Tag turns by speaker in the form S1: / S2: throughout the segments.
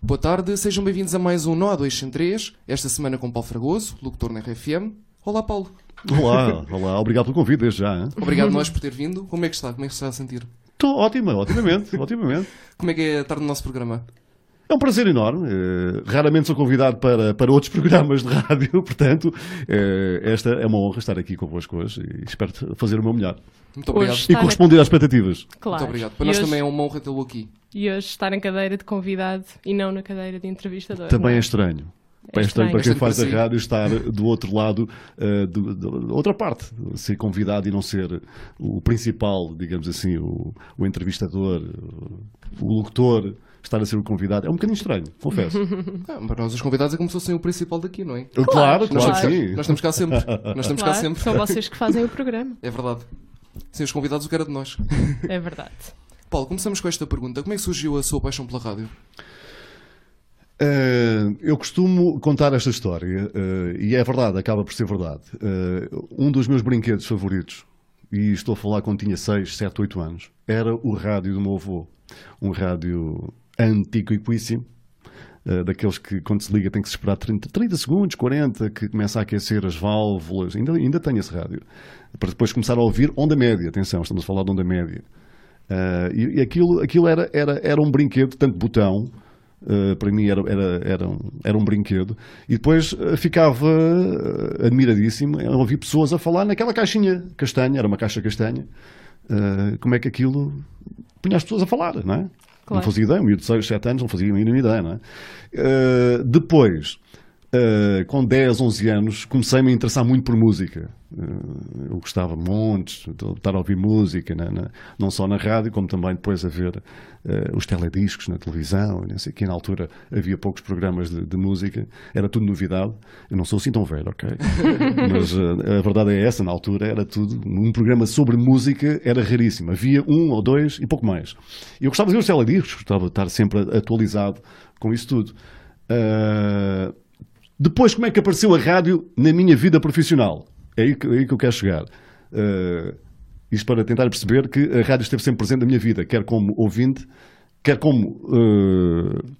S1: Boa tarde, sejam bem-vindos a mais um Nó 203, esta semana com Paulo Fragoso, locutor na RFM. Olá, Paulo.
S2: Olá, olá, obrigado pelo convite desde já. hein?
S3: Uhum.
S1: Obrigado nós por ter vindo. Como é que está? Como é que se está a sentir?
S2: Estou ótima, otimamente, otimamente.
S1: Como é que é estar no nosso programa?
S2: É um prazer enorme. eh, raramente sou convidado para, para outros programas de rádio, portanto, eh, esta é uma honra estar aqui convosco hoje e espero fazer o meu melhor.
S1: Muito obrigado.
S2: E
S3: Está na-
S2: corresponder às expectativas.
S3: Claro.
S1: Muito obrigado. Para
S3: e,
S1: nós
S3: hoje,
S1: também é uma honra tê-lo aqui.
S3: e hoje estar em cadeira de convidado e não na cadeira de entrevistador.
S2: Também é
S3: não
S2: estranho. É
S3: estranho.
S2: estranho para quem
S1: Bastante
S2: faz a
S1: parecido.
S2: rádio estar do outro lado, eh, do- da outra parte, ser convidado e não ser o principal, digamos assim, o, o entrevistador, o locutor, estar a ser o convidado. É um bocadinho estranho, confesso.
S1: Ah, para nós os convidados é como se fossem o principal daqui, não é?
S2: Claro, claro,
S1: Nós,
S2: claro
S1: estamos, cá-
S2: que sim.
S1: nós estamos cá sempre. Nós estamos cá
S3: Claro,
S1: sempre.
S3: São vocês que fazem o programa.
S1: É verdade. Sem os convidados, o que era de nós.
S3: É verdade.
S1: Paulo, começamos com esta pergunta. Como é que surgiu a sua paixão pela rádio?
S2: Eh, eu costumo contar esta história, eh, e é verdade, acaba por ser verdade. Eh, um dos meus brinquedos favoritos, e estou a falar quando tinha 6, 7, 8 anos, era o rádio do meu avô. Um rádio antiquíssimo, eh, daqueles que quando se liga tem que se esperar 30, 30 segundos, 40, que começa a aquecer as válvulas. Ainda, ainda tenho esse rádio. Para depois começar a ouvir onda média. Atenção, estamos a falar de onda média. Ah, e, e aquilo, aquilo era, era, era um brinquedo, tanto botão, ah, para mim era, era, era, um, era um brinquedo, e depois ah, ficava ah, admiradíssimo a ouvir pessoas a falar naquela caixinha castanha, era uma caixa castanha, ah, como é que aquilo punha as pessoas a falar, não é? Não
S3: Claro.
S2: fazia ideia, um miúdo de 6, 7 anos não fazia a mínima ideia, não é? Ah, depois, ah, com 10, 11 anos, comecei-me a interessar muito por música. Ah, eu gostava montes de estar a ouvir música, na- na- não só na rádio, como também depois a ver ah, os telediscos na televisão, e não sei o quê. Na altura havia poucos programas de, de música, era tudo novidade. Eu não sou assim tão velho, ok? Mas ah, a verdade é essa, na altura era tudo. Um programa sobre música era raríssimo. Havia um ou dois e pouco mais. E eu gostava de ver os telediscos, gostava de estar sempre atualizado com isso tudo. Ah, depois, como é que apareceu a rádio na minha vida profissional? É aí que, é aí que eu quero chegar. Eh, isto para tentar perceber que a rádio esteve sempre presente na minha vida, quer como ouvinte, quer como eh,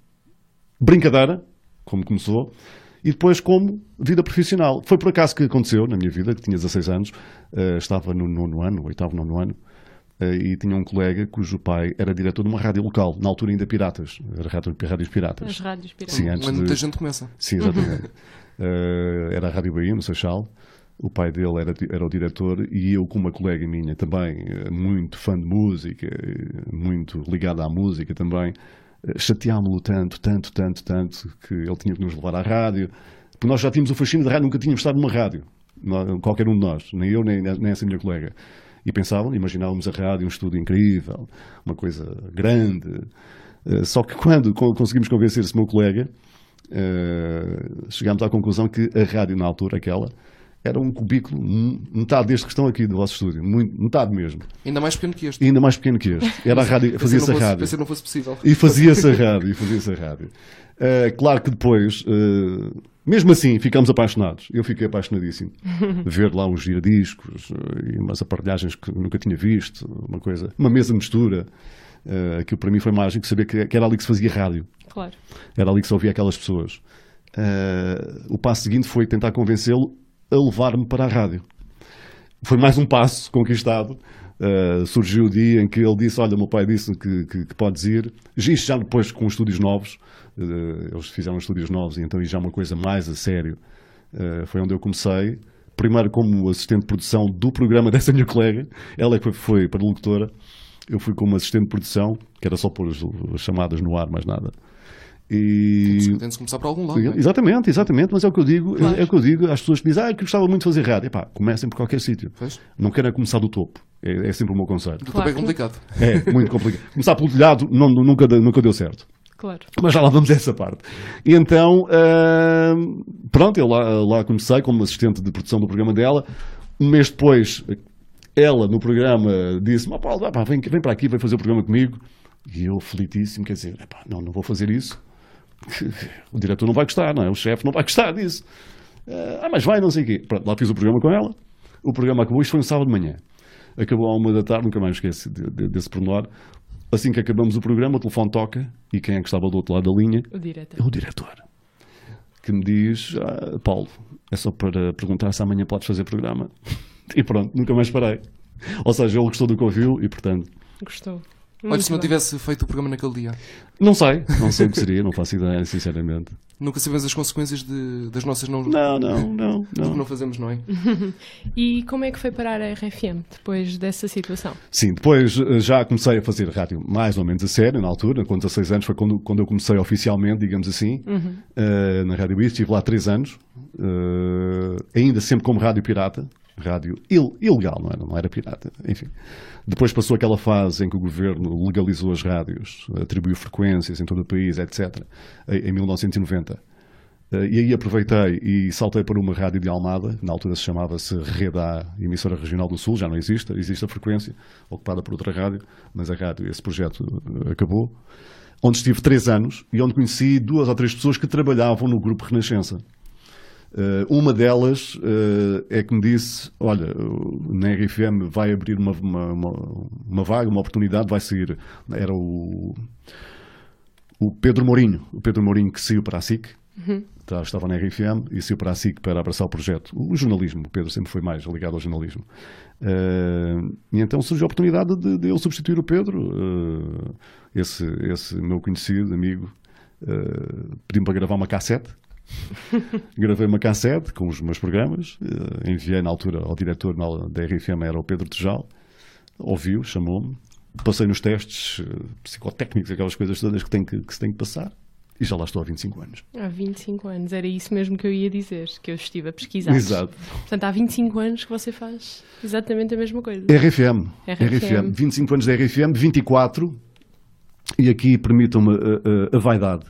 S2: brincadeira, como começou, e depois como vida profissional. Foi por acaso que aconteceu na minha vida, que tinha 16 anos, eh, estava no nono ano, oitavo, nono ano, eh, e tinha um colega cujo pai era diretor de uma rádio local, na altura ainda Piratas, era rádio, Rádios Piratas.
S3: As rádios piratas.
S2: Sim, antes
S1: Mas muita
S2: de-
S1: gente começa.
S2: Sim, exatamente. Eh, era a Rádio Bahia, no Seixal. O pai dele era, di- era o diretor e eu, com uma colega minha também, eh, muito fã de música, eh, muito ligada à música também, eh, chateámo-lo tanto, tanto, tanto, tanto, que ele tinha que nos levar à rádio. Porque nós já tínhamos o fascínio da rádio, nunca tínhamos estado numa rádio. Nó- Qualquer um de nós, nem eu, nem, nem essa minha colega. E pensavam, imaginávamos a rádio, um estudo incrível, uma coisa grande. Eh, Só que quando co- conseguimos convencer esse meu colega, eh, chegámos à conclusão que a rádio, na altura, aquela, era um cubículo, m- metade deste que estão aqui do vosso estúdio, muito, metade mesmo,
S1: Ainda mais pequeno que este.
S2: e ainda mais pequeno que este. Era a rádio,
S1: Pensei que
S2: fazia-se a
S1: não fosse-
S2: rádio.
S1: Pensei que não fosse possível.
S2: E fazia-se a rádio, e fazia-se a rádio. Eh, claro que depois, eh, mesmo assim, ficámos apaixonados. Eu fiquei apaixonadíssimo. Ver lá uns giradiscos, eh, e umas aparelhagens que nunca tinha visto, uma coisa, uma mesa de mistura. Eh, aquilo para mim foi mágico saber que, que era ali que se fazia rádio.
S3: Claro.
S2: Era ali que se ouvia aquelas pessoas. Eh, o passo seguinte foi tentar convencê-lo a levar-me para a rádio. Foi mais um passo conquistado. Eh, surgiu o dia em que ele disse: Olha, o meu pai disse que, que, que podes ir. Isto já depois com estúdios novos. eh, eles fizeram estúdios novos e então isto já é uma coisa mais a sério. Eh, foi onde eu comecei. Primeiro, como assistente de produção do programa dessa minha colega. Ela é que foi, foi para locutora. Eu fui como assistente de produção, que era só pôr as, as chamadas no ar, mais nada. E.
S1: Tem de se começar por algum lado.
S2: Sim,
S1: não é?
S2: Exatamente, exatamente, mas é o que eu digo, é-
S3: Claro.
S2: é o que eu digo às pessoas que dizem, ah, que gostava muito de fazer rádio. Epá, comecem por qualquer sítio.
S1: Pois.
S2: Não querem começar do topo. É, é sempre o meu conselho.
S1: Do topo
S3: Claro.
S1: é complicado.
S2: É muito complicado. Começar pelo telhado não- nunca, deu- nunca deu certo.
S3: Claro.
S2: Mas já lá vamos a essa parte. E então, ahm, pronto, eu lá, lá comecei como assistente de produção do programa dela. Um mês depois, ela no programa disse-me: "Ah, Paulo, vá, pá, vem, vem para aqui, vem fazer o programa comigo. E eu, aflitíssimo, quer dizer, "Epá, não, não vou fazer isso. O diretor não vai gostar, não é? O chefe não vai gostar disso. Ah, mas vai, não sei o quê. Pronto, lá fiz o programa com ela. O programa acabou, isto foi um sábado de manhã. Acabou à uma da tarde, nunca mais esqueço de- de- desse pormenor. Assim que acabamos o programa, o telefone toca e quem é que estava do outro lado da linha?
S3: O diretor.
S2: É o diretor. Que me diz: "Ah, Paulo, é só para perguntar se amanhã podes fazer programa. E pronto, nunca mais parei. Ou seja, ele gostou do que ouviu e, portanto,
S3: Gostou.
S1: Olha, se não
S3: Muito bem.
S1: tivesse feito o programa naquele dia.
S2: não sei, não sei o que seria, não faço ideia, sinceramente.
S1: Nunca sabemos as consequências de- das nossas não...
S2: Não, não, não,
S1: do que
S2: não.
S1: não fazemos, não é?
S3: Uhum. E como é que foi parar a RFM depois dessa situação?
S2: Sim, depois eh, já comecei a fazer rádio mais ou menos a sério, na altura, com 16 anos, foi quando, quando eu comecei oficialmente, digamos assim, eh, na Rádio Bis, estive lá 3 anos, eh, ainda sempre como rádio pirata, rádio il- ilegal, não era, não era pirata, enfim. Depois passou aquela fase em que o governo legalizou as rádios, atribuiu frequências em todo o país, etc., em, em 1990. Eh, E aí aproveitei e saltei para uma rádio de Almada, na altura se chamava-se Rede A, emissora regional do Sul, já não existe, existe a frequência, ocupada por outra rádio, mas a rádio, esse projeto eh, acabou, onde estive três anos e onde conheci duas ou três pessoas que trabalhavam no Grupo Renascença. Eh, uma delas eh, é que me disse: Olha, o- na RFM vai abrir uma, uma, uma- uma vaga, uma oportunidade, vai sair. Era o, o Pedro Mourinho, o Pedro Mourinho que saiu para a SIC. tá, Estava na RFM e saiu para a SIC para abraçar o projeto. O jornalismo, o Pedro sempre foi mais ligado ao jornalismo. Eh, e então surgiu a oportunidade de, de eu substituir o Pedro, eh, esse, esse meu conhecido, amigo, eh, pediu-me para gravar uma cassete gravei uma cassete com os meus programas, eh, enviei na altura ao diretor na al- da RFM, era o Pedro Tejal, ouviu, chamou-me, passei nos testes eh, psicotécnicos, aquelas coisas todas que, tem que, que se tem que passar, e já lá estou há 25 anos.
S3: Há 25 anos, era isso mesmo que eu ia dizer, que eu estive a pesquisar.
S2: Exato.
S3: Portanto, há 25 anos que você faz exatamente a mesma
S2: É,
S3: coisa.
S2: RFM, RFM,
S3: RFM.
S2: 25 anos da RFM, 24, e aqui permitam-me eh, a, a- a vaidade.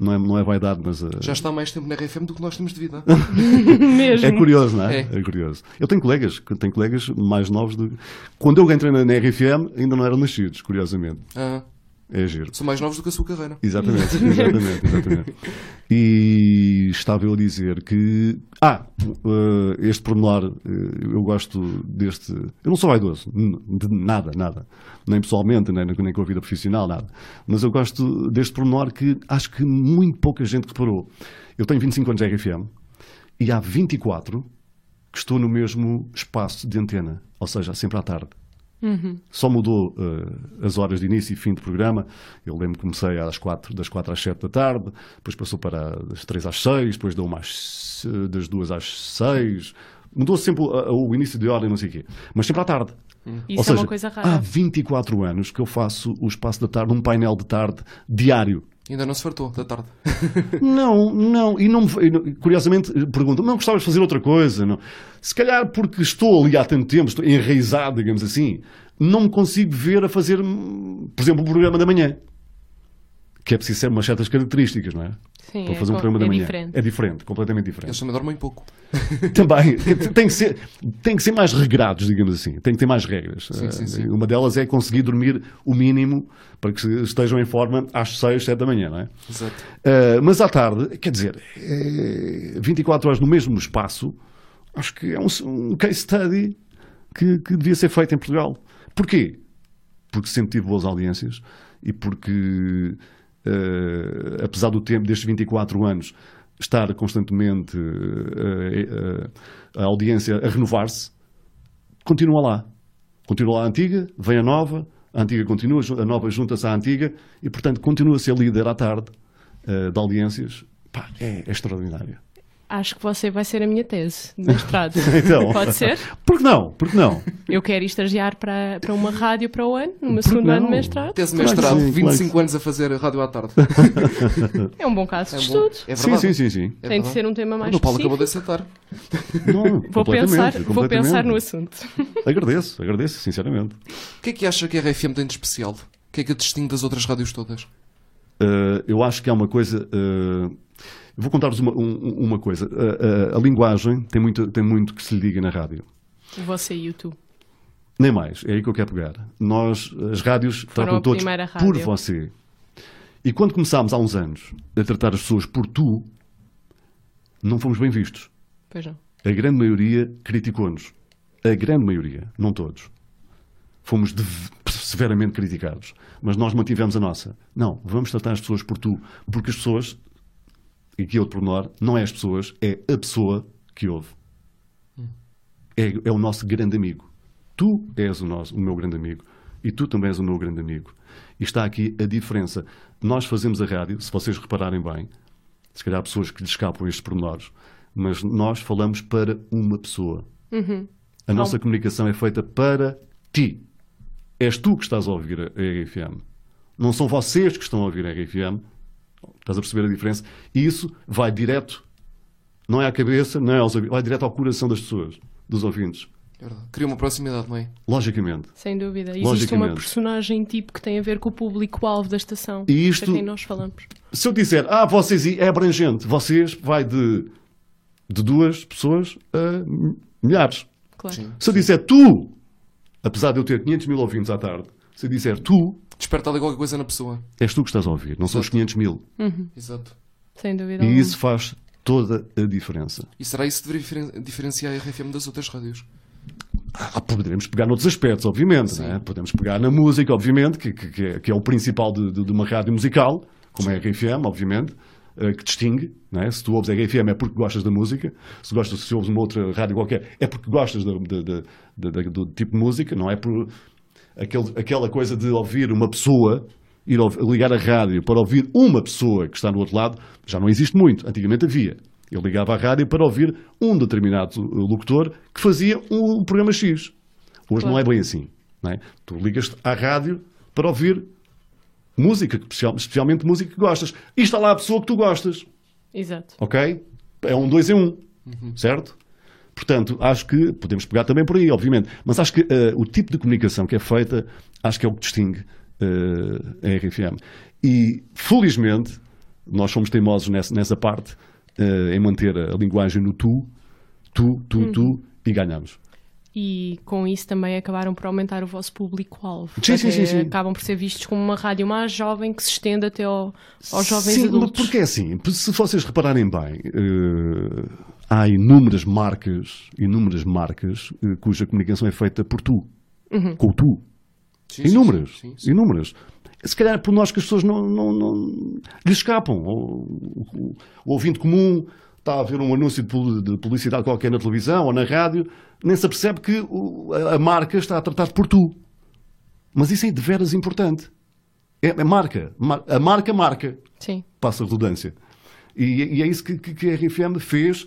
S2: Não é, não é vaidade, mas a,
S1: Já está mais tempo na RFM do que nós temos de vida.
S2: Uhum.
S3: mesmo.
S2: É curioso, não é?
S1: É.
S2: É curioso. Eu tenho colegas, tenho colegas mais novos do Quando eu entrei na, na RFM, ainda não eram nascidos, curiosamente.
S1: Ah,
S2: É giro.
S1: são mais novos do que a sua carreira.
S2: Exatamente, exatamente, exatamente. E estava eu a dizer que. Ah, eh, este pormenor, eh, eu gosto deste. Eu não sou vaidoso, n- de nada, nada. Nem pessoalmente, nem, nem com a vida profissional, nada. Mas eu gosto deste pormenor que acho que muito pouca gente reparou. Eu tenho 25 anos de RFM e há 24 que estou no mesmo espaço de antena, ou seja, sempre à tarde.
S3: Uhum.
S2: Só mudou eh, as horas de início e fim de programa. Eu lembro que comecei às 4, das 4 às 7 da tarde, depois passou para das 3 às 6, depois da 1 às, se- das 2 às 6. Mudou sempre o, a- o início de ordem, não sei o quê. Mas sempre à tarde.
S3: Isso
S2: Ou
S3: é
S2: seja,
S3: uma coisa rara.
S2: Há 24 anos que eu faço o espaço da tarde, um painel de tarde diário.
S1: Ainda não se fartou da tarde.
S2: Não, não, e não me- e não- curiosamente perguntam, não gostavas de fazer outra coisa? Não. Se calhar porque estou ali há tanto tempo, estou enraizado, digamos assim, não me consigo ver a fazer, hum, por exemplo, o programa da manhã. Que é preciso ser umas certas características, não é?
S3: Sim,
S2: Para
S3: é
S2: fazer um
S3: co-
S2: programa da
S3: é
S2: manhã.
S3: diferente.
S2: É diferente, completamente diferente.
S1: Eles também dormem um pouco.
S2: Também. Tem que, ser, tem que ser mais regrados, digamos assim. Tem que ter mais regras.
S1: Sim, sim, sim.
S2: Uma delas é conseguir dormir o mínimo para que se- estejam em forma às 6, 7 da manhã, não é?
S1: Exato.
S2: Uh, mas à tarde, quer dizer, é 24 horas no mesmo espaço, acho que é um, um case study que, que devia ser feito em Portugal. Porquê? Porque sempre tive boas audiências e porque, uh, apesar do tempo destes 24 anos estar constantemente uh, uh, a audiência a renovar-se, continua lá. Continua lá a antiga, vem a nova, a antiga continua, ju- a nova junta-se à antiga e, portanto, continua a ser líder à tarde eh, de audiências. Pá, é, é extraordinário.
S3: Acho que você vai ser a minha tese de mestrado.
S2: Então,
S3: Pode ser?
S2: Por que não? Por que não?
S3: Eu quero ir estagiar para, para uma rádio para o ano, no meu
S2: Por que
S3: segundo ano de
S2: não?
S3: mestrado.
S1: Tese de
S2: Claro que
S1: mestrado,
S2: sim, claro que
S1: 25 anos a fazer rádio à tarde.
S3: É um bom caso
S1: É
S3: de
S1: bom.
S3: estudos.
S1: É
S2: sim,
S1: verdade.
S2: sim, sim, sim.
S1: É
S3: Tem que
S1: verdade.
S3: ser um tema mais
S1: Olha, O Paulo acabou de
S3: específico.
S1: aceitar.
S2: Não,
S3: Vou
S2: completamente,
S3: pensar, vou
S2: completamente.
S3: pensar no assunto.
S2: Agradeço, agradeço, sinceramente.
S1: O que é que acha que a RFM tem de especial? O que é que a distingue das outras rádios todas?
S2: Eh, eu acho que é uma coisa. eh, eu vou contar-vos uma, um- uma coisa. Eh, eh, a linguagem tem muito, tem muito que se lhe diga na rádio.
S3: Você e o é tu.
S2: Nem mais, é aí que eu quero pegar. Nós, as rádios, tratam
S3: a
S2: todos
S3: primeira rádio.
S2: por você. E quando começámos há uns anos a tratar as pessoas por tu, não fomos bem vistos.
S3: Pois não.
S2: A grande maioria criticou-nos. A grande maioria, não todos. Fomos de... severamente criticados, mas nós mantivemos a nossa. Não, vamos tratar as pessoas por tu, porque as pessoas, e aqui é outro pormenor, não é as pessoas, é a pessoa que ouve. É, é o nosso grande amigo. Tu és o, nosso, o meu grande amigo e tu também és o meu grande amigo. E está aqui a diferença. Nós fazemos a rádio, se vocês repararem bem, se calhar há pessoas que lhes escapam estes pormenores, mas nós falamos para uma pessoa. A nossa comunicação é feita para ti. És tu que estás a ouvir a RFM. Não são vocês que estão a ouvir a RFM. Estás a perceber a diferença? E isso vai direto, não é à cabeça, não é aos ouvidos, vai direto ao coração das pessoas, dos ouvintes.
S1: É verdade. Cria uma proximidade, não é?
S2: Logicamente.
S3: Sem dúvida. Existe
S2: Logicamente.
S3: uma personagem tipo que tem a ver com o público-alvo da estação.
S2: E isto-
S3: Para quem nós falamos.
S2: Se eu disser, ah, vocês é abrangente, vocês vai de, de duas pessoas a milhares.
S3: Claro.
S1: Sim.
S2: Se eu disser tu, apesar de eu ter 500 mil ouvintes à tarde, se eu disser tu,
S1: Desperta ali qualquer coisa na pessoa.
S3: Uhum.
S2: és tu que estás a ouvir, não são os
S1: Exato.
S2: 500 mil.
S1: Exato.
S3: Sem dúvida.
S2: E
S3: alguma.
S2: isso faz toda a diferença.
S1: E será isso que deveria diferen- diferenciar a RFM das outras rádios?
S2: Ah, poderemos pegar noutros aspectos, obviamente. Né? Podemos pegar na música, obviamente, que, que- que é, que é o principal de, de- de uma rádio musical, como é a RFM, obviamente, eh, que distingue. Né? Se tu ouves a RFM é porque gostas da música, se, gostas, se ouves uma outra rádio qualquer é porque gostas da- da- da- da- da- do tipo de música, não é por aquele- aquela coisa de ouvir uma pessoa. Ir ouvir- ligar a rádio para ouvir uma pessoa que está no outro lado já não existe muito. Antigamente havia. Eu ligava à rádio para ouvir um determinado eh, locutor que fazia um programa X. Hoje não é bem assim. Não é? Tu ligas-te à rádio para ouvir música, que especial- especialmente música que gostas. E está lá a pessoa que tu gostas,
S3: Exato.
S2: ok? É um dois em um,
S3: Uhum.
S2: certo? Portanto, acho que podemos pegar também por aí, obviamente. Mas acho que eh, o tipo de comunicação que é feita, acho que é o que distingue eh, a RFM. E, felizmente, nós somos teimosos nessa, nessa parte, eh, em manter a linguagem no tu, tu, tu,
S3: Uhum.
S2: tu, e ganhamos.
S3: E com isso também acabaram por aumentar o vosso público-alvo.
S2: Sim, sim,
S3: Até
S2: sim, sim.
S3: Acabam por ser vistos como uma rádio mais jovem que se estende até ao- aos jovens
S2: Sim,
S3: adultos.
S2: mas porque é assim, se vocês repararem bem, eh, há inúmeras marcas, inúmeras marcas eh, cuja comunicação é feita por tu,
S3: Uhum.
S2: com o tu.
S1: Sim, sim,
S2: Inúmeras,
S1: Sim, sim.
S2: inúmeras. Se calhar é por nós que as pessoas não, não, não- lhes escapam. O, o- o ouvinte comum está a ver um anúncio de pub- de publicidade qualquer na televisão ou na rádio, nem se apercebe que o- a a marca está a tratar por tu. Mas isso é de veras importante. É, é marca. Mar- A marca marca
S3: Sim.
S2: passa a redundância. E, e é isso que, que, que a RFM fez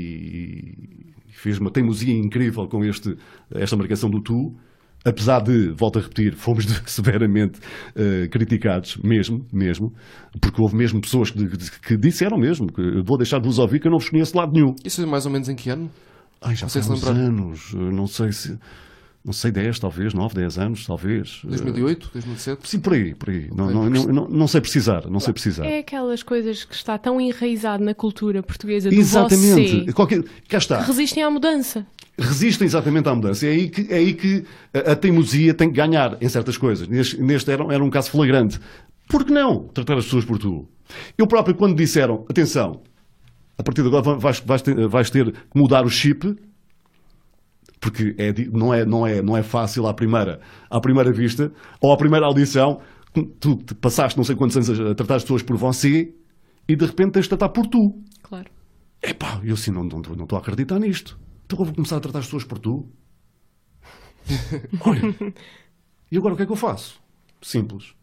S2: e, e fez uma teimosia incrível com este, esta marcação do Tu, apesar de, volto a repetir, fomos de- severamente eh, criticados, mesmo, mesmo, porque houve mesmo pessoas que, que disseram mesmo que "Eu vou deixar de vos ouvir que eu não vos conheço de lado nenhum.
S1: Isso é mais ou menos em que ano?
S2: Ai, já
S1: Não sei
S2: foi há
S1: se
S2: uns
S1: lembrar.
S2: anos, eh, não sei se... Não sei, 10, talvez, 9, 10 anos, talvez. Eh,
S1: 2008? 2007?
S2: Sim, por aí, por aí. Não, não, não, não- não sei precisar, não sei precisar.
S3: É aquelas coisas que está tão enraizado na cultura portuguesa do
S2: Exatamente.
S3: você,
S2: Qualquer... Cá está.
S3: que resistem à mudança.
S2: Resistem exatamente à mudança. É aí que, é aí que a, a teimosia tem que ganhar em certas coisas. Neste, neste era, era um caso flagrante. Por que não tratar as pessoas por tu? Eu próprio, quando disseram, atenção, a partir de agora va- vais, vais ter, vais ter que mudar o chip, porque é di- não, é, não, é, não é fácil à primeira, à primeira vista, ou à primeira audição, tu te passaste não sei quantos anos a a tratar as pessoas por você e de repente tens de tratar por tu.
S3: Claro.
S2: Epá, eu assim não não estou não, estou a acreditar nisto. Então eu vou começar a tratar as pessoas por tu. Olha, e agora o que é que eu faço? Simples.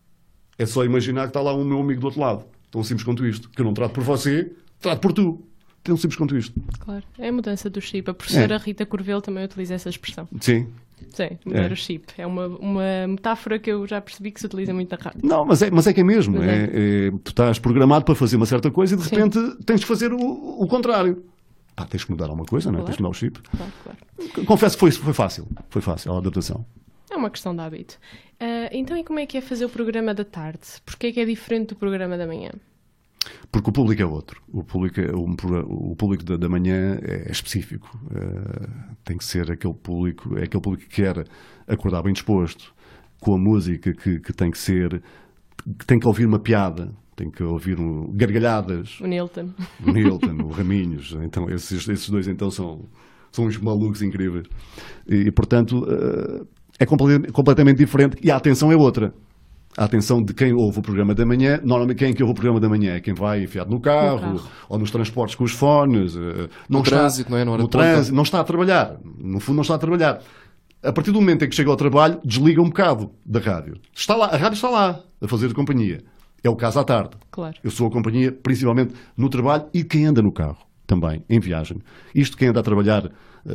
S2: É só imaginar que está lá um meu amigo do outro lado. Tão simples quanto isto. Que eu não trato por você, trato por tu. Tão simples quanto isto.
S3: Claro. É a mudança do chip. A professora
S2: É.
S3: Rita Corvelo também utiliza essa expressão.
S2: Sim.
S3: Sim, mudar
S2: É.
S3: o chip. É uma, uma metáfora que eu já percebi que se utiliza muito na rádio.
S2: Não, mas é, mas é que é mesmo.
S3: Pois
S2: É, é, tu estás programado para fazer uma certa coisa e de
S3: Sim.
S2: repente tens de fazer o, o contrário. Pá, tens que mudar alguma coisa, não é?
S3: Claro.
S2: Tens que mudar o chip.
S3: Claro, claro.
S2: Confesso que foi, foi fácil. Foi fácil a adaptação.
S3: É uma questão de hábito. Ah, então, e como é que é fazer o programa da tarde? Porquê é que é diferente do programa da manhã?
S2: Porque o público é outro. O público, é um pro- o público da, da manhã é específico. Eh, tem que ser aquele público, é aquele público que quer acordar bem disposto, com a música que, que tem que ser, que tem que ouvir uma piada, tem que ouvir um- gargalhadas,
S3: O Nilton.
S2: o Nilton, o Raminhos. Então, esses, esses dois então são, são uns malucos incríveis. E, portanto, eh, é comple- completamente diferente e a atenção é outra. A atenção de quem ouve o programa da manhã, normalmente quem é que ouve o programa da manhã é quem vai enfiado no carro,
S3: carro.
S2: ou nos transportes com os fones, eh, não
S1: No trânsito, não é? Na hora
S2: no
S1: de ponta.
S2: trânsito, não está a trabalhar. No fundo, não está a trabalhar. A partir do momento em que chega ao trabalho, desliga um bocado da rádio. Está lá, a rádio está lá, a fazer companhia. É o caso à tarde.
S3: Claro.
S2: Eu sou a companhia, principalmente no trabalho e quem anda no carro também, em viagem. Isto, quem anda a trabalhar, eh,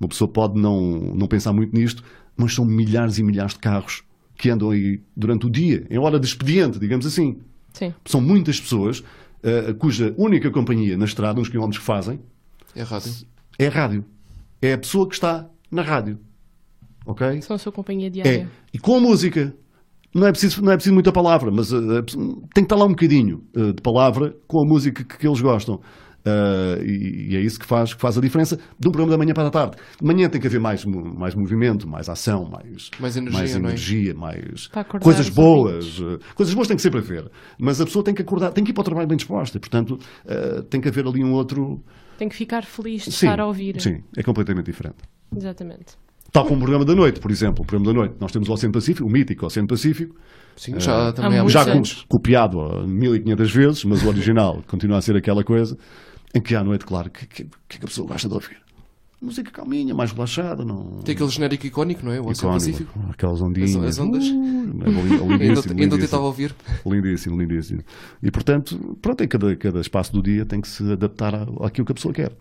S2: uma pessoa pode não, não pensar muito nisto, mas são milhares e milhares de carros que andam aí durante o dia, em hora de expediente, digamos assim.
S3: Sim.
S2: São muitas pessoas eh, cuja única companhia na estrada, nos quilómetros que fazem,
S1: É rádio.
S2: é a rádio. É a pessoa que está na rádio. Ok?
S3: São a sua companhia diária.
S2: É. E com a música. Não é preciso, não é preciso muita palavra, mas eh, é preciso- tem que estar lá um bocadinho eh, de palavra com a música que, que eles gostam. Ah, e, e é isso que faz, que faz a diferença de um programa da manhã para a tarde. De manhã tem que haver mais, mo- mais movimento, mais ação, mais,
S1: Mais energia,
S2: mais,
S1: não é?
S2: energia, mais
S3: Para acordar
S2: coisas
S3: os
S2: boas. eh, Coisas boas tem que sempre haver. Mas a pessoa tem que acordar, tem que ir para o trabalho bem disposta. E, Portanto, eh, tem que haver ali um outro.
S3: Tem que ficar feliz de
S2: Sim,
S3: estar a ouvir.
S2: Sim, é completamente diferente.
S3: Exatamente.
S2: Tal como o programa da noite, por exemplo. O programa da noite. Nós temos o Oceano Pacífico, o mítico Oceano Pacífico,
S1: Sim, já também há
S3: muito
S2: já
S1: muitos
S2: co-
S1: anos.
S2: copiado ó, 1500 vezes, mas o original continua a ser aquela coisa, em que à noite, claro, o que, que, que é que a pessoa gosta de ouvir? Música calminha, mais relaxada, não...
S1: Tem aquele genérico icónico, não é? O Oceano
S2: Icónico,
S1: Pacífico.
S2: Aquelas ondinhas.
S1: As- as ondas.
S2: Uh, é li- é
S1: Ainda
S2: lindíssimo,
S1: ainda ontem estava a
S2: lindíssimo,
S1: ouvir.
S2: lindíssimo, lindíssimo. E portanto, pronto, em cada, cada espaço do dia tem que se adaptar à- àquilo que a pessoa quer.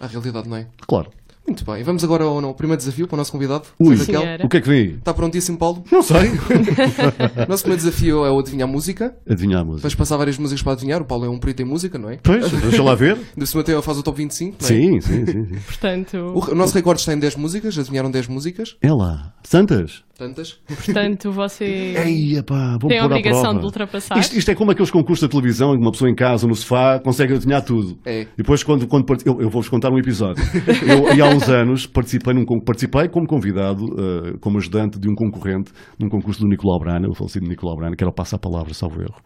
S1: À realidade, não é?
S2: Claro.
S1: Muito bem. Vamos agora ao, ao primeiro desafio para o nosso convidado.
S2: Ui,
S1: Zé Raquel.
S3: Senhora.
S2: o que é que vem aí?
S1: Está prontíssimo, Paulo?
S2: Não sei.
S1: O nosso primeiro desafio é o adivinhar música.
S2: Adivinhar a música.
S1: Vais passar várias músicas para adivinhar. O Paulo é um perito em música, não é?
S2: Pois, deixa lá ver.
S1: De cima até faz o top 25, não é?
S2: Sim, sim, sim. sim.
S3: Portanto,
S1: O, o nosso recorde está em 10 músicas. Adivinharam 10 músicas.
S2: É lá. Santas?
S1: Tantas.
S3: portanto você
S2: Eia, pá, vou
S3: tem a
S2: pôr à
S3: obrigação
S2: prova.
S3: de ultrapassar.
S2: Isto, isto é como aqueles concursos da televisão em que uma pessoa em casa, no sofá, consegue adivinhar tudo.
S1: É.
S2: E depois, quando, quando part- eu, eu vou-vos contar um episódio. Eu, e há uns anos, participei, num, con- participei como convidado, eh, como ajudante de um concorrente, num concurso do Nicolau Brana, o falecido Nicolau Brana, que era o Passa-Palavra, salvo erro.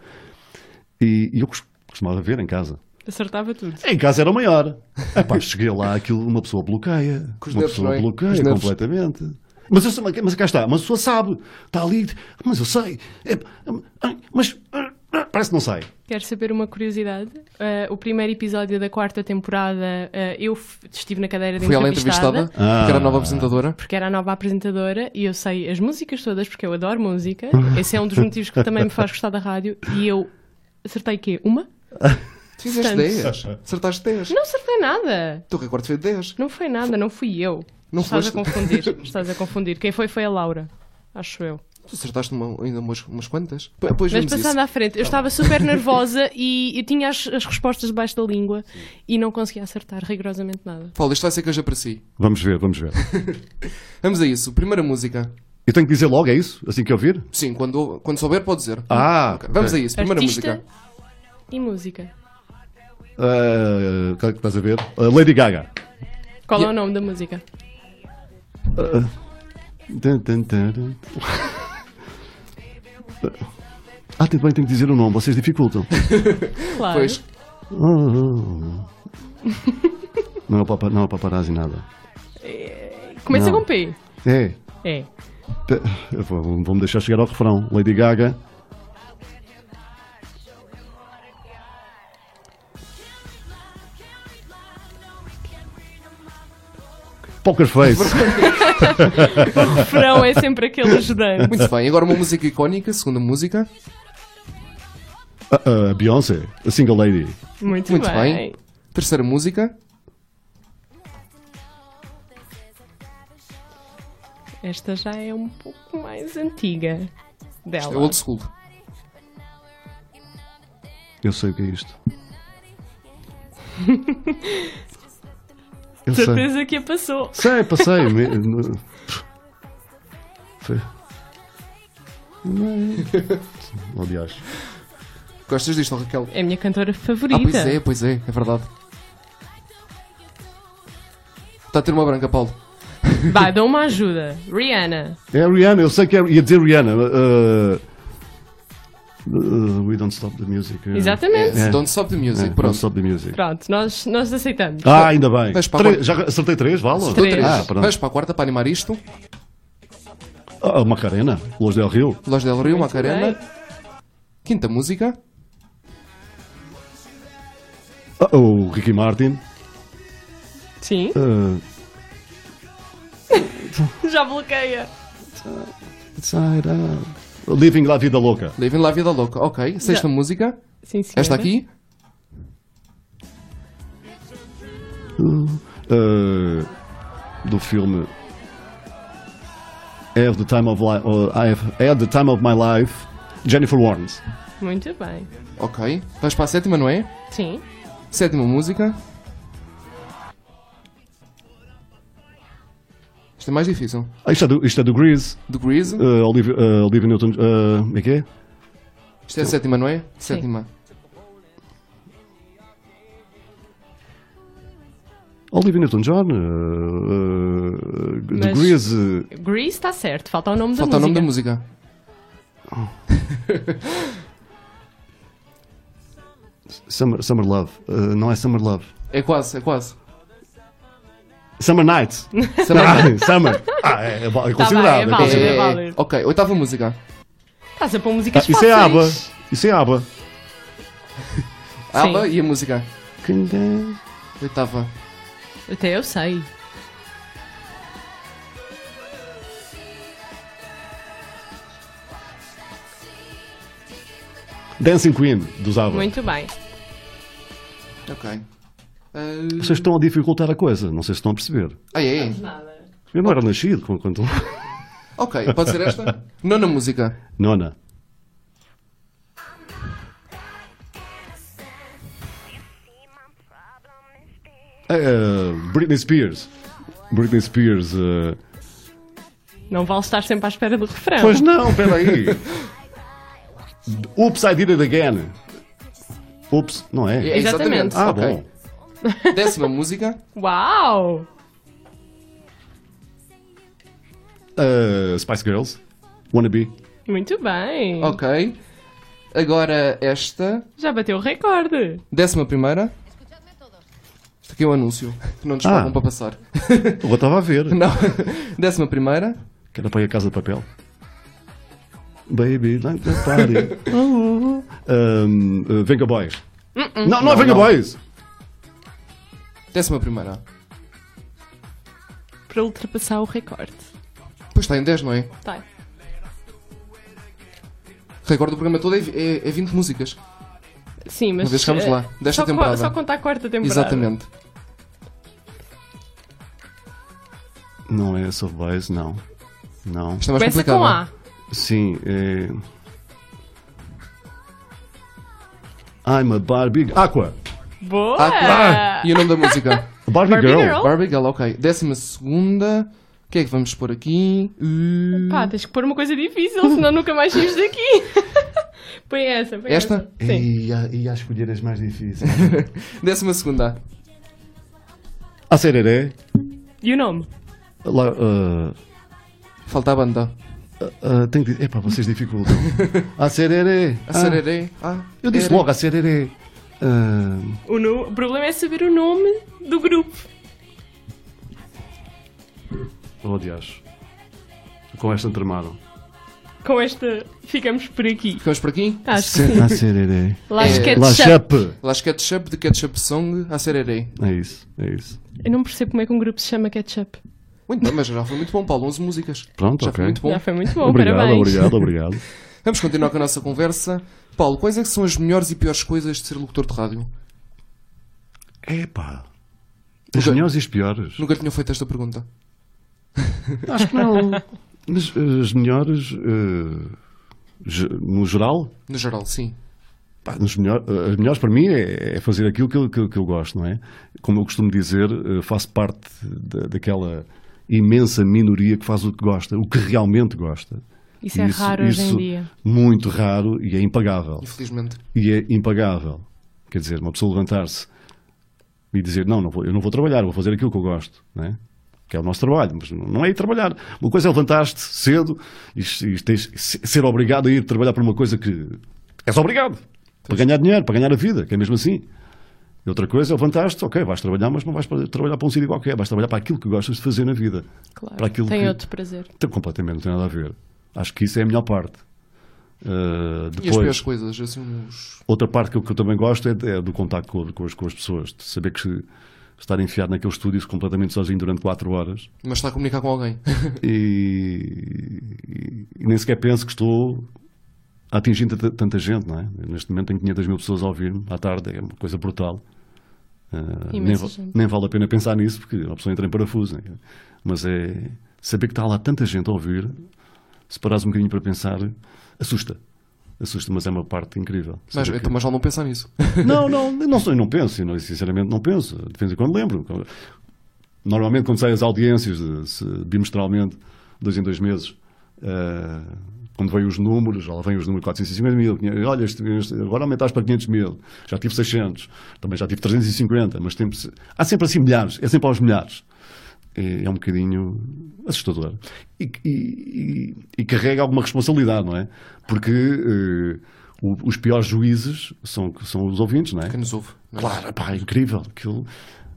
S2: E, e eu cos- costumava ver em casa.
S3: Acertava tudo.
S2: Em casa era o maior. Epá, cheguei lá, aquilo, uma pessoa bloqueia.
S1: Com os
S2: uma
S1: nervos,
S2: pessoa
S1: não é? Com os
S2: bloqueia
S1: nervos.
S2: completamente. Mas, eu, sei- mas cá está, mas a pessoa sabe, está ali, mas eu sei, é, é, mas é, parece que não sai.
S3: Quero saber uma curiosidade. Eh, o primeiro episódio da quarta temporada, eh, eu f- estive na cadeira de
S1: Foi ela
S3: entrevistada.
S1: entrevistada, porque era a nova apresentadora.
S3: Porque era a nova apresentadora e eu sei as músicas todas, porque eu adoro música. Esse é um dos motivos que também me faz gostar da rádio. E eu acertei quê? Uma?
S1: Tu fizeste
S3: Portanto-
S1: 10. Acertaste 10.
S3: Não acertei nada!
S1: O teu recorde foi 10.
S3: Não foi nada, não fui eu.
S1: Não
S3: Estás a
S1: foste?
S3: confundir. Estás a confundir. Quem foi foi a Laura, acho eu.
S1: Tu acertaste uma- ainda umas, umas quantas. P- Depois
S3: Mas
S1: vemos
S3: passando
S1: isso. Tá
S3: à frente, eu estava super nervosa e eu tinha as, as respostas debaixo da língua e não conseguia acertar rigorosamente nada.
S1: Paulo, isto vai ser canja para si.
S2: Vamos ver, vamos ver.
S1: Vamos a isso. Primeira música.
S2: Eu tenho que dizer logo, é isso? Assim que eu vir?
S1: Sim, quando, quando souber, pode dizer.
S2: Ah,
S1: Hum. Ok, Vamos a
S2: ok.
S1: isso. Primeira
S3: Artista
S1: música.
S3: e música.
S2: Ah, qual é que estás a ver? Ah, Lady Gaga.
S3: Qual é o
S1: Yeah.
S3: nome da música?
S2: Tan, tan, tan, tan. Ah, tem- bem, tenho que dizer o nome, vocês dificultam.
S3: Claro.
S1: Pois.
S2: Ah, Não é o papa- não é o paparazzi nada.
S3: Começa
S2: Não.
S3: com P.
S2: É.
S3: É.
S2: Pe- eu vou- Vou-me deixar chegar ao refrão. Lady Gaga. Poker Face.
S3: Frão é sempre aquele ajudante.
S1: Muito bem. Agora uma música icónica. Segunda música.
S2: Ah, ah, Beyoncé. A Single Lady.
S3: Muito,
S1: Muito
S3: bem.
S1: bem. Terceira música.
S3: Esta já é um pouco mais antiga dela.
S1: É old school.
S2: Eu sei o que é isto. Eu sei.
S3: Certeza que a passou.
S2: Sei, passei. me- no- Foi. Não. Aliás.
S1: Gostas disto, Raquel?
S3: É a minha cantora favorita.
S1: Ah, pois é, pois é. É verdade. Está a ter uma branca, Paulo.
S3: Vai, dá uma ajuda. Rihanna.
S1: Hum.
S2: É a Rihanna, eu sei que é, ia dizer Rihanna. uh, uh, we don't stop the music. uh,
S3: Exatamente.
S1: É, Don't Stop the
S2: é,
S1: Music.
S2: Don't
S1: Pronto.
S2: stop the music.
S3: Pronto, nós, nós aceitamos.
S2: Ah, ainda bem.
S1: Mas para
S2: Três-
S1: quando?
S2: já acertei três, vale?
S1: Dou três.
S2: Ah, pronto.
S1: Vamos para a quarta para animar isto.
S2: Ah, Macarena, Los Del Rio.
S1: Los del Rio,
S3: Muito
S1: Macarena.
S3: bem.
S1: Quinta música.
S2: Ah, o Ricky Martin.
S3: Sim.
S2: Ah,
S3: Já bloqueia.
S2: Inside Out. Living La Vida Louca.
S1: Living La Vida Louca. Ok. Sexta música.
S3: Sim, sim.
S1: Esta aqui.
S2: Ah, do filme Have the Time of Life. I have had the Time of My Life. Jennifer Warnes.
S3: Muito bem.
S1: Ok. Vais para a sétima, não é?
S3: Sim.
S1: Sétima música. Isto é mais difícil.
S2: Ah, isto, é do, isto é do Grease.
S1: Do Grease.
S2: Ah, Olivia, ah, Olivia Newton. ah, Como é que é?
S1: Isto é a sétima, não é? Sétima.
S2: Olivia Newton-John. ah, ah, do
S3: Mas-
S2: Grease.
S3: Grease está certo. Falta o nome
S1: Falta o
S3: da música.
S1: nome da música.
S2: Summer, Summer Love. Ah, não é Summer Love.
S1: É quase, é quase.
S2: Summer Night.
S1: Será
S2: Ah, Summer. Ah, é, é considerável. é
S3: bem, é
S1: que-
S3: válido.
S2: considerável.
S3: É válido.
S1: Ok, oitava música.
S3: Estás a pôr
S2: Ah,
S3: músicas
S2: isso é aba.
S3: fáceis.
S2: Isso é aba.
S1: A aba e a música.
S2: Condemn.
S1: Oitava.
S3: Até eu sei.
S2: Dancing Queen dos ABBA.
S3: Muito bem.
S1: Ok. Eh,
S2: Vocês estão a dificultar a coisa, não sei se estão a perceber.
S1: Ah, é, é.
S3: Nada.
S2: Eu não era nascido quando. quando...
S1: Ok, pode ser esta? Nona música.
S2: Nona. Eh, Britney Spears. Britney Spears. eh,
S3: Não vale estar sempre à espera do refrão.
S2: Pois não, peraí. Oops, I did it again. Oops, não é?
S1: É,
S3: Exatamente.
S2: Ah,
S1: ok.
S2: bom.
S1: Décima música.
S3: Uau!
S2: Eh, Spice Girls. Wanna Be.
S3: Muito bem.
S1: Ok. Agora esta.
S3: Já bateu o recorde.
S1: Décima primeira. Isto aqui é o anúncio. que Não nos
S2: Ah.
S1: pagam para passar.
S2: Eu estava a ver.
S1: Não. Décima primeira.
S2: Que era para ir a casa de papel. Baby, like the party. Oh, oh. Um, uh, Venga Boys. Não, não é
S1: não.
S2: Venga Boys.
S1: Décima primeira.
S3: Para ultrapassar o recorde.
S1: Pois está em 10, não é?
S3: Tá.
S1: Recordo o programa todo é, é, é 20 músicas.
S3: Sim, mas.
S1: Uma vez chegámos
S3: eh,
S1: lá, desta
S3: só co-
S1: temporada.
S3: Só conta a quarta temporada.
S1: Exatamente.
S2: Não é Soft Boys, não. Não.
S1: Isto é mais
S3: Começa
S1: complicado.
S3: com A.
S2: Sim, é. I'm a Barbie. Aqua!
S3: Boa!
S1: Ah, claro. E o nome da música?
S2: Barbie,
S3: Barbie
S2: Girl.
S3: Girl.
S1: Barbie Girl, ok. Décima segunda. O que é que vamos pôr aqui? Uh,
S3: Pá, tens que pôr uma coisa difícil, senão nunca mais saímos daqui. põe essa, põe
S1: Esta?
S3: essa. Sim.
S2: a, e a escolher as é mais difíceis.
S1: Décima segunda.
S2: a sereré.
S3: E o nome?
S2: Lá, ah,
S1: Falta a banda.
S2: ah, tenho que dizer. Epá, vocês dificultam. a sereré.
S1: A sererê. Ah,
S2: Eu disse
S1: era.
S2: logo a sereré. Ah,
S3: O, no- o problema é saber o nome do grupo.
S2: Oh, Deus. Com esta tramaram.
S3: Com esta, ficamos por aqui.
S1: Ficamos por aqui?
S3: Acho que sim.
S2: A sereré.
S3: Las
S1: É.
S2: La
S3: Ketchup.
S2: Chape.
S1: Las Ketchup de Ketchup Song a sererê.
S2: É isso, é isso.
S3: Eu não percebo como é que um grupo se chama Ketchup.
S1: Muito bem, mas já foi muito bom, Paulo. 11 músicas.
S2: Pronto,
S1: Já
S2: ok.
S1: foi muito bom.
S3: Já foi muito bom,
S2: obrigado,
S3: parabéns.
S2: obrigado, obrigado.
S1: Vamos continuar com a nossa conversa. Paulo, quais é que são as melhores e piores coisas de ser locutor de rádio?
S2: Epá. Os
S1: Ok.
S2: melhores e os piores.
S1: Nunca tinham feito esta pergunta.
S2: Acho que não. Mas eh, as melhores, eh, ge- no geral,
S1: No geral, sim.
S2: pá, nos melhor- eh, as melhores para mim é, é fazer aquilo que eu, que, eu- que eu gosto, não é? Como eu costumo dizer, eh, faço parte da- daquela imensa minoria que faz o que gosta, o que realmente gosta.
S3: Isso é raro hoje em
S2: isso
S3: dia.
S2: Muito raro e é impagável.
S1: Infelizmente.
S2: e é impagável. Quer dizer, uma pessoa levantar-se e dizer, não, não vou, eu não vou trabalhar, vou fazer aquilo que eu gosto, não é? que é o nosso trabalho, mas não não é ir trabalhar. Uma coisa é levantar-te cedo e, e tens, se- ser obrigado a ir trabalhar por uma coisa que és obrigado, para ganhar dinheiro, para ganhar a vida, que é mesmo assim. Eu E outra coisa, levantaste, ok, vais trabalhar, mas não vais para- trabalhar para um sítio qualquer, vais trabalhar para aquilo que gostas de fazer na vida.
S3: Claro.
S2: Para aquilo
S3: Tem
S2: que-
S3: outro prazer.
S2: Então, completamente, não tem nada a ver. Acho que isso é a melhor parte. Ah,
S1: E as piores
S2: depois,
S1: coisas, assim, os...
S2: outra parte que eu, que eu também gosto é, é do contacto com, com as, com as pessoas, de saber que se- estar enfiado naqueles estúdios completamente sozinho durante 4 horas
S1: mas está a comunicar com alguém.
S2: e, e nem sequer penso que estou a atingir tanta, tanta gente, não é? Neste momento tenho 500 mil pessoas a ouvir-me à tarde, é uma coisa brutal. Ah,
S3: Imensa
S2: nem, va-
S3: gente.
S2: nem vale a pena pensar nisso porque a pessoa entra em parafuso. né? Mas é saber que está lá tanta gente a ouvir, se parares um bocadinho para pensar, assusta. Assusta, mas é uma parte incrível.
S1: Mas,
S2: Saber que-
S1: então, mas já não pensar nisso.
S2: não, não, não, sou- não penso, eu não- sinceramente não penso. De vez em quando lembro. Normalmente quando saem as audiências, de- se- bimestralmente, dois em dois meses, eh, quando vêm os números, lá vêm os números 450 mil, 500, olha, este- este- agora aumentaste para 500 mil, já tive 600, também já tive 350, mas tem- há sempre assim milhares, é sempre aos milhares. É é um bocadinho assustador. E, e- e- e carrega alguma responsabilidade, não é? Porque eh, o- os piores juízes são, são os ouvintes, não é?
S1: Quem nos ouve. não é?
S2: Claro, pá, é incrível. Aquilo,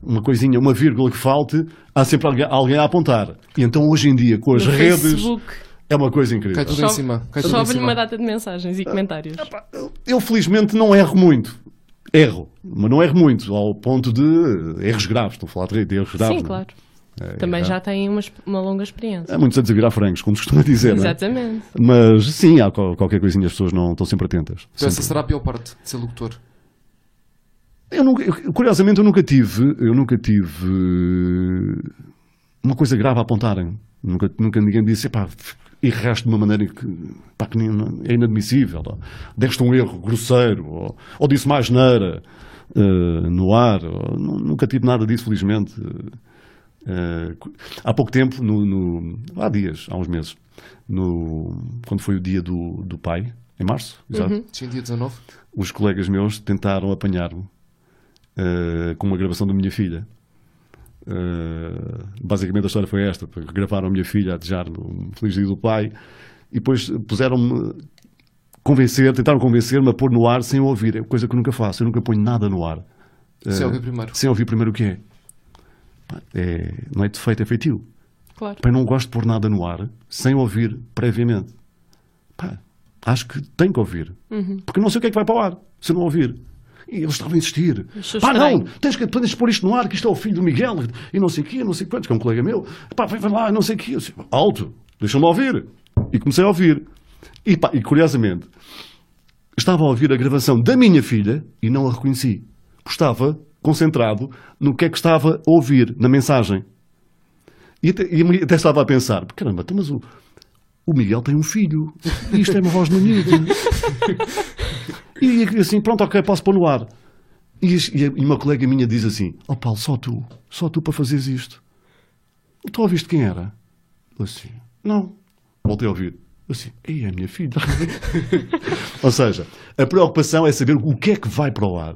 S2: uma coisinha, uma vírgula que falte, há sempre alguém, alguém a apontar. E então hoje em dia, com as
S3: no
S2: redes,
S3: Facebook,
S2: é uma coisa incrível.
S1: Cai tudo em
S3: sobe-
S1: cima. Cai tudo em
S3: sobe-lhe
S1: cima.
S3: uma data de mensagens e comentários.
S2: Pá, eu- Eu felizmente não erro muito. Erro, mas não erro muito, ao ponto de eh, erros graves. Estou a falar de de erros graves.
S3: Sim,
S2: não é?
S3: claro.
S2: É,
S3: Também
S2: é-
S3: já tem uma, exp- uma longa experiência.
S2: Há muitos anos a virar frangos, como se costuma dizer. não é?
S3: Exatamente.
S2: Mas sim, há qual- qualquer coisinha, as pessoas não estão sempre atentas.
S1: Então, essa
S2: Sempre.
S1: será a pior parte de ser locutor.
S2: Eu nunca- eu- curiosamente, eu nunca tive, eu nunca tive eh, uma coisa grave a apontarem. Nunca, nunca ninguém disse, pá, erraste de uma maneira que, pá, que nem- é inadmissível. Ou, deste um erro grosseiro, ou, ou disse mais neira eh, no ar. ou- nu- nunca tive nada disso, felizmente. Eh, cu- há pouco tempo, no, no- há dias, há uns meses, no- quando foi o dia do, do pai, em março, exato
S1: Tinha dia 19.
S2: os colegas meus tentaram apanhar-me eh, com uma gravação da minha filha. Eh, basicamente a história foi esta: porque gravaram a minha filha a desejar um feliz dia do pai e depois puseram-me convencer, tentaram convencer-me a pôr no ar sem eu ouvir, é coisa que eu nunca faço, eu nunca ponho nada no ar.
S1: Se
S2: Eh,
S1: é o primeiro.
S2: Sem ouvir primeiro o que é. Pá, é não é defeito, é feitio.
S3: Claro.
S2: Pá, eu não gosto de pôr nada no ar sem ouvir previamente. Pá, acho que tem que ouvir.
S3: Uhum.
S2: Porque não sei o que é que vai para o ar se eu não ouvir. E eles estavam a insistir.
S3: Isso é
S2: Pá,
S3: estranho.
S2: não, tens que, tens que pôr isto no ar, que isto é o filho do Miguel, e não sei o quê, não sei quantos, que é um colega meu. Pá, vai, vai lá, não sei o quê. Eu disse, Alto, deixa-me ouvir. E comecei a ouvir. E, pá, e curiosamente, estava a ouvir a gravação da minha filha e não a reconheci. Porque Estava concentrado no que é que estava a ouvir, na mensagem. E até, e até estava a pensar, caramba, então, mas o, o Miguel tem um filho. E isto é uma voz no miúdo. E assim, pronto, ok, posso pôr no ar. E, as- e a- e uma colega minha diz assim: Ó Paulo, só tu, só tu para fazeres isto. Tu ouviste quem era? Eu assim, não. Voltei a ouvir. Eu assim, ei, é a minha filha. Ou seja, a preocupação é saber o que é que vai para o ar.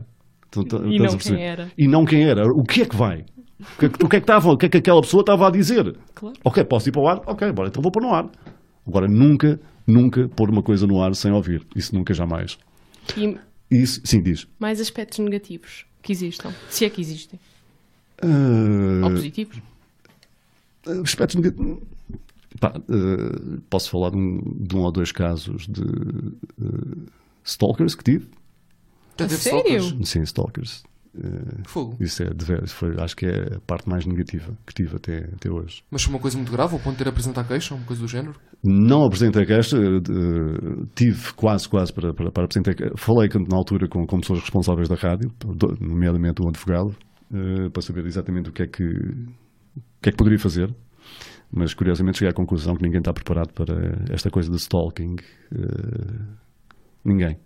S2: Tu- tu- estás
S3: E
S2: a
S3: não quem
S2: perceber?
S3: era.
S2: E não quem era. O que é que vai? O que, é que- o que é que, estava, o que, é que aquela pessoa estava a dizer?
S3: Claro.
S2: Ok, posso ir para o ar? Ok, bora, então vou pôr no ar. Agora, nunca, nunca pôr uma coisa no ar sem ouvir. Isso nunca, jamais.
S3: E
S2: Isso, sim, diz.
S3: mais aspectos negativos que existam. Se é que existem.
S2: Ah,
S3: Ou positivos.
S2: aspectos negativos. Pá, eh, posso falar de um, de um ou dois casos de eh, stalkers que tive.
S1: Já
S3: A
S1: teve
S3: sério?
S1: stalkers?
S2: Sim, stalkers. Eh,
S1: Fogo.
S2: isso é, de ver- foi, acho que é a parte mais negativa que tive até, até hoje.
S1: Mas foi uma coisa muito grave, ao ponto de ter apresentar queixa, uma coisa do género.
S2: Não apresentei queixa, eh, de- tive quase, quase para, para, para apresentar. que- Falei com- na altura com, com pessoas responsáveis da rádio, do- nomeadamente um advogado, eh, para saber exatamente o que é que, o que é que poderia fazer. Mas curiosamente cheguei à conclusão que ninguém está preparado para esta coisa de stalking. eh, Ninguém.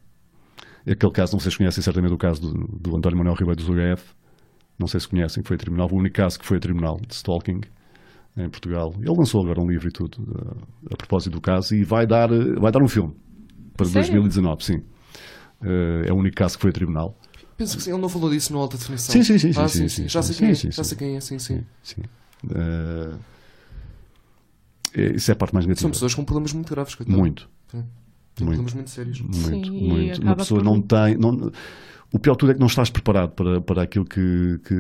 S2: Aquele caso, não sei se conhecem certamente o caso do, do António Manuel Ribeiro dos UF. Não sei se conhecem, que foi a tribunal, o único caso que foi a tribunal de stalking em Portugal. Ele lançou agora um livro e tudo eh, a propósito do caso e vai dar, eh, vai dar um filme para
S3: Sério?
S2: 2019, sim. Eh, é o único caso que foi a tribunal.
S1: Penso que sim, ele não falou disso no Alta Definição.
S2: Sim, sim, sim,
S1: Ah,
S2: sim,
S1: sim,
S2: sim, sim,
S1: Já sei
S2: sim,
S1: quem é,
S2: sim,
S1: já
S2: sim.
S1: sei quem é, sim, sim.
S2: Sim. Eh, é- isso é a parte mais
S1: São
S2: negativa.
S1: pessoas com problemas muito graves, coitado.
S2: Muito.
S1: Sim. Tem
S2: Muito.
S1: problemas muito sérios.
S2: Muito,
S3: Sim, e
S2: muito. Uma
S3: acaba
S2: pessoa
S3: por-
S2: não tem. não- o pior de tudo é que não estás preparado para, para aquilo que, que,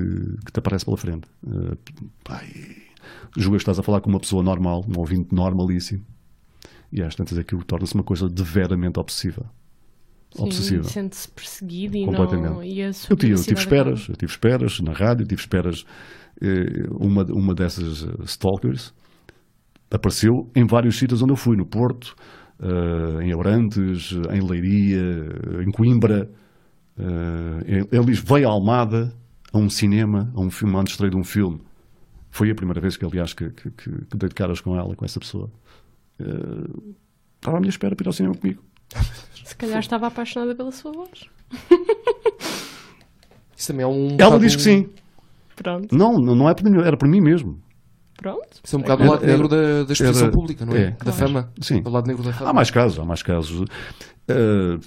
S2: que te aparece pela frente. Eh, pá, e- julgas que estás a falar com uma pessoa normal, um ouvinte normalíssimo, e às tantas aquilo torna-se uma coisa deveramente obsessiva. Obsessiva.
S3: Sim, sente-se perseguido e não.
S2: Completamente.
S3: E a
S2: Eu tive, eu
S3: publicidade
S2: tive
S3: acaba-
S2: esperas, eu tive esperas na rádio, tive esperas. eh, Uma, uma dessas eh, stalkers apareceu em vários sítios onde eu fui, no Porto, eh, em Abrantes, eh, em Leiria, eh, em Coimbra. eh, Ele ele veio a Almada a um cinema, a um filme, antes de um filme. Foi a primeira vez que, aliás, que, que, que, que dei de caras com ela, com essa pessoa. Eh, Estava à minha espera para ir ao cinema comigo.
S3: Se calhar estava apaixonada pela sua voz.
S1: Isso também é um.
S2: Ela
S1: bocado-
S2: diz que sim.
S3: Pronto,
S2: Não, não não é por mim, era por mim mesmo.
S3: pronto.
S1: Isso é um bocado o
S2: Era-
S1: lado negro da, da exposição
S2: era-
S1: pública, não é?
S2: é,
S1: Da
S2: claro.
S1: fama.
S2: Sim.
S1: O lado negro da fama.
S2: Há mais casos, há mais casos. Eh,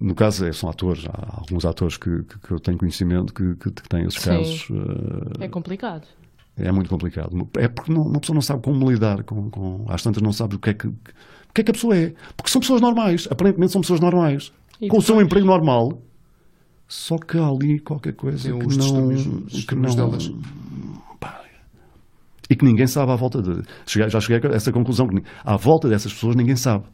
S2: no caso, é, são atores, há alguns atores que, que, que eu tenho conhecimento que, que, que têm esses
S3: Sim.
S2: casos. eh,
S3: É complicado.
S2: é muito complicado. É porque não, uma pessoa não sabe como lidar com, com. Às tantas não sabe o que é que. O que é que a pessoa é? Porque são pessoas normais, aparentemente são pessoas normais.
S3: E
S2: com o seu emprego normal. Só que há ali qualquer coisa
S1: Tem
S2: que
S1: os
S2: não,
S1: distúrbios, os
S2: que
S1: distúrbios
S2: não
S1: delas.
S2: e que ninguém sabe à volta de. Cheguei- já cheguei a essa conclusão, que ni- à volta dessas pessoas ninguém sabe.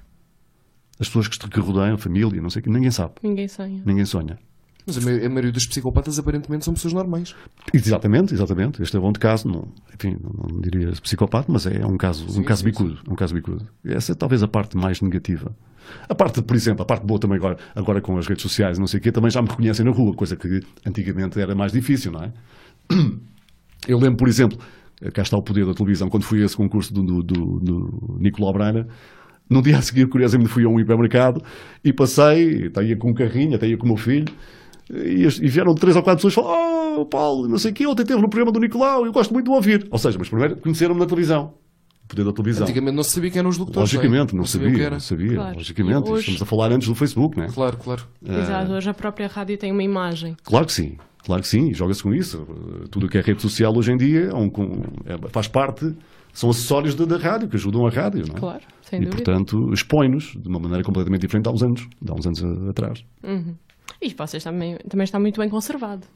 S2: As pessoas que, est- que rodeiam, a família, não sei o que, ninguém sabe.
S3: Ninguém sonha.
S2: Ninguém sonha.
S1: Mas a maioria, a maioria dos psicopatas aparentemente são pessoas normais.
S2: Exatamente, exatamente. Este é bom de caso, não, enfim, não, não diria psicopata, mas é um caso, um
S1: Sim,
S2: caso
S1: sim,
S2: bicudo, um caso bicudo. Essa é talvez a parte mais negativa. A parte, por exemplo, a parte boa também agora, agora com as redes sociais, e não sei o quê, também já me reconhecem na rua, coisa que antigamente era mais difícil, não é? Eu lembro, por exemplo, cá está o poder da televisão, quando fui a esse concurso do, do, do, do Nicolau Brainer, no dia a seguir, curiosamente, fui a um hipermercado e passei, até ia com um carrinho, até ia com o meu filho, e, as- e vieram três ou quatro pessoas e falaram: Oh, Paulo, não sei o quê, ontem teve no programa do Nicolau, eu gosto muito de o ouvir. Ou seja, mas primeiro conheceram-me na televisão, o poder da televisão.
S1: Antigamente não se sabia quem eram os locutores.
S2: Tá. Logicamente,
S1: é?
S2: não
S1: o que
S2: sabia,
S1: era.
S2: não sabia,
S3: Claro.
S2: logicamente.
S3: E hoje-
S2: Estamos a falar antes do Facebook, não é?
S1: Claro, claro.
S3: Exato, hoje a própria rádio tem uma imagem.
S2: Claro que sim, claro que sim, e joga-se com isso. Uh, Tudo o que é rede social hoje em dia é um com- é- faz parte, são acessórios da, da rádio, que ajudam a rádio, não é?
S3: Claro, sem
S2: E,
S3: dúvida.
S2: portanto, expõe-nos de uma maneira completamente diferente há uns anos, de há uns anos a- atrás.
S3: E vocês também, também está muito bem conservado.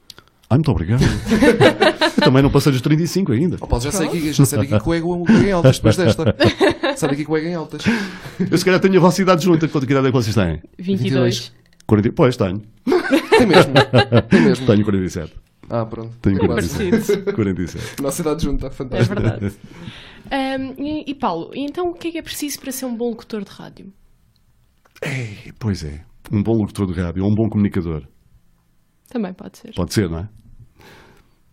S2: Ai, Ah, muito obrigado. Eu também não passei dos 35 ainda.
S1: Ó, Paulo, já sei que já sei daqui que coegam coegam é um em altas depois desta. Sai daqui que coegam é em altas.
S2: Eu se calhar tenho a vossa idade junta. Quanto que idade é que vocês têm?
S3: 22.
S2: 40... Pois, tenho.
S1: Tem mesmo. Tem mesmo.
S2: Tenho 47.
S1: Ah, pronto.
S2: Tenho
S1: Quase.
S2: 47. 47.
S1: Nossa idade junta,
S3: É
S1: fantástico.
S3: verdade. Ahm, e, e Paulo, e então o que é que é preciso para ser um bom locutor de rádio?
S2: Ei, Pois é. Um bom locutor de rádio, ou um bom comunicador.
S3: Também pode ser.
S2: Pode ser, não é?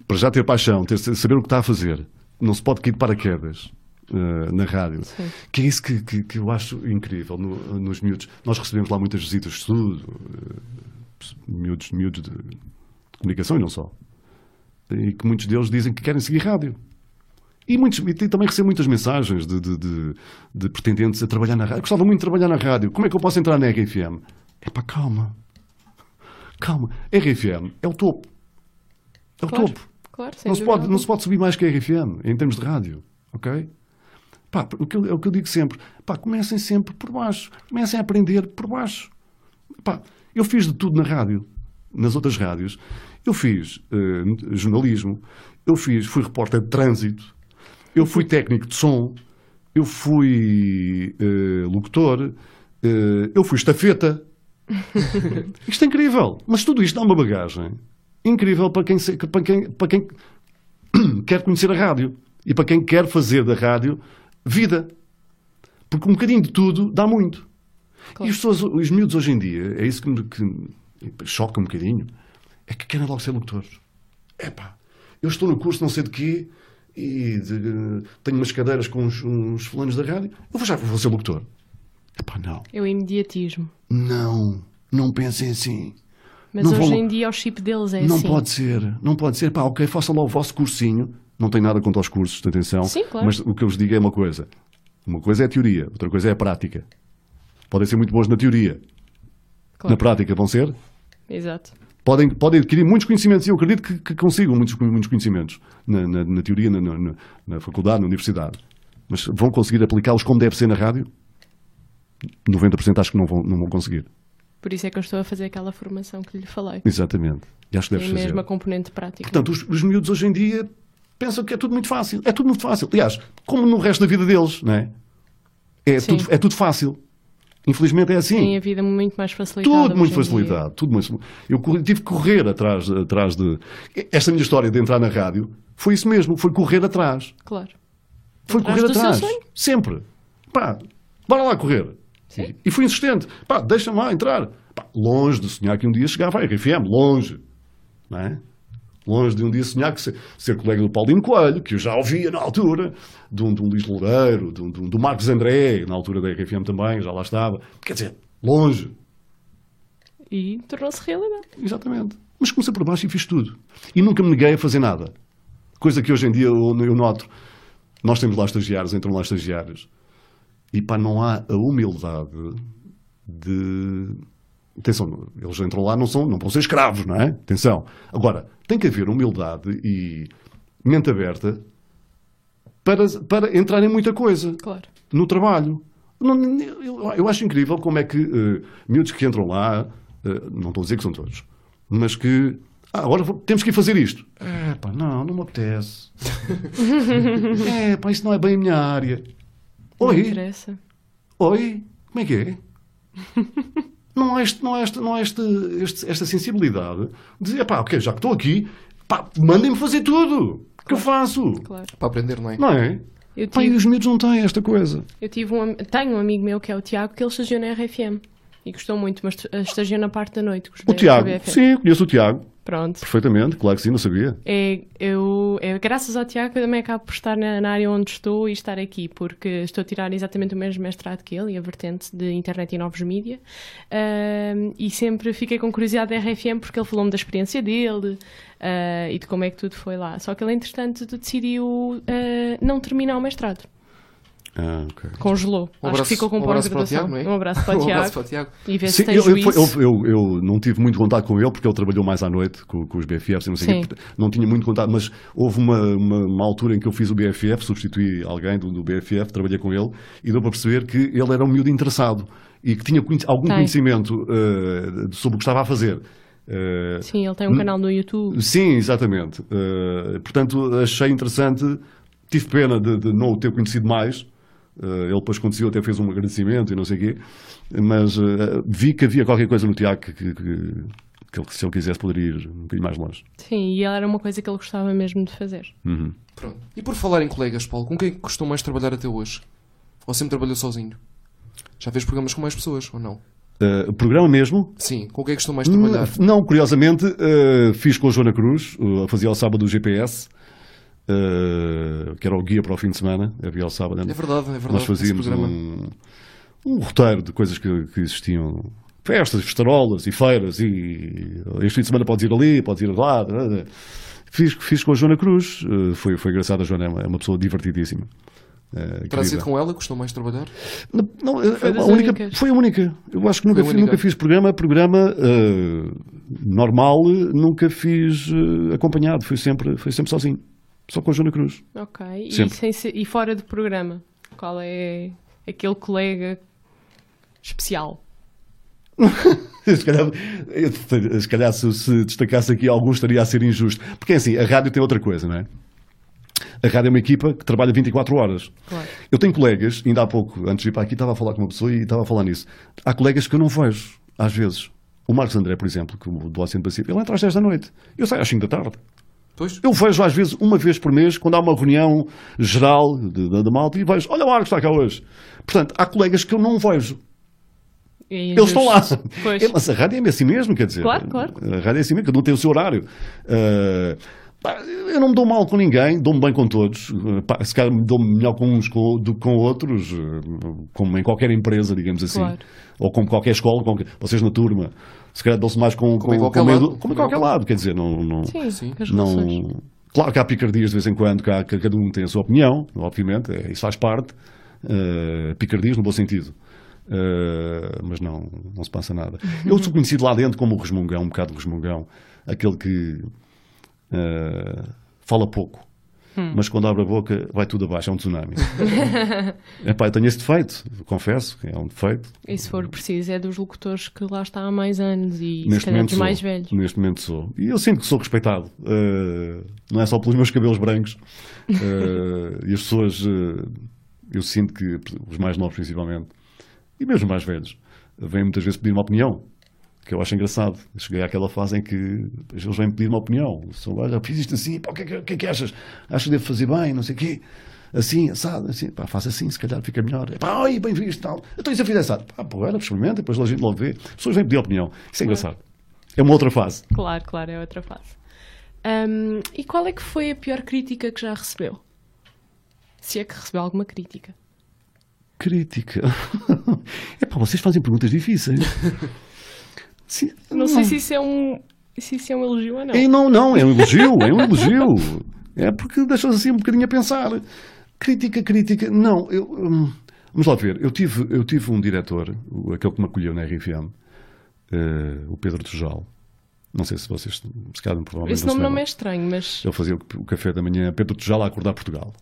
S2: Para já ter paixão, ter, saber o que está a fazer. Não se pode cair de paraquedas eh, na rádio.
S3: Sim.
S2: Que é isso que, que, que eu acho incrível no- nos miúdos. Nós recebemos lá muitas visitas de estudo, eh, miúdos, miúdos de comunicação e não só. E que muitos deles dizem que querem seguir rádio. E, muitos, e tem- também recebo muitas mensagens de, de, de- de pretendentes a trabalhar na rádio. Eu gostava muito de trabalhar na rádio. Como é que eu posso entrar na RFM? É pá, calma. Calma. RFM é o topo. É o
S3: Claro,
S2: topo.
S3: claro, sem
S2: Não se,
S3: dúvida
S2: pode, não
S3: alguma.
S2: se pode subir mais que a RFM em termos de rádio. Ok? Pá, o que eu, é o que eu digo sempre. Pá, comecem sempre por baixo. Comecem a aprender por baixo. Pá, eu fiz de tudo na rádio, nas outras rádios. Eu fiz eh, jornalismo, eu fiz, fui repórter de trânsito, eu fui técnico de som, eu fui eh, locutor, eh, eu fui estafeta. isto é incrível, mas tudo isto dá uma bagagem incrível para quem, se- para quem, para quem quer conhecer a rádio e para quem quer fazer da rádio vida. Porque um bocadinho de tudo dá muito.
S3: Claro.
S2: E as pessoas, os miúdos hoje em dia, é isso que me que choca um bocadinho, é que querem logo ser locutores. Epá, eu estou no curso não sei de quê e de- tenho umas cadeiras com uns, uns fulanos da rádio, eu vou já vou ser locutor. Epá, não.
S3: É o imediatismo.
S2: Não, não pensem assim.
S3: Mas
S2: Não
S3: hoje
S2: vão-
S3: em dia o chip deles é
S2: não
S3: assim.
S2: pode ser, não pode ser. Pá, ok, façam lá o vosso cursinho. Não tem nada contra os cursos, de atenção.
S3: Sim, claro.
S2: Mas o que eu vos digo é uma coisa. Uma coisa é a teoria, outra coisa é a prática. Podem ser muito bons na teoria.
S3: Claro.
S2: Na prática vão ser?
S3: Exato.
S2: Podem, podem adquirir muitos conhecimentos e eu acredito que, que consigam muitos, muitos conhecimentos na, na- na teoria, na, na- na- na faculdade, na universidade. Mas vão conseguir aplicá-los como deve ser na rádio? 90% acho que não vão, não vão conseguir.
S3: Por isso é que eu estou a fazer aquela formação que lhe falei.
S2: Exatamente. E acho que deves
S3: Tem É mesmo
S2: fazer. Então,
S3: a componente prática.
S2: Portanto, os, os miúdos hoje em dia pensam que é tudo muito fácil. É tudo muito fácil. Aliás, como no resto da vida deles, não é? É,
S3: Sim.
S2: tudo, é tudo fácil. Infelizmente é assim.
S3: Tem a vida muito mais facilitada.
S2: Tudo muito
S3: hoje em
S2: facilitado, tudo muito Eu corri- tive que correr atrás, atrás de. Esta minha história de entrar na rádio foi isso mesmo, foi correr atrás.
S3: dia. Claro.
S2: Foi
S3: Atrás
S2: correr
S3: do seu
S2: atrás.
S3: sonho.
S2: Sempre. Pá, bora lá correr.
S3: Sim.
S2: E fui insistente. Pá, deixa-me lá entrar. Pá, longe de sonhar que um dia chegava à RFM, longe. Não é? Longe de um dia sonhar que ser, ser colega do Paulino Coelho, que eu já ouvia na altura, de um, de um Luís Loureiro, de um, de um- do Marcos André, na altura da RFM também, já lá estava. Quer dizer, longe.
S3: E tornou-se realidade.
S2: Exatamente. Mas comecei por baixo e fiz tudo. E nunca me neguei a fazer nada. Coisa que hoje em dia eu, eu noto. Nós temos lá estagiários, entram lá estagiários. E pá, não há a humildade de. Atenção, eles entram lá, não, são, não vão ser escravos, não é? Atenção. Agora, tem que haver humildade e mente aberta para, para entrar em muita coisa
S3: Claro.
S2: no trabalho. Não- eu, eu acho incrível como é que eh, miúdos que entram lá, eh, não estou a dizer que são todos, mas que. Ah, agora vou- temos que ir fazer isto. É, pá, não, não me apetece. é, pá, isso não é bem a minha área.
S3: Não
S2: Oi,
S3: interessa.
S2: oi, como é que é? Não há, este, não há, este, não há este, este- esta sensibilidade de dizer, pá, ok, já que estou aqui, pá, mandem-me fazer tudo que eu faço.
S3: Claro.
S1: Para aprender, não é?
S2: Não é?
S3: Eu
S2: Pá, e
S3: tive,
S2: os miúdos não têm esta coisa.
S3: eu tive um, am- tenho um amigo meu que é o Tiago, que ele estagiou na RFM. E gostou muito, mas t- estagiou na parte da noite.
S2: O
S3: gostei da
S2: Tiago,
S3: BFM.
S2: sim, conheço o Tiago.
S3: Pronto.
S2: Perfeitamente, claro que sim, não sabia.
S3: É, eu, é graças ao Tiago que eu também acabo por estar na, na área onde estou e estar aqui, porque estou a tirar exatamente o mesmo mestrado que ele e a vertente de internet e novos mídia. Ahm, e sempre fiquei com curiosidade da RFM porque ele falou-me da experiência dele ah, e de como é que tudo foi lá. Só que ele, entretanto, decidiu ah, não terminar o mestrado.
S2: Ah, ok.
S3: Congelou.
S1: Um
S3: Acho que ficou com
S1: um
S3: pós
S1: abraço para o
S3: graduação.
S1: Tiago, não é?
S3: Um abraço para o
S1: Um abraço
S3: Tiago.
S1: para o Tiago.
S3: E vê se
S2: Sim,
S3: tem
S2: eu, eu-
S3: juízo.
S2: eu- eu- eu não tive muito contato com ele porque ele trabalhou mais à noite com, com os BFFs e não sei o
S3: Sim.
S2: quê, portanto, não tinha muito contato, mas houve uma, uma- uma altura em que eu fiz o BFF, substituí alguém do, do BFF, trabalhei com ele e deu para perceber que ele era um miúdo interessado e que tinha conhe- algum
S3: Tem.
S2: conhecimento eh, de- sobre o que estava a fazer. Eh,
S3: Sim, ele tem um canal no YouTube.
S2: Sim, exatamente. Uh, portanto, achei interessante. Tive pena de, de não o ter conhecido mais. Uh, ele depois conseguiu, até fez um agradecimento e não sei o quê. Mas uh, vi que havia qualquer coisa no Tiago que, que- que- que ele, se ele quisesse, poderia ir um bocadinho mais longe.
S3: Sim, e ela era uma coisa que ele gostava mesmo de fazer.
S1: Pronto. E por falar em colegas, Paulo, com quem é que costuma mais trabalhar até hoje? Ou sempre trabalhou sozinho? Já fez programas com mais pessoas, ou não?
S2: Uh, o programa mesmo?
S1: Sim, com quem é que costuma mais
S2: Hum,
S1: trabalhar?
S2: Não, curiosamente, uh, fiz com a Joana Cruz, uh, fazia ao sábado o GPS, uh, que era o guia para o fim de semana. Havia ao sábado.
S1: É verdade, é verdade.
S2: Nós fazíamos
S1: esse programa.
S2: um, um roteiro de coisas que, que existiam. Festas, festarolas e feiras e este fim de semana podes ir ali, podes ir lá. Fiz, fiz com a Joana Cruz, eh, foi, foi engraçado, a Joana é uma, é uma pessoa divertidíssima. eh,
S1: Terá sido
S2: querida.
S1: com ela que costuma mais trabalhar?
S2: Não, não, eh,
S3: Foi
S2: a
S3: das
S2: única-
S3: únicas.
S2: foi a única. Eu acho que nunca,
S1: Foi a
S2: fiz,
S1: única.
S2: nunca fiz programa, programa eh, normal, eh, nunca fiz eh, acompanhado, fui sempre, fui sempre sozinho, só com a Joana Cruz.
S3: Ok. E,
S2: Sempre.
S3: sem ser- e fora do programa? Qual é aquele colega especial?
S2: Se calhar, eu- se calhar se, se destacasse aqui alguns estaria a ser injusto. Porque é assim, a rádio tem outra coisa, não é? A rádio é uma equipa que trabalha 24 horas.
S3: Claro.
S2: Eu tenho colegas, ainda há pouco, antes de ir para aqui, estava a falar com uma pessoa e estava a falar nisso. Há colegas que eu não vejo, às vezes. O Marcos André, por exemplo, que o do Oceano Pacífico, ele entra às 10 da noite. Eu saio às 5 da tarde.
S1: Pois?
S2: Eu vejo às vezes uma vez por mês, quando há uma reunião geral de- da da malta, e vejo, olha o Marcos está cá hoje. Portanto, há colegas que eu não vejo.
S3: E
S2: Eles estão lá.
S3: Pois.
S2: É, mas a rádio é assim mesmo, quer dizer.
S3: Claro, claro.
S2: A rádio é assim mesmo, cada um tem o seu horário. Ah, pá, eu não me dou mal com ninguém, dou-me bem com todos. Ah, pá, se calhar me dou melhor com uns com- do que com outros, ah, como em qualquer empresa, digamos assim.
S3: Claro.
S2: Ou com qualquer escola, com qualquer- vocês na turma. Se calhar dão-se mais com,
S1: Como em
S2: com-
S1: qualquer
S2: com medo-
S1: lado.
S2: como em qualquer lado, quer dizer, não- não,
S3: Sim,
S1: Sim.
S3: com as relações.
S2: não... Claro que há picardias de vez em quando, que, há- que cada um tem a sua opinião, obviamente, é, isso faz parte. eh, picardias no bom sentido. Eh, mas não, não se passa nada. Eu sou conhecido lá dentro como o resmungão, um bocado resmungão, aquele que eh, fala pouco. mas quando abre a boca vai tudo abaixo, é um tsunami. Epá, eu tenho esse defeito, confesso, que é um defeito.
S3: E se for preciso, é dos locutores que lá está há mais anos e se
S2: Neste
S3: calhar
S2: momento,
S3: dos
S2: sou,
S3: mais velhos.
S2: neste momento sou. E eu sinto que sou respeitado. eh, não é só pelos meus cabelos brancos. eh, e as pessoas, eh, eu sinto que os mais novos principalmente, e mesmo os mais velhos, vêm muitas vezes pedir uma opinião. Que eu acho engraçado. Eu Cheguei àquela fase em que eles vêm pedir uma opinião. São lá, já fiz isto assim, pá, o que, é que- o que é que achas? Acho que devo fazer bem, não sei o quê. Assim, assado, assim, pá, faz assim, se calhar fica melhor. Pá, ai, bem visto, tal. Então, e se eu fiz assado? Pá, pô, era, experimenta, depois a gente logo vê. As pessoas vêm pedir opinião. Isso é engraçado. É uma outra fase.
S3: Claro, claro, é outra fase. Ahm, e qual é que foi a pior crítica que já recebeu? Se é que recebeu alguma crítica.
S2: Crítica. é pá, vocês fazem perguntas difíceis. Sim,
S3: Não,
S2: Hum.
S3: sei se isso é um. Se isso é um elogio ou não.
S2: E não, não, é um elogio, é um elogio. É porque deixou-se assim um bocadinho a pensar. Crítica, crítica. Não, eu. hum, vamos lá ver. Eu tive, eu tive um diretor, o- aquele que me acolheu na RFM, eh, o Pedro Tujal. Não sei se vocês se calhar provavelmente
S3: Esse
S2: não se
S3: nome não
S2: lembram.
S3: me é estranho, mas.
S2: Ele fazia o café da manhã, Pedro Tujal a acordar Portugal.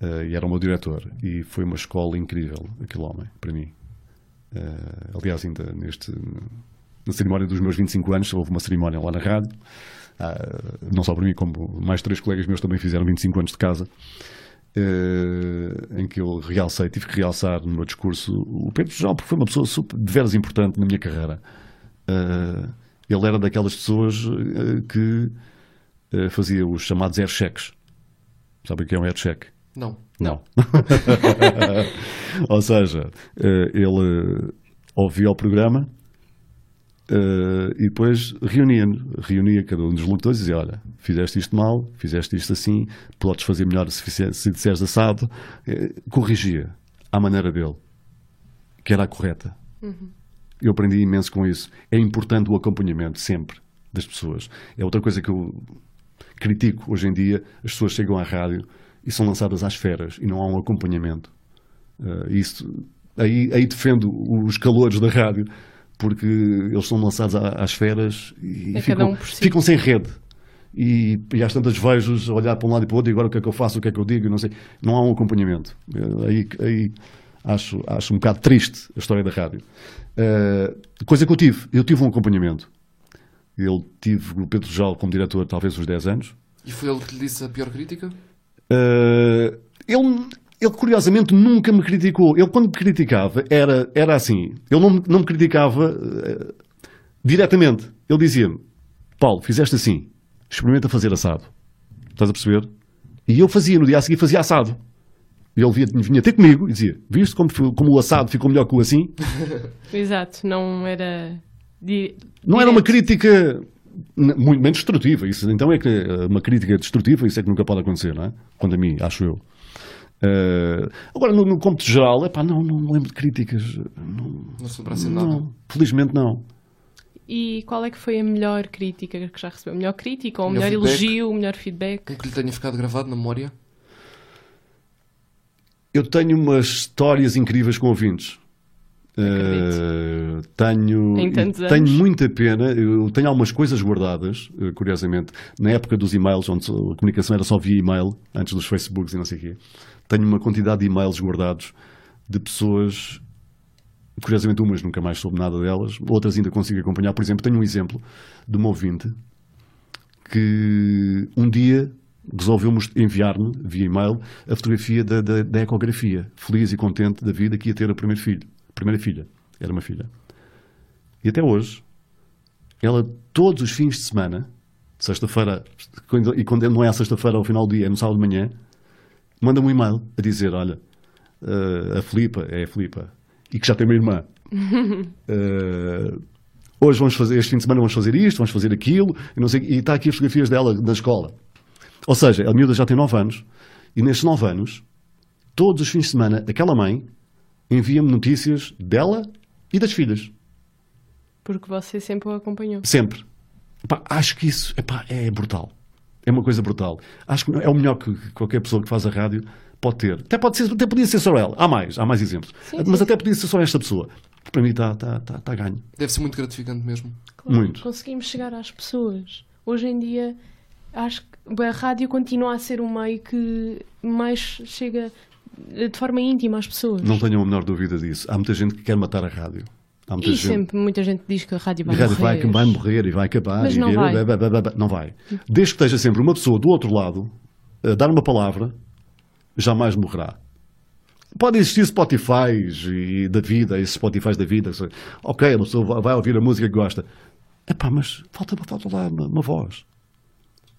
S2: Eh, e era o meu diretor. E foi uma escola incrível, aquele homem, para mim. Eh, aliás, ainda neste, na cerimónia dos meus 25 anos, houve uma cerimónia lá na rádio. Ah, não só para mim, como mais três colegas meus também fizeram 25 anos de casa. eh, em que eu realcei, tive que realçar no meu discurso o Pedro Tujal, porque foi uma pessoa super, de veras importante na minha carreira. Eh, ele era daquelas pessoas eh, que eh, fazia os chamados air checks. Sabem o que é um air check?
S1: Não.
S2: Não. Ou seja, eh, ele ouvia o programa eh, e depois reunia reunia cada um dos locutores e dizia: Olha, fizeste isto mal, fizeste isto assim, podes fazer melhor se, fizer, se disseres assado. Eh, Corrigia à maneira dele, que era a correta. Eu aprendi imenso com isso. É importante o acompanhamento sempre das pessoas. É outra coisa que eu critico hoje em dia, as pessoas chegam à rádio e são lançadas às feras e não há um acompanhamento. Eh, isso, aí, aí defendo os calores da rádio, porque eles são lançados à- às feras e
S3: É cada
S2: ficam,
S3: um por si.
S2: ficam sem rede. E, e às tantas vejo-os a olhar para um lado e para o outro e agora o que é que eu faço, o que é que eu digo, não sei. Não há um acompanhamento. Eh, aí aí acho, acho um bocado triste a história da rádio. Eh, coisa que eu tive, eu tive um acompanhamento. Eu tive o Pedro Jal como diretor talvez uns 10 anos.
S1: E foi ele que lhe disse a pior crítica?
S2: Uh, ele, ele, curiosamente, nunca me criticou. Ele, quando me criticava, era, era assim. Ele não, me- não me criticava uh, diretamente. Ele dizia-me: Paulo, fizeste assim, experimenta fazer assado. Estás a perceber? E eu fazia, no dia a seguir, fazia assado. E ele vinha, vinha ter comigo e dizia: Viste como, foi- como o assado ficou melhor que o assim?
S3: Exato, não era. di-
S2: Não era uma
S3: direto.
S2: crítica n- muito menos destrutiva. Isso, então é que eh, uma crítica destrutiva, isso é que nunca pode acontecer, não é? Quanto a mim, acho eu. Eh, agora, no, no cômputo geral, epá, não, não me lembro de críticas. Não,
S1: Não se lembra assim de nada.
S2: não, felizmente não.
S3: E qual é que foi a melhor crítica que já recebeu? A melhor crítica, ou o
S1: Melhor
S3: melhor,
S1: feedback.
S3: elogio, o melhor feedback?
S1: O que lhe tenha ficado gravado na memória?
S2: Eu tenho umas histórias incríveis com ouvintes.
S3: Acredito.
S2: Eh, tenho,
S3: Em tantos
S2: e tenho
S3: anos.
S2: muita pena. Eu tenho algumas coisas guardadas, eh, curiosamente. Na época dos e-mails, onde só- a comunicação era só via e-mail, antes dos Facebooks e não sei o quê, tenho uma quantidade de e-mails guardados de pessoas. Curiosamente, umas nunca mais soube nada delas, outras ainda consigo acompanhar. Por exemplo, tenho um exemplo de uma ouvinte que um dia resolveu mos- enviar-me, via e-mail, a fotografia da, da, da ecografia, feliz e contente da vida que ia ter o primeiro filho. Primeira filha. Era uma filha. E até hoje, ela todos os fins de semana, sexta-feira, quando- e quando não é à sexta-feira, ao final do dia, é no sábado de manhã, manda-me um e-mail a dizer, olha, eh, a Filipa, é a Filipa, e que já tem uma irmã. Eh, hoje vamos fazer, este fim de semana vamos fazer isto, vamos fazer aquilo, e não sei, e está aqui as fotografias dela da escola. Ou seja, a miúda já tem 9 anos, e nestes 9 anos, todos os fins de semana, aquela mãe envia-me notícias dela e das filhas.
S3: Porque você sempre o acompanhou.
S2: Sempre. Epá, acho que isso epá, é brutal. É uma coisa brutal. Acho que é o melhor que qualquer pessoa que faz a rádio pode ter. Até, pode ser, até podia ser só ela. Há mais, há mais exemplos.
S3: Sim,
S2: Mas
S3: sim,
S2: até podia ser só esta pessoa. Para mim está tá, tá, tá ganho.
S1: Deve ser muito gratificante mesmo.
S2: Muito.
S3: Conseguimos chegar às pessoas. Hoje em dia, acho que a rádio continua a ser o meio que mais chega eh, de forma íntima às pessoas.
S2: Não tenham a menor dúvida disso. Há muita gente que quer matar a rádio. Há muita
S3: e
S2: gente.
S3: sempre muita gente diz que a rádio
S2: A
S3: vai
S2: rádio vai,
S3: morrer.
S2: que vai morrer e vai acabar.
S3: Mas
S2: e
S3: não vai.
S2: blá, blá, blá, blá, Não vai. Desde que esteja sempre uma pessoa do outro lado a dar uma palavra, jamais morrerá. Pode existir Spotifys e da vida, esses Spotifys da vida. se- Ok, a pessoa va- vai ouvir a música que gosta. Epá, mas falta, falta lá uma, uma voz.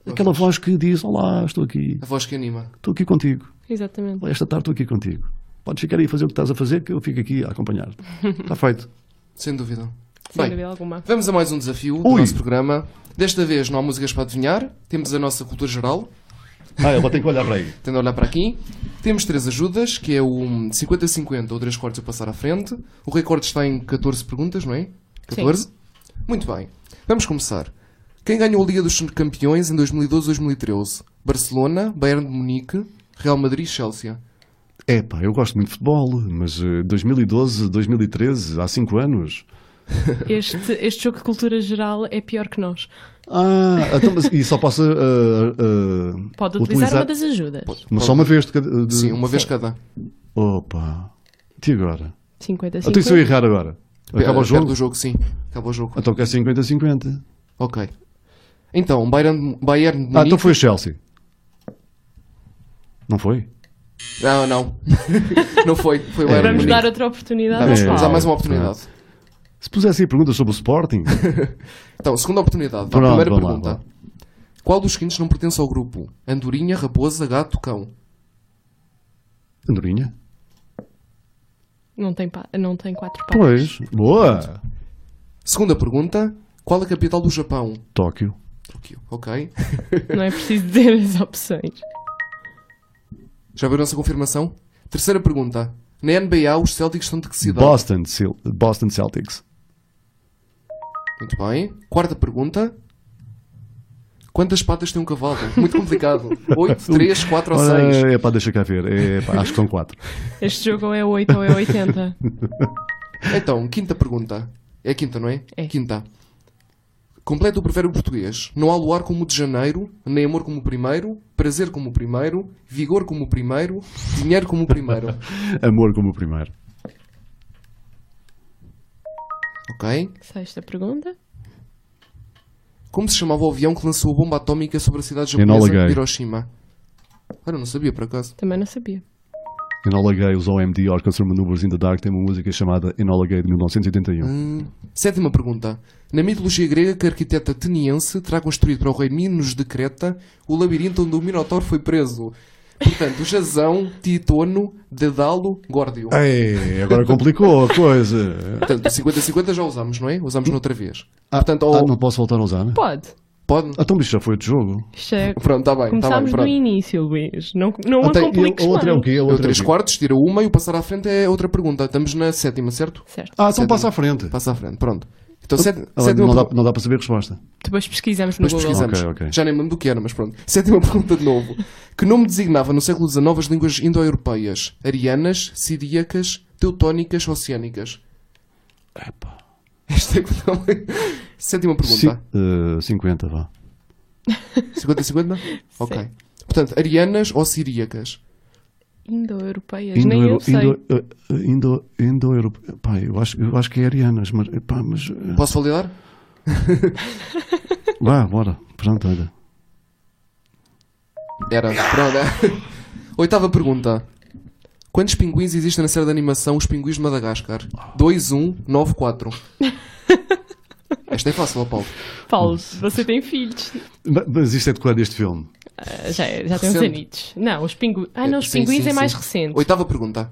S2: Aquela voz que diz: Olá, estou aqui,
S1: A voz que anima.
S2: estou aqui contigo.
S3: Exatamente.
S2: Esta tarde estou aqui contigo. Podes ficar aí a fazer o que estás a fazer, que eu fico aqui a acompanhar-te. Está feito.
S1: Sem dúvida.
S3: Sem
S1: Bem,
S3: dúvida alguma.
S1: Vamos a mais um desafio do
S2: Ui.
S1: nosso programa. Desta vez não há músicas para adivinhar, temos a nossa cultura geral,
S2: Ah, eu vou ter que olhar para aí.
S1: tendo a olhar para aqui. Temos três ajudas, que é o 50-50 ou 3 quartos a passar à frente. O recorde está em 14 perguntas, não é? 14? Muito bem. Vamos começar. Quem ganhou a Liga dos Campeões em 2012-2013? Barcelona, Bayern de Munique, Real Madrid e Chelsea.
S2: É pá, eu gosto muito de futebol, mas eh, 2012, 2013, há 5 anos.
S3: Este, este jogo de cultura geral é pior que nós.
S2: Ah, então, mas, e só posso eh, eh,
S3: Pode utilizar, uma das ajudas.
S2: Mas só uma vez de cada. de-
S1: Sim, uma vez cada.
S2: Opa, e agora?
S3: 50,
S2: Então e se eu
S3: 50.
S2: errar agora? Acaba o
S1: Perde
S2: jogo?
S1: o jogo, sim. Acaba o jogo.
S2: Então que é 50-50.
S1: Ok. Então, Bayern, Bayern de Munique...
S2: Ah, então foi o Chelsea. Não foi?
S1: Não, não. não foi. Foi o Bayern
S2: Vamos
S1: de
S3: Vamos
S1: Munique.
S3: dar outra oportunidade.
S1: Vamos,
S2: É.
S1: vamos dar mais uma
S2: É.
S1: oportunidade.
S2: Se pusessem aí perguntas sobre o Sporting,
S1: Então, segunda oportunidade. Vá,
S2: Pronto,
S1: primeira
S2: vamos lá,
S1: pergunta.
S2: vá.
S1: Qual dos seguintes não pertence ao grupo? Andorinha, raposa, gato, cão.
S2: Andorinha?
S3: Não tem, pa- não tem quatro patas.
S2: Pois, boa!
S1: Segunda pergunta. Qual a capital do Japão?
S2: Tóquio.
S1: Tóquio. Ok.
S3: Não é preciso dizer as opções.
S1: Já viu a nossa confirmação? Terceira pergunta. Na NBA, os Celtics são de que cidade?
S2: Boston, Cel- Boston Celtics.
S1: Muito bem. Quarta pergunta. Quantas patas tem um cavalo? Muito complicado. Oito, três, quatro ou seis?
S2: É pá, deixa cá ver. É, pá, acho que são quatro.
S3: Este jogo ou é 8 ou é 80.
S1: Então, quinta pergunta. É quinta, não é?
S3: É.
S1: Quinta. Completa o provérbio português. Não há luar como o de janeiro, nem amor como o primeiro, prazer como o primeiro, vigor como o primeiro, dinheiro como o primeiro.
S2: Amor como o primeiro.
S1: ok?
S3: Sexta pergunta.
S1: Como se chamava o avião que lançou a bomba atómica sobre a cidade
S2: Enola
S1: japonesa
S2: Gay.
S1: de Hiroshima? Ora, não sabia, por acaso.
S3: Também não sabia.
S2: Enola Gay, os OMD, Orchestra Maneuvers in the Dark, tem uma música chamada Enola Gay de 1981.
S1: Hum. Sétima pergunta. Na mitologia grega, que a arquiteta ateniense terá construído para o rei Minos de Creta o labirinto onde o Minotauro foi preso. Portanto, Jazão, Titono, Dedalo, Górdio.
S2: Ah. Ei, agora complicou a coisa.
S1: Portanto, 50-50 já usamos, não é? Usamos noutra vez.
S2: Ah,
S1: Portanto,
S2: ah,
S1: ou-
S2: não posso voltar a usar? né?
S3: Pode.
S1: Pode?
S2: Ah, então isto já foi de jogo.
S3: Isto é-
S1: Pronto, está bem. Tá bem
S3: Começámos do
S1: pronto.
S3: início, Luís. Não, não a
S2: Até-
S3: compliques
S2: e a outra é o
S3: mais.
S2: quê? A
S1: É o
S2: outra é o
S1: 3
S2: quê?
S1: quartos, tira uma e o passar à frente é outra pergunta. Estamos na sétima, certo?
S3: Certo.
S2: Ah, então passa à frente.
S1: Passa à frente, pronto. Então, sete-
S2: Ah,
S1: sétima
S2: não, dá,
S1: pergunta.
S2: não dá para saber a resposta.
S3: Depois pesquisamos no
S1: Depois
S3: Google.
S1: pesquisamos.
S2: Ok, ok.
S1: Já nem me lembro do que era, mas pronto. Sétima pergunta de novo. Que nome designava no século XIX as línguas indo-europeias? Arianas, siríacas, teutónicas, oceânicas?
S2: Epá.
S1: Esta é que também- Sétima
S2: Ci-
S1: pergunta.
S2: eh, 50, vá.
S1: 50-50? Ok. Portanto, arianas ou siríacas?
S3: Indo-europeias. Nem eu
S2: Indo-euro-
S3: sei.
S2: indo- eh, eh, indo- Indo-euro. Pá, eu acho, eu acho que é Arianas, mas. Pá, mas eh,
S1: Posso validar?
S2: Vá, bora. Pronto, olha.
S1: Era. Pronto. Oitava pergunta. Quantos pinguins existem na série de animação Os Pinguins de Madagascar? 2, 1, 9, 4. Esta é fácil, ó Paulo.
S3: Paulo, você tem filhos.
S2: Ma- Mas isto é de quando este filme?
S3: Ah, Já, já tem uns
S1: Recente.
S3: anitos. Não, os pinguins. Ah, não, os
S1: Sim,
S3: pinguins
S1: sim,
S3: é mais
S1: sim.
S3: recente.
S1: Oitava pergunta.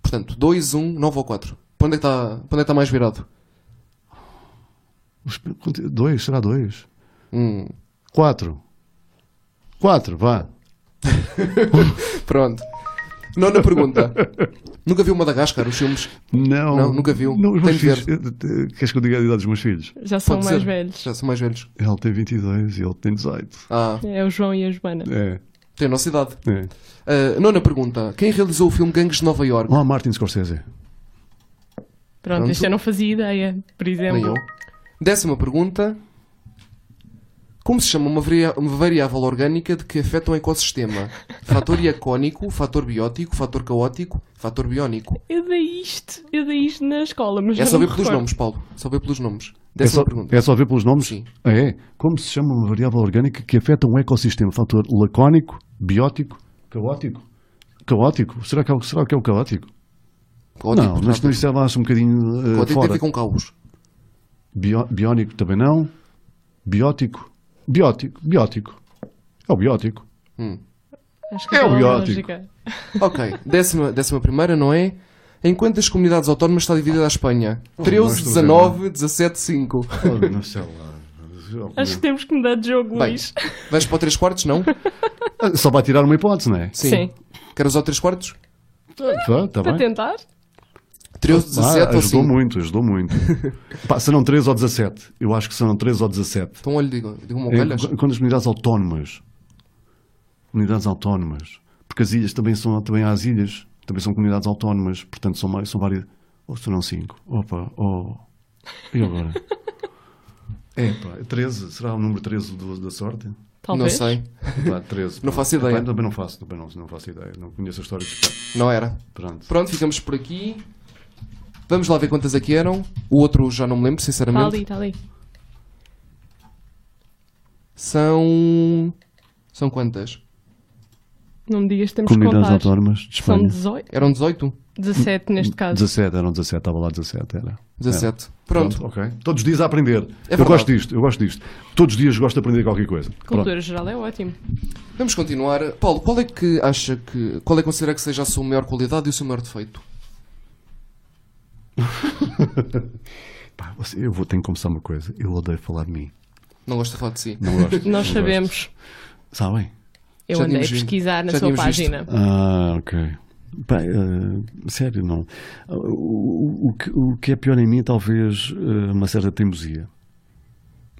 S1: Portanto, 2, 1, 9 ou 4? Para onde é que está é que tá mais virado?
S2: Os- quanto- Dois, será dois?
S1: Hum,
S2: Quatro. Quatro, vá.
S1: pronto. Nona pergunta. Nunca viu Madagascar, os filmes?
S2: Não,
S1: Não, nunca viu.
S2: Não, os
S1: Tem
S2: meus
S1: de ver.
S2: filhos, eh, eh, queres que eu diga a idade dos meus filhos?
S3: Já são
S1: Pode
S3: mais
S1: ser?
S3: velhos.
S1: Já são mais velhos.
S2: Ele tem 22 e ele tem 18.
S1: Ah,
S3: É o João e a Joana.
S2: É,
S1: tem a nossa idade.
S2: é.
S1: Ah, nona pergunta. Quem realizou o filme Gangues de Nova York?
S2: Olá, Martin Scorsese. É
S3: Pronto,
S1: Pronto.
S3: isto eu não fazia ideia, por
S1: Nem
S3: exemplo.
S1: eu. Décima pergunta. Como se chama uma, varia- uma variável orgânica de que afeta um ecossistema? Fator iacónico, fator biótico, fator caótico, fator biónico.
S3: Eu dei isto, eu dei isto na escola, mas
S1: É
S3: já
S1: só
S3: não
S1: ver
S3: me
S1: pelos
S3: recordo.
S1: nomes, Paulo. Só ver pelos nomes.
S2: É
S1: Décima
S2: só,
S1: pergunta.
S2: é só ver pelos nomes?
S1: Sim.
S2: É. Como se chama uma variável orgânica que afeta um ecossistema? Fator lacónico, biótico, caótico? Caótico? Será que é o, será que é o caótico?
S1: Caótico,
S2: não, mas
S1: portanto.
S2: isto é lá acho um bocadinho eh,
S1: Caótico tem a
S2: fora.
S1: ver tipo com caos.
S2: Bio- biónico também não. Biótico. Biótico. Biótico. É o biótico.
S3: Acho que
S2: É o
S3: aquela
S2: biótico.
S3: lógica.
S1: Ok, décima, décima primeira, não é? Em quantas comunidades autónomas está dividida a Espanha?
S2: não
S1: 13,
S2: estou Oh, a
S1: 19,
S2: ver
S1: 17, 5.
S2: Oh, não sei lá.
S3: Acho que temos que mudar de jogo,
S1: Hum. Bem,
S3: Luís.
S1: vais para o 3 quartos, não?
S2: Ah, Só vai tirar uma hipótese, não é?
S3: Sim.
S1: Queres ao 3 quartos?
S2: Tá, tá
S3: Para
S2: bem.
S3: tentar?
S1: 13,
S2: Ah,
S1: 17 ou
S2: ajudou
S1: 5?
S2: muito, ajudou muito. Pá, serão 13 ou 17. Eu acho que serão 13 ou 17.
S1: Então olha, digo, digo uma
S2: É,
S1: olha.
S2: qu- quantas unidades autónomas? Unidades autónomas. Porque as ilhas também são, também há as ilhas, também são comunidades autónomas, portanto são, mais- são várias. Ou serão 5. Opa, oh. E agora? É, pá, 13. Será o número 13 do- da sorte?
S1: Não
S3: Talvez.
S1: sei,
S2: Pá, 13.
S1: Não
S2: pá.
S1: faço ideia.
S2: Epá, também não faço, também não, não faço ideia. Não conheço a história. de-
S1: não era.
S2: Pronto.
S1: Pronto, ficamos por aqui. Vamos lá ver quantas aqui eram. O outro já não me lembro,
S3: Está
S1: sinceramente.
S3: Tá ali, está ali.
S1: São. São quantas?
S3: Não me digas que temos
S2: Comunidades
S3: que contar.
S2: autónomas de
S3: São
S2: Espanha. Hum,
S3: 18,
S1: Eram 18?
S3: 17 neste caso.
S2: 17, eram 17, estava lá 17, era. É.
S1: 17. Pronto.
S2: ok. Todos os dias a aprender. eu
S1: verdade.
S2: gosto disto, eu gosto disto. Todos os dias gosto de aprender qualquer coisa.
S3: Cultura geral é ótimo.
S1: Vamos continuar. Paulo, qual é que acha que. Qual é que considera que seja a sua maior qualidade e o seu maior defeito?
S2: Pá, você- eu vou ter que começar uma coisa. Eu odeio falar de mim.
S1: Não gosto de falar de si.
S2: Não gosto.
S3: Nós
S2: não
S3: sabemos.
S2: gosto. Sabem?
S1: Já
S3: Eu andei a
S1: tínhamos vindo.
S3: pesquisar na
S1: Já
S3: sua
S1: tínhamos visto.
S3: página.
S2: Ah, ok. Pá, eh, sério, não. O, o- o que, o que é pior em mim é talvez eh, uma certa teimosia.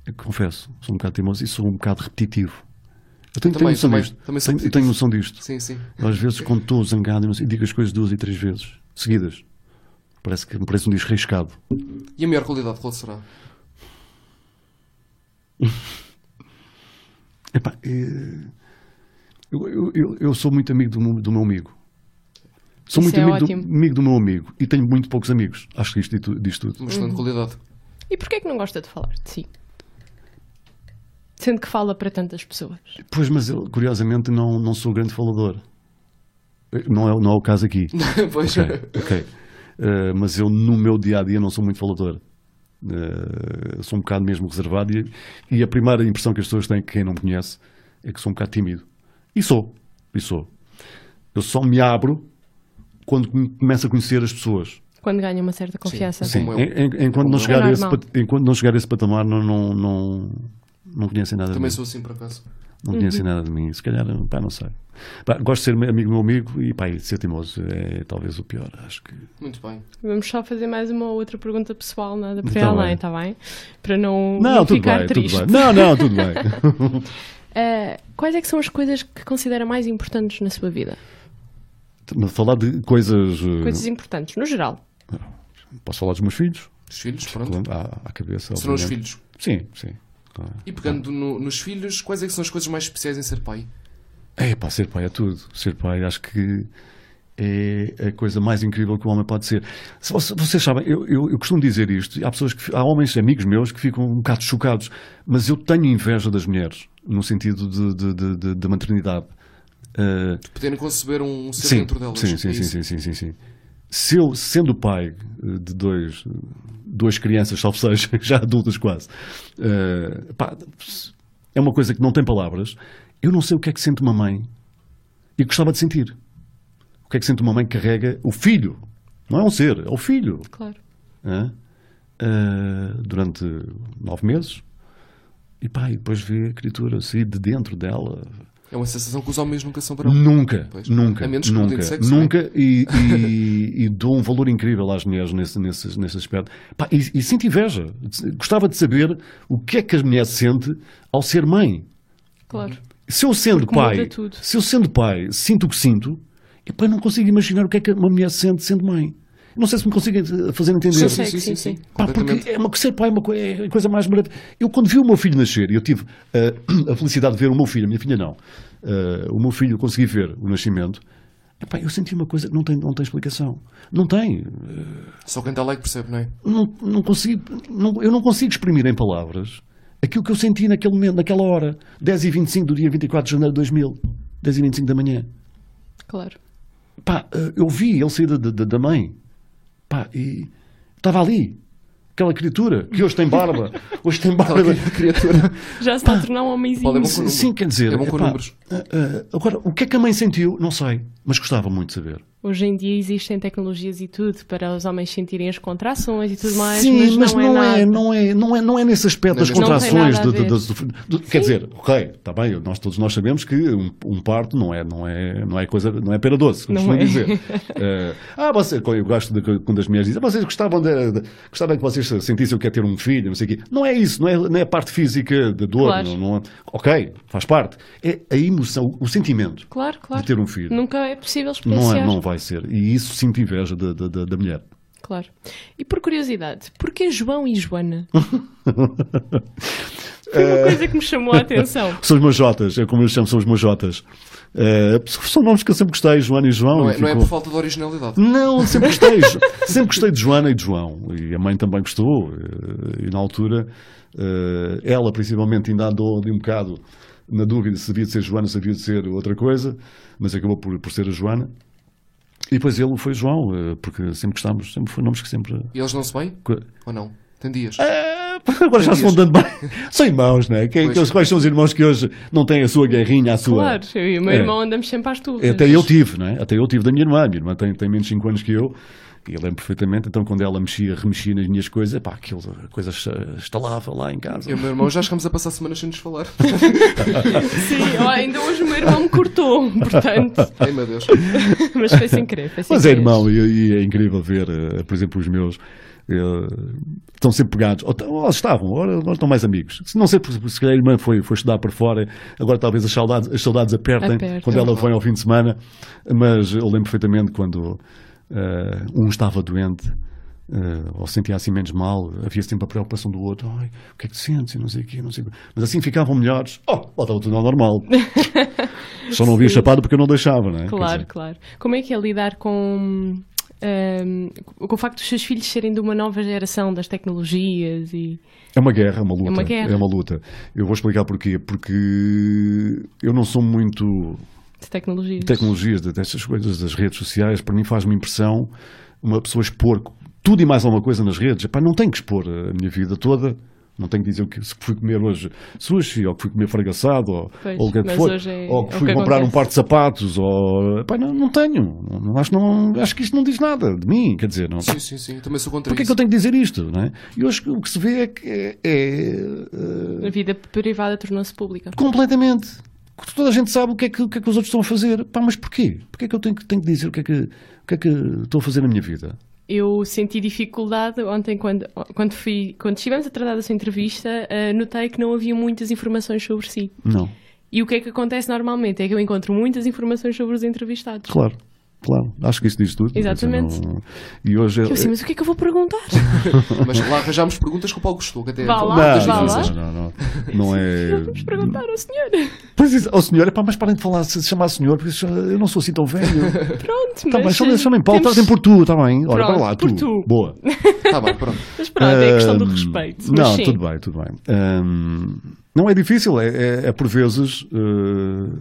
S2: Eu confesso, sou um bocado teimoso e sou um bocado repetitivo. Eu tenho, tenho
S1: Também-
S2: noção
S1: também-
S2: disto.
S1: também sou
S2: tenho, eu tenho
S1: repetitivo.
S2: noção disto.
S1: Sim, sim.
S2: Às vezes, quando estou zangado, eu não sei, digo as coisas duas e três vezes seguidas. Parece que me parece um disco riscado.
S1: E a maior qualidade, qual será?
S2: Epá, eh, eu, eu- eu- eu sou muito amigo do, meu- do meu amigo. Sou
S3: Isso
S2: muito
S3: é
S2: amigo, do,
S3: ótimo.
S2: amigo do meu amigo e tenho muito poucos amigos. Acho que isto diz tu- diz tudo.
S1: Uma excelente qualidade.
S3: E porquê é que não gosta de falar de si? Sendo que fala para tantas pessoas.
S2: Pois, mas eu, curiosamente, não, não sou grande falador. Eh, Não é, não é o caso aqui.
S1: pois.
S2: Ok, ok. Eh, mas eu, no meu dia a dia, não sou muito falador. Eh, sou um bocado mesmo reservado e, e a primeira impressão que as pessoas têm, quem não me conhece, é que sou um bocado tímido. E sou, e sou. Eu só me abro quando come- começo a conhecer as pessoas.
S3: Quando ganha uma certa confiança.
S1: sim. É Como eu.
S2: Em- em- enquanto,
S1: Como eu.
S2: não chegar
S3: É
S2: a esse,
S3: normal.
S2: pat- enquanto não chegar a esse patamar, não, não, não, não conhecem nada de mim.
S1: Também sou assim, por acaso.
S2: Não conhecem nada de mim. Se calhar, pá, não sei. Pá, gosto de ser amigo do meu amigo e, pá, e de ser teimoso é talvez o pior. Acho que.
S1: Muito bem.
S3: Vamos só fazer mais uma outra pergunta pessoal, nada para
S2: Tá
S3: ir além,
S2: bem.
S3: está bem? Para não,
S2: Não,
S3: não
S2: tudo
S3: ficar
S2: bem,
S3: triste.
S2: tudo bem. Não, não, tudo bem.
S3: Ah, quais é que são as coisas que considera mais importantes na sua vida?
S2: Mas Falar de coisas. eh,
S3: Coisas importantes, no geral.
S2: Posso falar dos meus filhos?
S1: Os filhos, pronto.
S2: Falando à, à cabeça.
S1: Serão os
S2: obviamente.
S1: filhos.
S2: Sim, sim. claro.
S1: E pegando no- nos filhos, quais é que são as coisas mais especiais em ser pai?
S2: É, pá, ser pai é tudo. Ser pai acho que é a coisa mais incrível que o homem pode ser. Se voce- Vocês sabem, eu, eu- eu costumo dizer isto, e há pessoas que, fi- há homens amigos meus que ficam um bocado chocados, mas eu tenho inveja das mulheres, no sentido de, de, de- de- da maternidade. Ah,
S1: Poderem conceber um ser
S2: Sim,
S1: dentro delas.
S2: Sim,
S1: é
S2: sim, sim,
S1: isso?
S2: sim, sim, sim, sim. Se eu, sendo pai eh, de dois, duas crianças, salvo seja, já adultas quase, eh, pá, é uma coisa que não tem palavras. Eu não sei o que é que sente uma mãe e gostava de sentir. O que é que sente uma mãe que carrega o filho? Não é um ser, é o filho
S3: Claro.
S2: né? Ah, durante nove meses. E pá, e depois vê a criatura sair de dentro dela,
S1: É uma sensação que os homens nunca são
S2: Hum.
S1: para
S2: Nunca,
S1: Pois.
S2: nunca,
S1: A menos que mudem
S2: nunca,
S1: de sexo, é?
S2: nunca e, e- e dou um valor incrível às mulheres nesse, nesse, nesse aspecto. Pá, e, e sinto inveja. Gostava de saber o que é que a mulher sente ao ser mãe.
S3: Claro.
S2: Se eu sendo
S3: Porque muda
S2: pai,
S3: tudo.
S2: se eu sendo pai, sinto o que sinto, e pá, não consigo imaginar o que é que uma mulher sente sendo mãe. Não sei se me conseguem eh, fazer entender.
S3: Sim,
S1: sim, sim, sim,
S3: sim, sim.
S1: sim.
S2: Pá,
S1: Completamente.
S2: porque é uma, ser pai é uma co- é a coisa mais maravilhosa. Eu, quando vi o meu filho nascer, e eu tive eh, a felicidade de ver o meu filho, a minha filha não, eh, o meu filho, eu consegui ver o nascimento. Epá, eu senti uma coisa que não tem, não tem explicação. Não tem.
S1: Só quem está lá é que percebe, não é?
S2: Não, não consigo, não- eu não consigo exprimir em palavras aquilo que eu senti naquele momento, naquela hora. 10 e 25 do dia 24 de janeiro de 2000. 10 e 25 da manhã.
S3: Claro.
S2: Pá, eh, eu vi ele sair da, da, da mãe. Pá, e estava ali. Aquela criatura que hoje tem barba. Hoje tem barba.
S1: Aquela criatura.
S3: Já se está a tornar um
S1: Olha,
S3: homenzinho.
S1: bom número.
S2: Sim, quer dizer.
S1: É bom com
S2: epá,
S1: números.
S2: eh, eh, agora, o que é que a mãe sentiu? Não sei, mas gostava muito de saber.
S3: Hoje em dia existem tecnologias e tudo para os homens sentirem as contrações e tudo mais,
S2: Sim,
S3: mas, não, é, nada.
S2: não, é, não, é, não é nesse aspecto das
S1: Não
S3: tem
S2: contrações.
S3: nada a
S2: de- de-
S3: ver.
S2: das- do- quer dizer, ok, está bem, eu- nós, todos nós sabemos que um, um parto não é, não, é, não é coisa, não é pera doce, como
S3: Não
S2: costumam
S3: é.
S2: dizer. Eh, ah, você, eu gosto de, quando as mulheres dizem, "Ah, vocês gostavam de, de- gostavam que vocês sentissem o que é ter um filho, não sei o quê. Não é isso, não é, não é a parte física de dor,
S3: Claro.
S2: não, não- ok, faz parte. É a emoção, o- o sentimento.
S3: Claro, claro.
S2: de ter um filho.
S3: Nunca é possível
S2: Não,
S3: experienciar.
S2: é, não vai ser. E isso sinto inveja da, da, da- da mulher.
S3: Claro. E por curiosidade, porquê João e Joana? Foi uma coisa que me chamou a atenção.
S2: São os meus Jotas, é como eu chamo, são os meus Jotas. Eh, são nomes que eu sempre gostei, Joana e João.
S1: Não
S2: e
S1: é, não é
S2: ficou-
S1: por falta de originalidade.
S2: Não, sempre gostei. sempre gostei de Joana e de João. E a mãe também gostou. eh, E na altura, eh, ela principalmente ainda andou ali um bocado na dúvida se havia de ser Joana, se havia de ser outra coisa, mas acabou por, por ser a Joana. E depois ele foi João, eh, porque sempre gostámos, sempre foi nomes que sempre.
S1: E eles não se bem? Ou não? Tem dias.
S2: Ah, agora já se vão dando bem. São irmãos, não é? Quem,
S1: Pois.
S2: aqueles- quais são os irmãos que hoje não têm a sua guerrinha, a sua.
S3: Claro, eu e o meu
S2: É.
S3: irmão andamos sempre às turras.
S2: Até eu tive, não é? Até eu tive da minha irmã. A minha irmã tem, tem menos 5 anos que eu. E eu lembro perfeitamente. Então, quando ela mexia, remexia nas minhas coisas, pá, aquilo, a coisa esta- estalava lá em casa.
S1: Eu e o meu irmão já chegamos a passar semanas sem nos falar.
S3: Sim, ó, ainda hoje o meu irmão me cortou, portanto.
S1: Ai meu Deus.
S3: Mas foi sem querer. Foi sem
S2: Mas é
S3: querer.
S2: irmão, e, e é incrível ver, eh, por exemplo, os meus. eh, estão sempre pegados, ou, tão- ou estavam, ou, ou estão mais amigos. Se não sei, porque se calhar a irmã foi, foi estudar para fora, agora talvez as saudades, as saudades apertem,
S3: Apertam.
S2: quando ela vai ao fim de semana, mas eu lembro perfeitamente quando eh, um estava doente. eh, ou se sentia assim menos mal, havia sempre a preocupação do outro, Ai, o que é que te sentes? E não sei o quê, não sei o quê. Mas assim ficavam melhores, oh, lá estava tudo ao normal. Só não havia chapado porque eu não deixava, não é? Quer
S3: Claro,
S2: dizer,
S3: claro. Como é que é lidar com, hum, com o facto dos seus filhos serem de uma nova geração das tecnologias e.
S2: É uma guerra, é uma luta.
S3: É uma guerra.
S2: luta. Eu vou explicar porquê. Porque eu não sou muito
S3: de tecnologias?
S2: de tecnologias, de- destas coisas, das redes sociais. Para mim faz-me impressão uma pessoa expor tudo e mais alguma coisa nas redes. Epá, não tenho que expor a minha vida toda. Não tenho que dizer o que se fui comer hoje sushi, ou que fui comer fragassado, ou,
S3: Pois,
S2: ou o que é que
S3: mas
S2: foi,
S3: hoje é-
S2: ou
S3: é
S2: que
S3: o
S2: fui
S3: que
S2: comprar um
S3: acontece.
S2: par de sapatos, ou epá, não, não tenho. Não- acho, que não, acho que isto não diz nada de mim, quer dizer, não,
S1: Sim, sim, sim. Eu também sou contra
S2: Porquê é que
S1: isso.
S2: eu tenho que dizer isto? Não é? E hoje o que se vê é que é, é,
S3: A vida privada tornou-se pública.
S2: completamente. Toda a gente sabe o que é que, o que, é que os outros estão a fazer. Pá, mas porquê? Porquê é que eu tenho que, tenho que dizer o que, é que, o que é que estou a fazer na minha vida?
S3: Eu senti dificuldade ontem quando, quando, fui, quando estivemos a tratar dessa entrevista, ah, notei que não havia muitas informações sobre si.
S2: Não.
S3: E o que é que acontece normalmente? É que eu encontro muitas informações sobre os entrevistados.
S2: Claro. Claro. Acho que isso diz tudo.
S3: Exatamente.
S2: Quer dizer, não- E hoje...
S3: Eu assim, mas o que é que eu vou perguntar?
S1: Mas lá arranjámos perguntas que o Paulo gostou. Que até é
S3: Vá lá,
S1: perguntas
S3: vá lá.
S1: difíceis.
S2: não, não, não, não é.
S3: Vamos perguntar ao senhor.
S2: Pois é, ao senhor, é pá, mas parem de falar, se chamar senhor, porque eu não sou assim tão velho.
S3: Pronto,
S2: Tá bem,
S3: mas... eh,
S2: chamem chamem Paulo,
S3: temos-
S2: trazem por tu, está bem. Olha, vai
S3: Pronto,
S2: lá,
S3: por tu.
S2: Boa.
S1: Tá bem, pronto.
S3: Mas pronto, é a questão do
S2: Ahm,
S3: respeito. Mas
S2: Eh, Não,
S3: sim.
S2: tudo bem, tudo bem. Ahm, não é difícil, é, é- é por vezes. eh,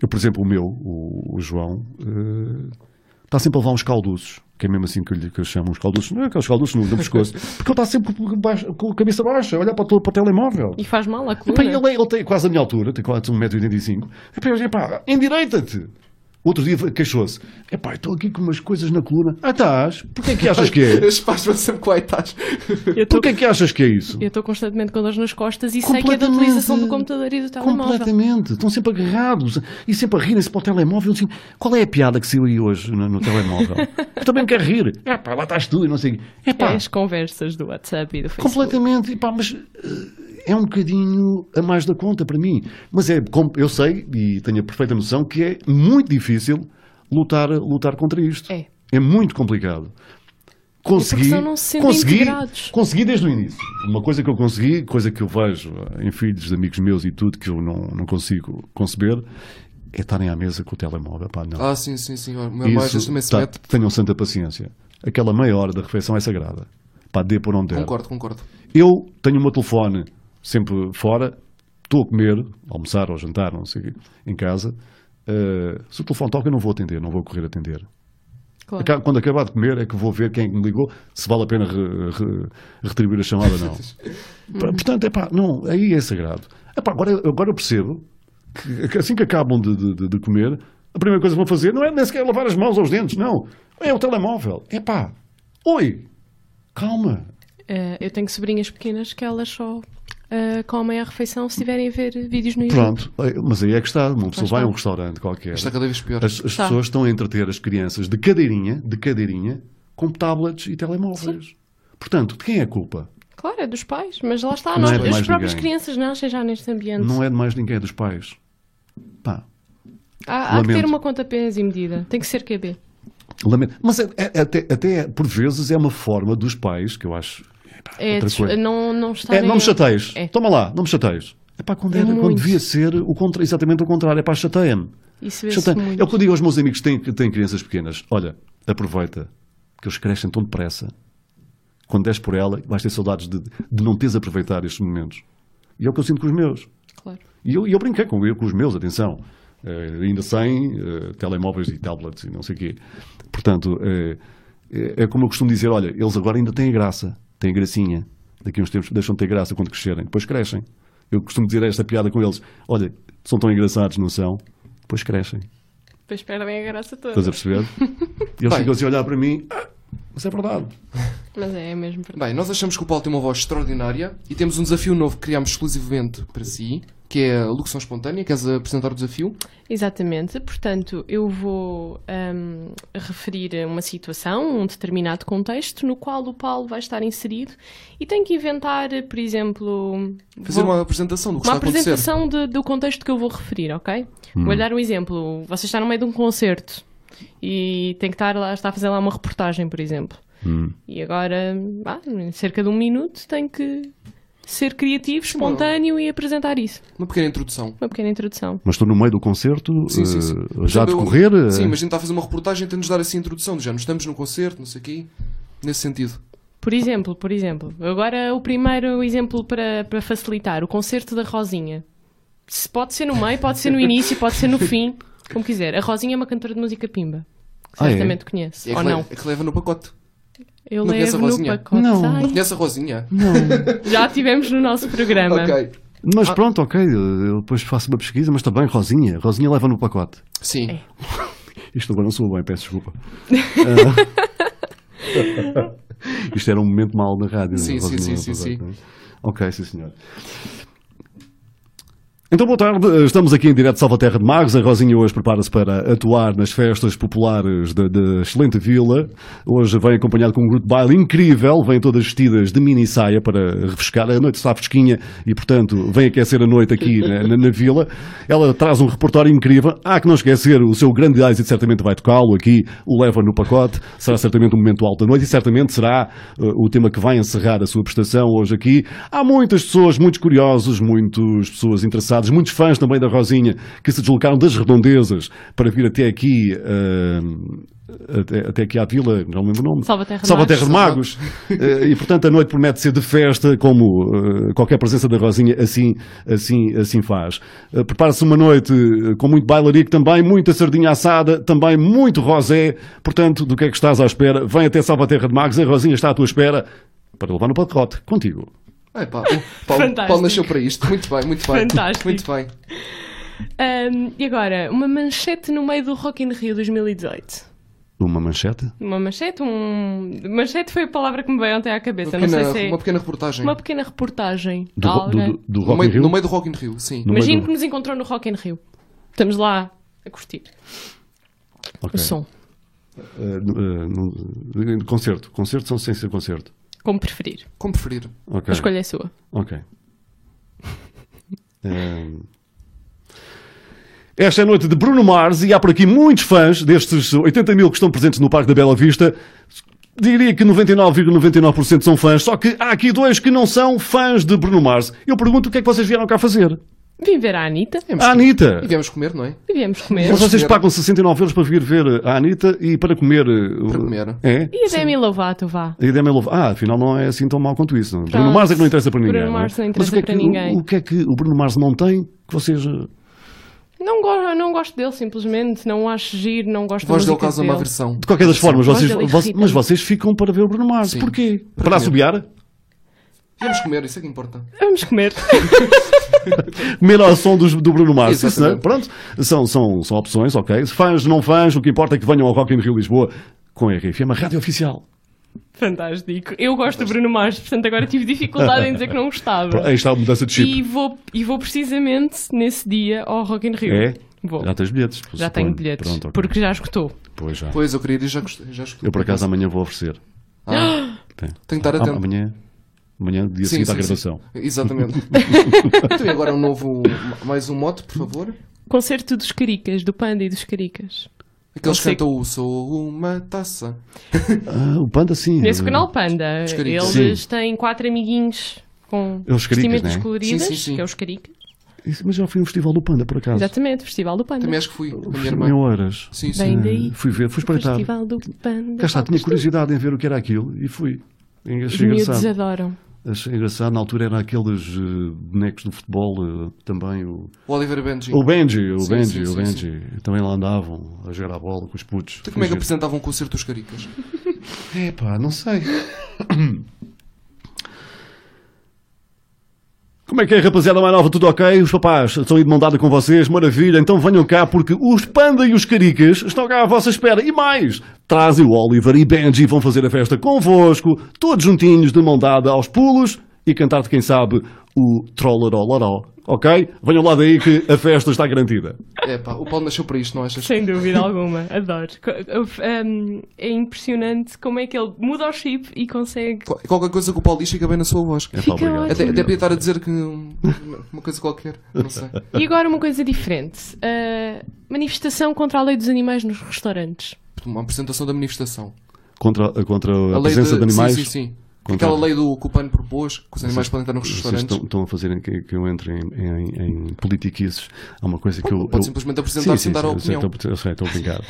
S2: eu, por exemplo, o meu, o, o João, eh, está sempre a levar uns calduços. Que é mesmo assim que eu, lhe- que eu chamo uns calduços, não é aqueles calduços no, no pescoço, porque ele está sempre com, baixo- com a cabeça baixa, a olhar para, o tele- para o telemóvel.
S3: E faz mal à
S2: Epá,
S3: coluna.
S2: ele, é- ele tem quase a minha altura, tem quase 1,85m. Epá, eu digo, epá, endireita-te. Outro dia queixou-se. Epá, estou aqui com umas coisas na coluna. Ah, estás? Porquê que achas que é?
S1: Os pais vão sempre com a estás.
S3: Eu tô-
S2: Porquê que achas que é isso?
S3: Eu estou constantemente com dores nas costas e sei que é da
S2: Completamente.
S3: utilização do computador e do telemóvel.
S2: Completamente. Estão sempre agarrados e sempre a rirem-se para o telemóvel. Assim, Qual é a piada que saiu aí hoje no, no telemóvel? Eu também me quero rir. É pá, lá estás tu e não sei. o quê. É
S3: É
S2: pá,
S3: as conversas do WhatsApp e do Facebook.
S2: completamente. E pá, mas eh, é um bocadinho a mais da conta para mim. Mas é, como eu sei e tenho a perfeita noção que é muito difícil lutar, lutar contra isto.
S3: É.
S2: muito complicado. consegui,
S3: porque senão não se sentem
S2: consegui,
S3: integrados.
S2: consegui desde o início. Uma coisa que eu consegui, coisa que eu vejo em filhos de amigos meus e tudo, que eu não, não consigo conceber, é estarem à mesa com o telemóvel. Pá, não.
S1: Ah, sim, sim, sim. O meu irmão às vezes também se
S2: tá,
S1: mete.
S2: tenham santa paciência. Aquela meia hora da refeição é sagrada. Pá, dê por onde der.
S1: Concordo, concordo.
S2: Eu tenho o meu telefone sempre fora, estou a comer, a almoçar ou jantar, não sei, o quê, em casa. Eh, se o telefone toca, eu não vou atender, não vou correr atender.
S3: Claro.
S2: Aca- Quando acabar de comer, é que vou ver quem é que me ligou, se vale a pena re- re- retribuir a chamada ou não. Pra- Portanto, é pá, não, aí é sagrado. Epá, agora, agora eu percebo que que assim que acabam de, de- de- de comer, a primeira coisa que vão fazer não é nem sequer lavar as mãos ou os dentes, não. É o telemóvel. É pá, oi, calma.
S3: Eh, eu tenho sobrinhas pequenas que elas só eh, comem a refeição se estiverem a ver vídeos no YouTube.
S2: Pronto, eh, mas aí é que está. Uma pessoa
S3: Pois
S2: vai a um
S3: está.
S2: restaurante qualquer.
S1: Está cada vez pior.
S2: As, as
S3: Está.
S2: pessoas estão a entreter as crianças de cadeirinha, de cadeirinha, com tablets e telemóveis. Portanto, de quem é a culpa?
S3: Claro, é dos pais, mas lá está,
S2: Não
S3: nós,
S2: é de mais
S3: as próprias
S2: ninguém.
S3: crianças nascem já neste ambiente.
S2: Não é de mais ninguém, é dos pais. Pá,
S3: Há, há que ter
S2: Lamento.
S3: uma conta apenas e medida. Tem que ser QB.
S2: lamento. Mas é- é- até, até, por vezes, é uma forma dos pais, que eu acho. É, pá,
S3: É,
S2: outra
S3: des-
S2: coisa.
S3: não, não está
S2: É, não me chateias.
S3: É.
S2: Toma lá, não me chateias. É pá, quando,
S3: É
S2: era- quando
S3: muito.
S2: devia ser o contra, exatamente o contrário. É pá, chateia-me.
S3: Isso vê-se
S2: Chateia-me.
S3: muito.
S2: É o que eu digo aos meus amigos que têm, que têm crianças pequenas. Olha, aproveita, que eles crescem tão depressa. Quando des por ela, vais ter saudades de, de não teres aproveitado estes momentos. E é o que eu sinto com os meus.
S3: Claro.
S2: E eu, e eu brinquei com, eu, com os meus, atenção. Eh, ainda sem eh, telemóveis e tablets e não sei o quê. Portanto, eh, é, é como eu costumo dizer: olha, eles agora ainda têm graça, têm gracinha. Daqui a uns tempos deixam de ter graça quando crescerem, depois crescem. Eu costumo dizer esta piada com eles: olha, são tão engraçados, não são? Depois crescem.
S3: Depois perdem é a graça toda.
S1: é.
S2: Estás a perceber? E eles
S1: Bem.
S2: ficam assim a olhar para mim: ah, mas é verdade.
S3: Mas é, é mesmo verdade.
S1: Bem, nós achamos que o Paulo tem uma voz extraordinária e temos um desafio novo que criámos exclusivamente para si, que é a locução espontânea. Queres apresentar o desafio?
S3: Exatamente, portanto, eu vou ahm, referir uma situação, um determinado contexto no qual o Paulo vai estar inserido e tem que inventar, por exemplo,
S1: Fazer
S3: vou-
S1: uma apresentação do que
S3: uma
S1: está a acontecer. Hum.
S3: apresentação de- do contexto que eu vou referir, ok? Vou lhe dar um exemplo. Você está no meio de um concerto e tem que estar lá, está a fazer lá uma reportagem, por exemplo.
S1: Hum.
S3: E agora, vá, em cerca de um minuto, tem que ser criativo, espontâneo e apresentar isso.
S1: Uma pequena introdução.
S3: Uma pequena introdução.
S2: Mas estou no meio do concerto,
S1: Sim, sim, sim.
S2: eh,
S1: Por
S2: já a
S1: exemplo, eu-
S2: decorrer. eh,
S1: Sim, mas a gente está a fazer uma reportagem e tem-nos dar assim a introdução. do género. estamos num concerto, não sei o quê. Nesse sentido.
S3: Por exemplo, por exemplo. Agora, o primeiro exemplo para, para facilitar: o concerto da Rosinha. Se pode ser no meio, pode ser no início, pode ser no fim, como quiser. A Rosinha é uma cantora de música pimba. que
S2: Ah, é?
S3: Certamente conhece,
S1: É
S3: ou
S1: que, le-
S3: não?
S1: é que leva no pacote.
S3: Eu
S1: Não conheço
S3: levo
S1: a
S3: no
S1: Rosinha?
S3: pacote.
S2: Não.
S3: Ai,
S1: Não conhece a Rosinha?
S3: já a tivemos no nosso programa.
S1: Ok. Ah.
S2: Mas pronto, ok, eu depois faço uma pesquisa, mas também Rosinha. Rosinha leva no pacote.
S1: Sim.
S3: É.
S2: Isto agora não soa bem, peço desculpa. Ah. Isto era um momento mal na rádio.
S1: Sim,
S2: não é?
S1: sim,
S2: Rosinha
S1: sim,
S2: leva no
S1: sim,
S2: pacote, não é? Ok, sim, senhor. Então, boa tarde. Estamos aqui em direto de Salvaterra de Magos. A Rosinha hoje prepara-se para atuar nas festas populares da, da excelente vila. Hoje vem acompanhado com um grupo de baile incrível. Vêm todas vestidas de mini saia para refrescar. A noite está fresquinha e, portanto, vem aquecer a noite aqui na, na- na vila. Ela traz um repertório incrível. Há que não esquecer o seu grande êxito. Certamente vai tocá-lo aqui. O leva no pacote. Será certamente um momento alto da noite e certamente será eh, o tema que vai encerrar a sua prestação hoje aqui. Há muitas pessoas, muitos curiosos, muitas pessoas interessadas, muitos fãs também da Rosinha que se deslocaram das redondezas para vir até aqui. eh, até, até aqui à vila, não lembro o nome.
S3: Salvaterra de
S2: Salvaterra de
S1: Magos.
S2: Magos. Eh, e portanto a noite promete ser de festa, como eh, qualquer presença da Rosinha assim, assim, assim faz. Eh, Prepara-se uma noite eh, com muito bailarico também, muita sardinha assada, também muito rosé. Portanto, do que é que estás à espera? Vem até Salvaterra de Magos, a Rosinha está à tua espera para levar no pacote, contigo.
S1: Ai, pá, o Paulo,
S3: Fantástico.
S1: Paulo nasceu para isto. Muito bem, muito bem.
S3: Fantástico.
S1: Muito bem.
S3: Ahm, e agora, uma manchete no meio do Rock in Rio 2018.
S2: Uma manchete?
S3: Uma manchete, um... Manchete foi a palavra que me veio ontem à cabeça.
S1: Uma pequena,
S3: não sei se é...
S1: uma pequena reportagem.
S3: Uma pequena reportagem.
S2: Do, ro-
S3: Algo,
S2: do,
S3: né?
S2: do, do
S1: no,
S2: Rock in
S1: meio,
S2: Rio?
S1: no meio do Rock in Rio, sim.
S2: No meio
S3: Imagino
S2: do-
S3: que nos encontrou no Rock in Rio. Estamos lá a curtir
S2: Ok.
S3: o som,
S2: Eh, no- eh, no- concerto. Concerto são sem ser concerto.
S3: como preferir.
S1: Como preferir.
S2: Ok.
S3: A escolha é sua.
S2: Ok. Ehm, Esta é a noite de Bruno Mars e há por aqui muitos fãs destes 80 mil que estão presentes no Parque da Bela Vista. Diria que 99,99% são fãs, só que há aqui dois que não são fãs de Bruno Mars. Eu pergunto o que é que vocês vieram cá fazer?
S3: Vim ver a Anitta
S1: Viemos
S2: A
S1: comer.
S2: Anitta!
S1: E viemos comer, não é?
S3: e viemos comer.
S2: Mas vocês
S1: Perceberam?
S2: pagam 69 euros para vir ver a Anitta e para comer. uh,
S1: Para comer.
S2: É?
S3: E a Demi Lovato, vá.
S2: A ideia é louva- Ah, afinal não é assim tão mal quanto isso. não é? Bruno
S3: Pronto.
S2: Mars é que não interessa para
S3: Bruno
S2: ninguém. é?
S3: Mars não
S2: Mas
S3: interessa
S2: o que é
S3: para
S2: que-
S3: ninguém.
S2: O, o que é que o Bruno Mars não tem que vocês. uh,
S3: Não, go não gosto dele, simplesmente. Não acho giro, não gosto
S1: A voz dele
S3: da música
S1: causa uma aversão.
S2: De qualquer das formas,
S3: Mas
S2: vocês,
S3: ele
S2: vo-
S3: irrita-me.
S2: mas vocês ficam para ver o Bruno Mars.
S1: Sim.
S2: Porquê?
S1: Para
S2: Para
S1: comer.
S2: assobiar?
S1: Viemos comer, isso é que importa.
S3: Vamos comer.
S2: Comer ao som dos- do Bruno Mars. Sim, senhor.
S1: Exatamente.
S2: Pronto, são, são, são opções, ok. Fãs, não fãs, o que importa é que venham ao Rock in Rio Lisboa com a RFM, a rádio oficial.
S3: Fantástico. Eu gosto do Bruno Mars, portanto agora tive dificuldade em dizer que não
S2: Pronto, é
S3: gostava.
S2: Aí está a mudança de chip.
S3: E vou, e vou precisamente nesse dia ao Rock in Rio.
S2: É?
S3: Vou.
S2: Já tens bilhetes.
S3: Já
S2: suponho.
S3: tenho bilhetes,
S2: Pronto, ok.
S3: porque já escutou.
S2: Pois já.
S1: Pois, eu queria ir e já gostei. Já escutei.
S2: Eu por acaso amanhã vou oferecer.
S1: Ah,
S2: Tem.
S1: tenho que estar
S2: Ah,
S1: atento.
S2: Amanhã, amanhã dia
S1: Sim,
S2: seguinte à
S1: sim,
S2: gravação.
S1: sim. Exatamente. então, e agora um novo. Mais um mote, por favor.
S3: Concerto dos Caricas, do Panda e dos Caricas.
S1: Aqueles
S3: Não
S1: que
S3: sei.
S1: cantam o Sou uma taça.
S2: Ah, o Panda sim.
S3: Nesse
S2: eh,
S3: canal Panda,
S1: Os Caricas.
S3: eles têm quatro amiguinhos com
S2: É os Caricas,
S3: vestimentas
S2: né?
S3: coloridas,
S1: Sim, sim, sim.
S3: que é os Caricas.
S2: isso- Mas já fui a um festival do Panda, por acaso.
S3: Exatamente, Festival do Panda.
S1: Também é acho que fui, com a minha
S2: Em
S1: irmã.
S2: horas. Eh,
S1: Sim, sim.
S3: Bem daí.
S2: Fui ver, fui espreitar.
S3: Festival do Panda.
S2: Cá está, tinha
S3: Faltas tu.
S2: curiosidade em ver o que era aquilo e fui.
S3: Os
S2: Achei
S3: miúdos
S2: engraçado.
S3: adoram.
S2: Achei engraçado. Na altura era aqueles eh, bonecos do futebol eh, também. O,
S1: O Oliver Benji.
S2: o Benji, o
S1: Sim,
S2: Benji,
S1: sim,
S2: o
S1: sim,
S2: Benji. Também lá andavam a jogar a bola com os putos.
S1: Então, como é que
S2: Foi
S1: apresentavam o concerto dos Caricas?
S2: Epá, não sei. Como é que é, rapaziada mais nova? Tudo ok? Os papás estão aí de mão dada com vocês? Maravilha, então venham cá porque os Panda e os Caricas estão cá à vossa espera. E mais, trazem o Oliver e Benji e vão fazer a festa convosco, todos juntinhos, de mão dada aos pulos e cantar-te, quem sabe, o Trolleroloró. Ok? Venham lá daí que a festa está garantida.
S1: É pá, o Paulo nasceu para isto, não achas?
S3: Sem dúvida alguma, adoro. Co- um, é impressionante como é que ele muda o chip e consegue.
S1: Qual- Qualquer coisa que o Paulo diz fica bem na sua voz.
S2: É pá, obrigado.
S3: ótimo.
S1: Até, até podia estar a dizer que hum, uma coisa qualquer, não sei.
S3: E agora uma coisa diferente: Uh, manifestação contra a lei dos animais nos restaurantes.
S1: Uma apresentação da manifestação.
S2: Contra, contra a,
S1: lei
S2: presença de, animais.
S1: Sim, sim, sim.
S2: Contra-
S1: Aquela lei do que o PAN propôs, que os animais podem estar nos
S2: Vocês
S1: restaurantes.
S2: estão, estão a fazer que, que eu entre em, em, em politiquices. Há uma coisa que eu.
S1: Pode
S2: eu-
S1: simplesmente apresentar-se
S2: Sim,
S1: e dar a
S2: sim, sim, eu sei,
S1: opinião.
S2: Estou, eu sei, estou a brincar.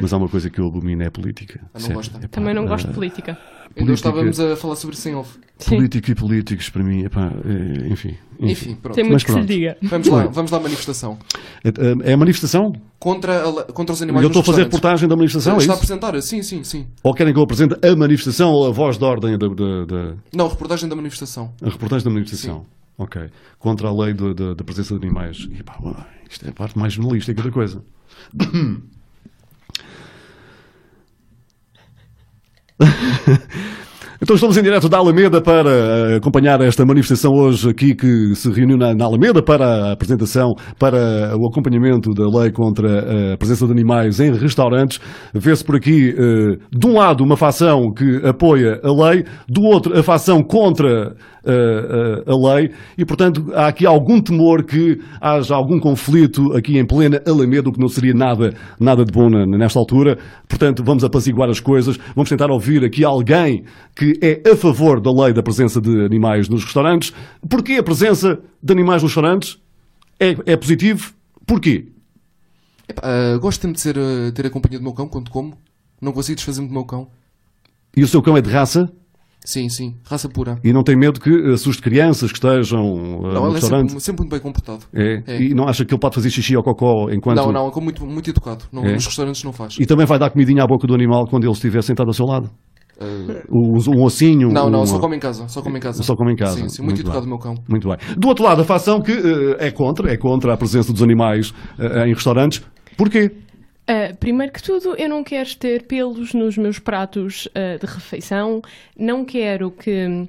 S2: Mas há uma coisa que eu abomino é a política.
S1: Ah, não
S2: Sério.
S1: gosta.
S2: Epá,
S3: Também não
S2: ah,
S3: gosto de política.
S1: Ainda
S2: política.
S1: estávamos
S2: é.
S1: a falar sobre isso em off.
S3: Sim,
S2: Político e políticos, para mim, epá, é, enfim.
S1: Enfim, pronto.
S3: tem muito
S2: Mas
S3: que se lhe
S2: pronto.
S3: diga.
S1: Vamos lá, vamos lá à manifestação.
S2: É, é a manifestação?
S1: Contra, a le- contra os
S2: Eu
S1: animais
S2: estou a
S1: nos restaurantes.
S2: fazer reportagem da manifestação, é
S1: Está a
S2: isso?
S1: apresentar? Sim, sim, sim.
S2: Ou querem que eu apresente a manifestação ou a voz de ordem da, da, da-
S1: Não, reportagem da manifestação.
S2: a reportagem da manifestação? Ok. Contra a lei de- de- da presença de animais. Epá, ué, isto é a parte mais jornalística da coisa. Então estamos em direto da Alameda para eh, acompanhar esta manifestação hoje aqui que se reuniu na, na Alameda para a apresentação, para o acompanhamento da lei contra eh, a presença de animais em restaurantes. Vê-se por aqui, eh, de um lado, uma facção que apoia a lei, do outro, a facção contra eh, eh, a lei e, portanto, há aqui algum temor que haja algum conflito aqui em plena Alameda, o que não seria nada, nada de bom na- nesta altura. Portanto, vamos apaziguar as coisas, vamos tentar ouvir aqui alguém que é a favor da lei da presença de animais nos restaurantes. Porquê a presença de animais nos restaurantes é, é positivo? Porquê?
S1: Epá, ah, gosto sempre de ser, ah, ter a companhia do meu cão quando como. Não consigo desfazer-me do meu cão.
S2: E o seu cão é de raça
S1: Sim, sim. Raça pura.
S2: e não tem medo que assuste crianças que estejam eh,
S1: Não,
S2: no
S1: ele é
S2: restaurante?
S1: sempre, sempre muito bem comportado.
S2: É.
S1: É.
S2: E não acha que ele pode fazer xixi ou cocó enquanto.
S1: Não, não, é como muito, muito educado. Não,
S2: É?
S1: Nos restaurantes não faz.
S2: E também vai dar comidinha à boca do animal quando ele estiver sentado ao seu lado.
S1: Ah,
S2: Um, um ossinho.
S1: não, não,
S2: um-
S1: só come em casa. Só come em casa.
S2: Só come em casa.
S1: Sim, sim. Muito,
S2: Muito
S1: educado o
S2: bem.
S1: meu cão.
S2: Muito bem. Do outro lado, a facção que eh, é contra, é contra a presença dos animais eh, em restaurantes. Porquê?
S3: Uh, primeiro que tudo, eu não quero ah, ter pelos nos meus pratos uh, de refeição, não quero que hum,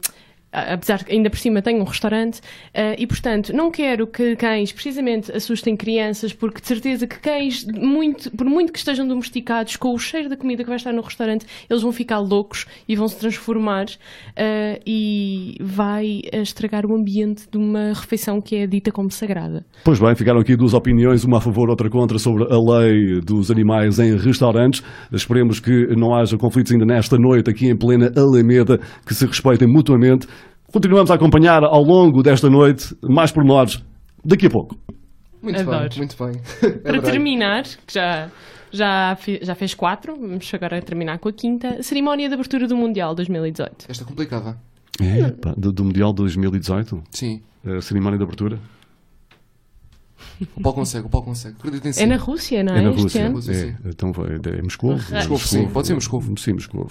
S3: a- apesar que ainda por cima tenho um restaurante, eh, e portanto não quero que cães precisamente assustem crianças, porque de certeza que cães, muito, por muito que estejam domesticados, com o cheiro da comida que vai estar no restaurante, eles vão ficar loucos e vão se transformar eh, e vai eh, estragar o ambiente de uma refeição que é dita como sagrada.
S2: Pois bem, ficaram aqui duas opiniões, uma a favor, outra contra, sobre a lei dos animais em restaurantes. Esperemos que não haja conflitos ainda nesta noite, aqui em plena Alameda, que se respeitem mutuamente. Continuamos a acompanhar ao longo desta noite mais pormenores daqui a pouco.
S1: Muito
S3: Adoro.
S1: bem, muito bem. É
S2: É
S3: Para
S1: Adorei.
S3: terminar, que já, já, fe- já fez quatro, vamos agora terminar com a quinta, cerimónia de abertura do Mundial 2018.
S1: Esta é complicada.
S2: É, pá, do, do Mundial 2018,
S1: Sim.
S2: a cerimónia de abertura.
S1: O Paulo consegue, o Paulo consegue. Acreditem
S3: É
S1: sim.
S3: na Rússia, não é?
S2: é na
S3: Este
S2: Rússia.
S3: ano?
S1: Rússia, sim.
S2: É, então vai, é Moscou.
S3: Moscou,
S1: sim, pode ser Ah, Moscou.
S2: Sim, Moscou.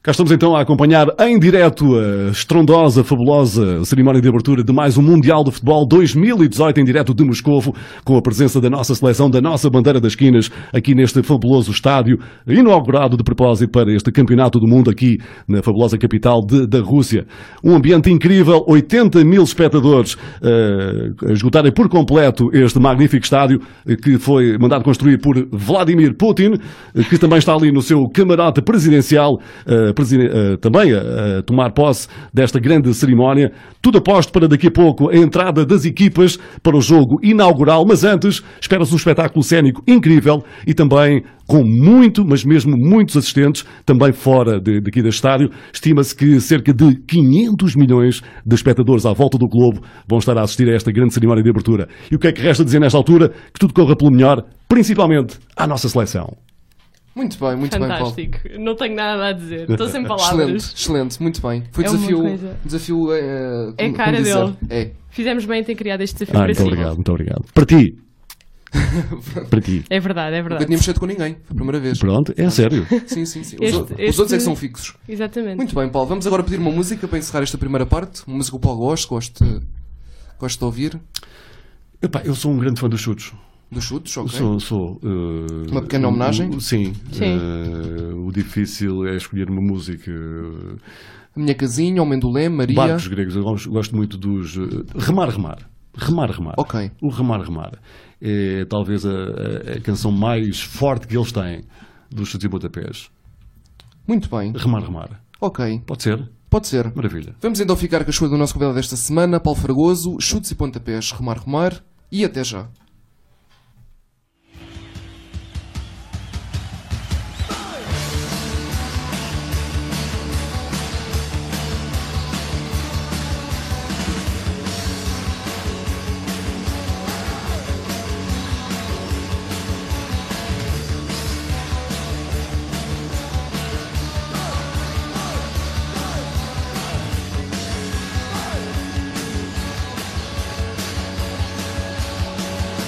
S2: Cá estamos então a acompanhar em direto a estrondosa, fabulosa cerimónia de abertura de mais um Mundial de Futebol 2018 em direto de Moscovo, com a presença da nossa seleção, da nossa bandeira das esquinas, aqui neste fabuloso estádio, inaugurado de propósito para este Campeonato do Mundo aqui na fabulosa capital de- da Rússia. Um ambiente incrível, 80 mil espectadores eh, a esgotarem por completo este magnífico estádio eh, que foi mandado construir por Vladimir Putin, eh, que também está ali no seu camarote presidencial, eh, presiden- eh, também a, a tomar posse desta grande cerimónia. Tudo aposto para daqui a pouco a entrada das equipas para o jogo inaugural, mas antes espera-se um espetáculo cénico incrível e também com muito, mas mesmo muitos assistentes, também fora de, daqui do estádio. Estima-se que cerca de 500 milhões de espectadores à volta do globo vão estar a assistir a esta grande cerimónia de abertura. E o que é que resta dizer nesta altura? Que tudo corra pelo melhor, principalmente à nossa seleção.
S1: Muito bem, muito bem,
S3: Fantástico. não tenho nada a dizer. Estou sem
S1: Paulo.
S3: palavras.
S1: Excelente, excelente, muito bem. Foi
S3: É uma
S1: desafio.
S3: coisa.
S1: Desafio. eh,
S3: É
S1: como-
S3: cara
S1: como dizer? É.
S3: Fizemos bem em ter criado este desafio
S2: Ah,
S3: para
S2: muito
S3: si.
S2: obrigado, muito obrigado. Para ti. Para ti.
S3: É verdade, é
S1: É. Nunca
S3: verdade.
S1: tínhamos feito com ninguém. Foi a primeira vez.
S2: Pronto, é sério.
S1: Sim, sim, sim. Os,
S3: Este-
S1: o- os
S3: este-
S1: outros é que são fixos.
S3: Exatamente.
S1: Muito bem, Paulo. Vamos agora pedir uma música para encerrar esta primeira parte. Uma música que o Paulo gosta, gosto, gosto de ouvir.
S2: Epá, eu sou um grande fã dos chutes.
S1: Dos chutes, ok?
S2: Sou, sou, eh,
S1: Uma pequena homenagem?
S2: o- sim.
S3: Sim.
S2: Eh, o difícil é escolher uma música.
S1: A minha casinha, o Mendolé, Maria.
S2: Barcos gregos, eu gosto, gosto muito dos. eh, remar, remar. Remar, remar.
S1: Ok.
S2: O Remar, remar. É talvez a, a- a canção mais forte que eles têm dos chutes e pontapés.
S1: Muito bem.
S2: Remar, remar.
S1: Ok.
S2: Pode ser?
S1: Pode ser.
S2: Maravilha.
S1: Vamos então ficar com a escolha do nosso convidado desta semana, Paulo Fragoso, chutes e pontapés, remar, remar e até já.
S4: Remar, remar,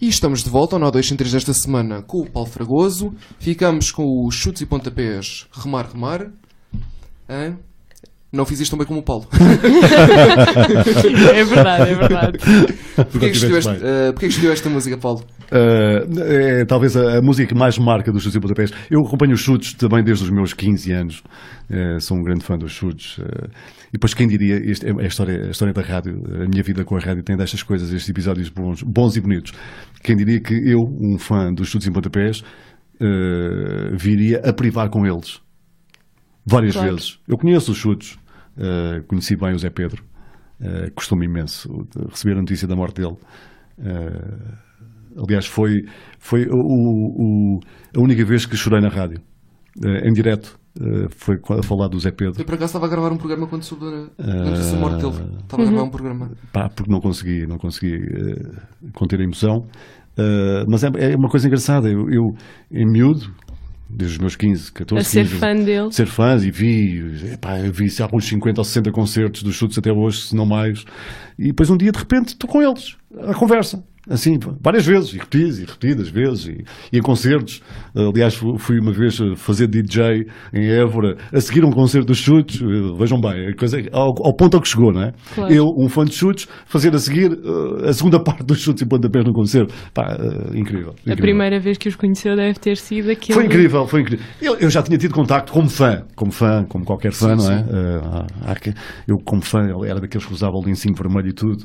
S1: E estamos de volta ao Nó 203 desta semana com o Paulo Fragoso. Ficamos com os chutes e pontapés remar, remar. Hã? Não fiz isto tão bem como o Paulo.
S3: É verdade, é verdade.
S1: Porquê é que escolheu
S2: estiveste
S1: este-
S2: bem.
S1: eh, porquê é que escolheu esta música, Paulo?
S2: Uh, é talvez a, a música que mais marca dos chutes e pontapés. Eu acompanho os chutes também desde os meus 15 anos. Uh, sou um grande fã dos chutes. Uh, e depois, quem diria, isto é é a história, a história da rádio. A minha vida com a rádio tem destas coisas, estes episódios bons, bons e bonitos. Quem diria que eu, um fã dos chutes e pontapés, uh, viria a privar com eles. Várias
S3: Claro.
S2: vezes. Eu conheço os chutes, eh, conheci bem o Zé Pedro, eh, costume imenso de receber a notícia da morte dele. Eh, aliás, foi, foi o- o- o- a única vez que chorei na rádio, eh, em direto, eh, foi co- a falar do Zé
S1: Eu
S2: Pedro,
S1: por acaso estava a gravar um programa quando soube da notícia da morte
S2: Ah.
S1: dele. Estava a gravar um programa.
S2: Pá, porque não consegui, não consegui eh, conter a emoção. Eh, mas é, é uma coisa engraçada, eu, eu em miúdo, desde os meus 15, 14,
S3: A ser
S2: 15,
S3: fã dele.
S2: ser fãs e vi, epá, eu vi há uns 50 ou 60 concertos dos chutes até hoje, se não mais. E depois um dia, de repente, estou com eles, à conversa. Assim, várias vezes, e repetidas, e repetidas vezes, e, e em concertos. Aliás, fu- fui uma vez eh, fazer DJ em Évora, a seguir um concerto dos chutes. Eh, Vejam bem, a coisa, ao, ao ponto ao que chegou, não é?
S3: Claro.
S2: Eu, um fã de chutes, fazer a seguir eh, a segunda parte dos chutes e pontapés no concerto. Pá, eh, incrível.
S3: A
S2: incrível.
S3: primeira vez que os conheceu deve ter sido aquele.
S2: Foi incrível, foi incrível. Eu, eu já tinha tido contacto como fã, como fã, como qualquer fã,
S1: Sim,
S2: não é?
S1: sim.
S2: Eh, há- há que- eu, como fã, eu era daqueles que usava o lencinho vermelho e tudo.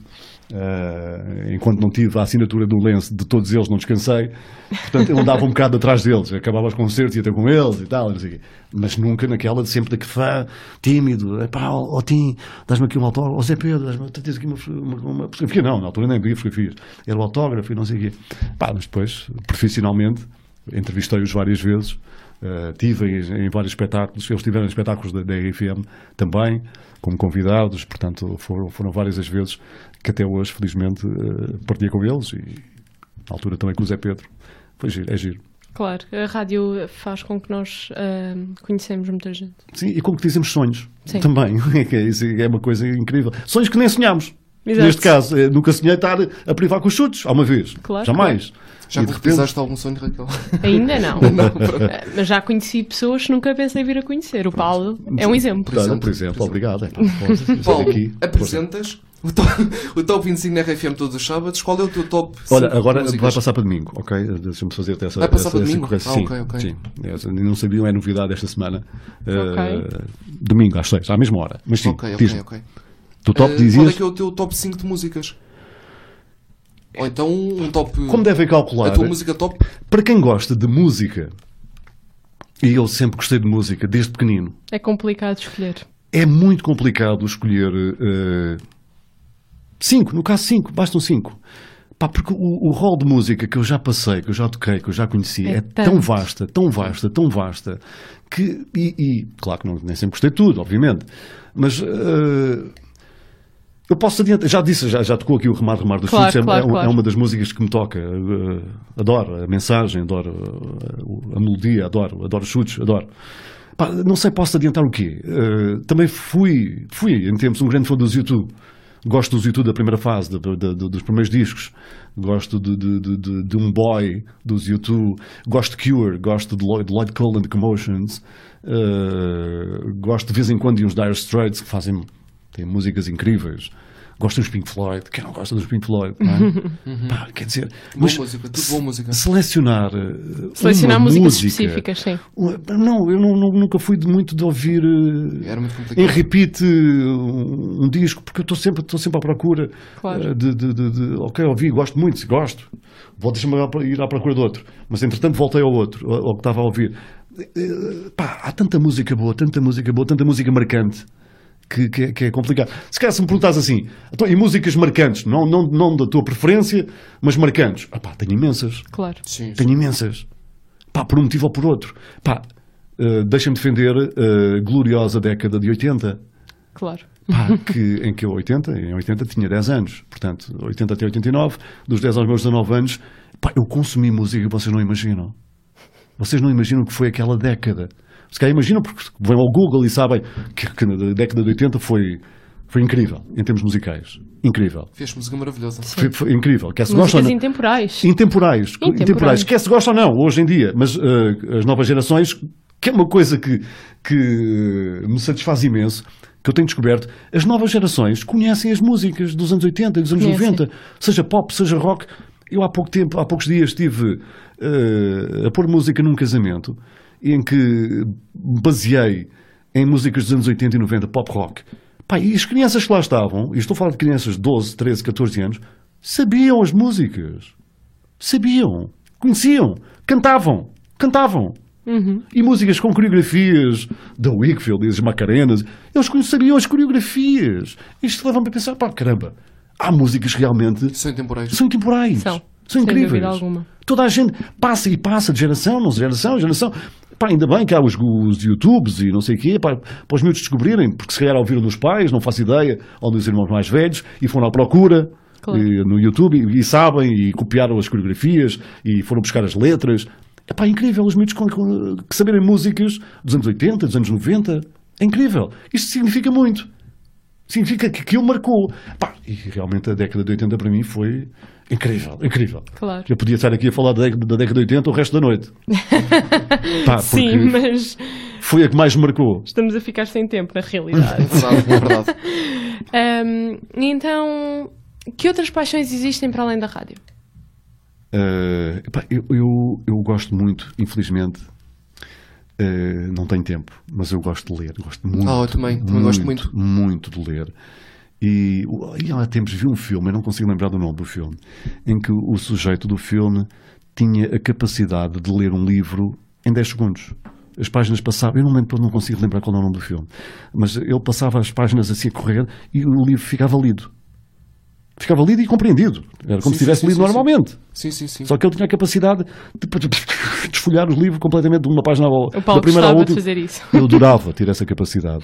S2: Eh, enquanto não tive a assinatura do lenço de todos eles, não descansei. Portanto, eu andava um bocado atrás deles. Acabava os concertos, ia ter com eles e tal, não sei o quê. Mas nunca naquela de sempre daquele fã tímido. Epá, ó ó Tim, dás-me aqui um autógrafo. Ó Zé Pedro, dás-me tens aqui uma, uma, uma fotografia. Não, na altura nem havia fotografias. Era o autógrafo e não sei o quê. Pá, mas depois, profissionalmente, entrevistei-os várias vezes, eh, tive em, em vários espetáculos, eles tiveram espetáculos da, da RFM também, como convidados, portanto foram, foram várias as vezes que até hoje, felizmente, eh, partia com eles e na altura também com o Zé Pedro. Foi giro, é giro.
S3: Claro, a rádio faz com que nós ahm, conhecemos muita gente.
S2: Sim, e como que dizemos sonhos
S3: Sim.
S2: também, que é, isso, é uma coisa incrível. Sonhos que nem sonhámos.
S3: Exato.
S2: Neste caso, eh, nunca sonhei estar a privar com os chutes, alguma vez.
S3: Claro,
S2: Jamais.
S1: Já
S2: E de repente-
S1: concretizaste algum sonho, Raquel?
S3: Ainda não.
S1: Não, pronto.
S3: Ah, Mas já conheci pessoas que nunca pensei vir a conhecer. O Paulo é um exemplo.
S2: Claro,
S1: exemplo,
S2: por exemplo, obrigado. É, pá, posso dizer
S1: Paulo,
S2: aqui.
S1: apresentas o top, o top 25 na RFM todos os sábados. Qual é o teu top 5
S2: Olha, agora
S1: músicas?
S2: vai passar para domingo, ok? Deixa-me fazer essa,
S1: Vai passar
S2: essa,
S1: para
S2: essa
S1: domingo?
S2: correção.
S1: Ah,
S2: sim,
S1: ok, ok.
S2: sim. Essa- não sabiam, é novidade esta semana. Eh, domingo às seis, à mesma hora. Mas sim,
S1: Ok, ok,
S2: diz-me.
S1: ok.
S2: Do top
S1: Eh,
S2: dizias,
S1: Qual é que é o teu top 5 de músicas? Ou então um top.
S2: como devem calcular,
S1: a tua música top?
S2: para quem gosta de música, e eu sempre gostei de música, desde pequenino,
S3: É complicado escolher.
S2: é muito complicado escolher eh, cinco, no caso cinco, bastam cinco. Pá, porque o, o rol de música que eu já passei, que eu já toquei, que eu já conheci, é,
S3: É
S2: tão
S3: tanto.
S2: vasta, tão vasta, tão vasta, que. E, e, claro que não, nem sempre gostei de tudo, obviamente, mas. eh, eu posso adiantar, já disse, já, já tocou aqui o Remar Remar dos
S3: Claro,
S2: Chutes, é-
S3: claro,
S2: é, um- é
S3: claro.
S2: uma das músicas que me toca. eh, adoro a mensagem, adoro eh, o- a melodia, adoro, adoro os chutes, adoro. Pá, não sei, posso adiantar o quê? Eh, também fui, fui, em tempos, um grande fã dos YouTube. Gosto dos YouTube da primeira fase, da- da- da- dos primeiros discos. Gosto de, de, de, de- de um boy dos YouTube. Gosto de Cure, gosto de Lloyd, de Lloyd Cole and the Commotions. Eh, gosto de vez em quando de uns Dire Straits que fazem têm músicas incríveis. Gosto dos Pink Floyd. Quem não gosta dos Pink Floyd? Não é? Pá, quer dizer,
S1: Boa música, tudo boa música.
S2: Selecionar, eh,
S3: Selecionar
S2: uma
S3: músicas
S2: música,
S3: específicas, sim.
S2: Não, eu não- não- nunca fui de muito de ouvir eh,
S1: Era muito complicado.
S2: em repeat eh, um, um disco, porque eu estou sempre, estou sempre à procura
S3: Claro.
S2: eh, de, de- de- de- Ok, ouvi, gosto muito, gosto. Vou deixar-me ir à pro- ir à procura do outro. Mas entretanto voltei ao outro, ao, ao que estava a ouvir. Eh, eh, Pá, há tanta música boa, tanta música boa, tanta música marcante. Que, que é- que é complicado. Se calhar se me perguntas assim, então, e músicas marcantes, não, não, não da tua preferência, mas marcantes. Ah pá, tenho imensas.
S3: Claro.
S1: Sim, sim.
S2: Tenho imensas. Pá, por um motivo ou por outro. Pá, eh, deixa-me defender eh, a gloriosa década de 80.
S3: Claro.
S2: Pá, que, em que eu 80, em 80 tinha 10 anos. Portanto, 80 até 89, dos 10 aos meus 19 anos, pá, eu consumi música que vocês não imaginam. Vocês não imaginam o que foi aquela década. Se calhar imaginam porque vão ao Google e sabem que, que na década de 80 foi Foi incrível, em termos musicais. Incrível.
S1: Fez música maravilhosa.
S2: Foi, foi incrível. Quer se gosta ou
S3: Músicas
S2: não.
S3: intemporais.
S2: Intemporais.
S3: Intemporais.
S2: Intemporais. Quer se gosta ou não, hoje em dia. Mas eh, as novas gerações, que é uma coisa que, que me satisfaz imenso, que eu tenho descoberto, as novas gerações conhecem as músicas dos anos 80 e dos anos
S3: Conhecem.
S2: 90, seja pop, seja rock. Eu há pouco tempo, há poucos dias, estive eh, a pôr música num casamento em que me baseei em músicas dos anos 80 e 90, pop rock. Pá, e as crianças que lá estavam, e estou a falar de crianças de 12, 13, 14 anos, sabiam as músicas sabiam, conheciam, cantavam, cantavam. E músicas com coreografias da Wakefield e das Macarenas, eles conhe- sabiam as coreografias. Isto leva-me a pensar: pá, caramba, há músicas que realmente
S1: São intemporais.
S2: são intemporais,
S3: São,
S2: são
S3: sem
S2: incríveis.
S3: dúvida alguma.
S2: Toda a gente passa e passa de geração, não sei, geração, geração. Pá, ainda bem que há os, os YouTubes e não sei o quê, pá, para os miúdos descobrirem, porque se calhar ouviram dos pais, não faço ideia, ou dos irmãos mais velhos, e foram à procura
S3: Claro.
S2: e- no YouTube e, e sabem, e copiaram as coreografias, e foram buscar as letras. É pá, é incrível, os miúdos com- com- que saberem músicas dos anos 80, dos anos 90, é incrível. Isto significa muito. Significa que aquilo marcou. Pá, e realmente a década de 80 para mim foi incrível, incrível.
S3: Claro.
S2: Eu podia estar aqui a falar da década, da década de 80 o resto da noite. Pá, porque
S3: Sim, mas
S2: foi a que mais me marcou.
S3: estamos a ficar sem tempo, na realidade.
S1: É verdade, é verdade.
S3: Ahm, então, que outras paixões existem para além da rádio?
S2: Eh, epá, eu, eu, eu gosto muito, infelizmente, eh, não tenho tempo, mas eu gosto de ler, gosto muito.
S1: Ah, eu também, também gosto muito.
S2: Muito de ler. E, e há tempos vi um filme, eu não consigo lembrar do nome do filme, em que o sujeito do filme tinha a capacidade de ler um livro em 10 segundos. As páginas passavam, eu não, lembro, não consigo lembrar qual é o nome do filme, mas ele passava as páginas assim a correr e o livro ficava lido. Ficava lido e compreendido. Era
S1: Sim,
S2: como se tivesse
S1: sim,
S2: lido
S1: sim, sim, sim.
S2: normalmente.
S1: Sim, sim, sim.
S2: Só que ele tinha a capacidade de desfolhar os livros completamente de uma página à outra.
S3: O Paulo
S2: da primeira à
S3: gostava de
S2: última.
S3: fazer isso.
S2: Eu adorava ter essa capacidade.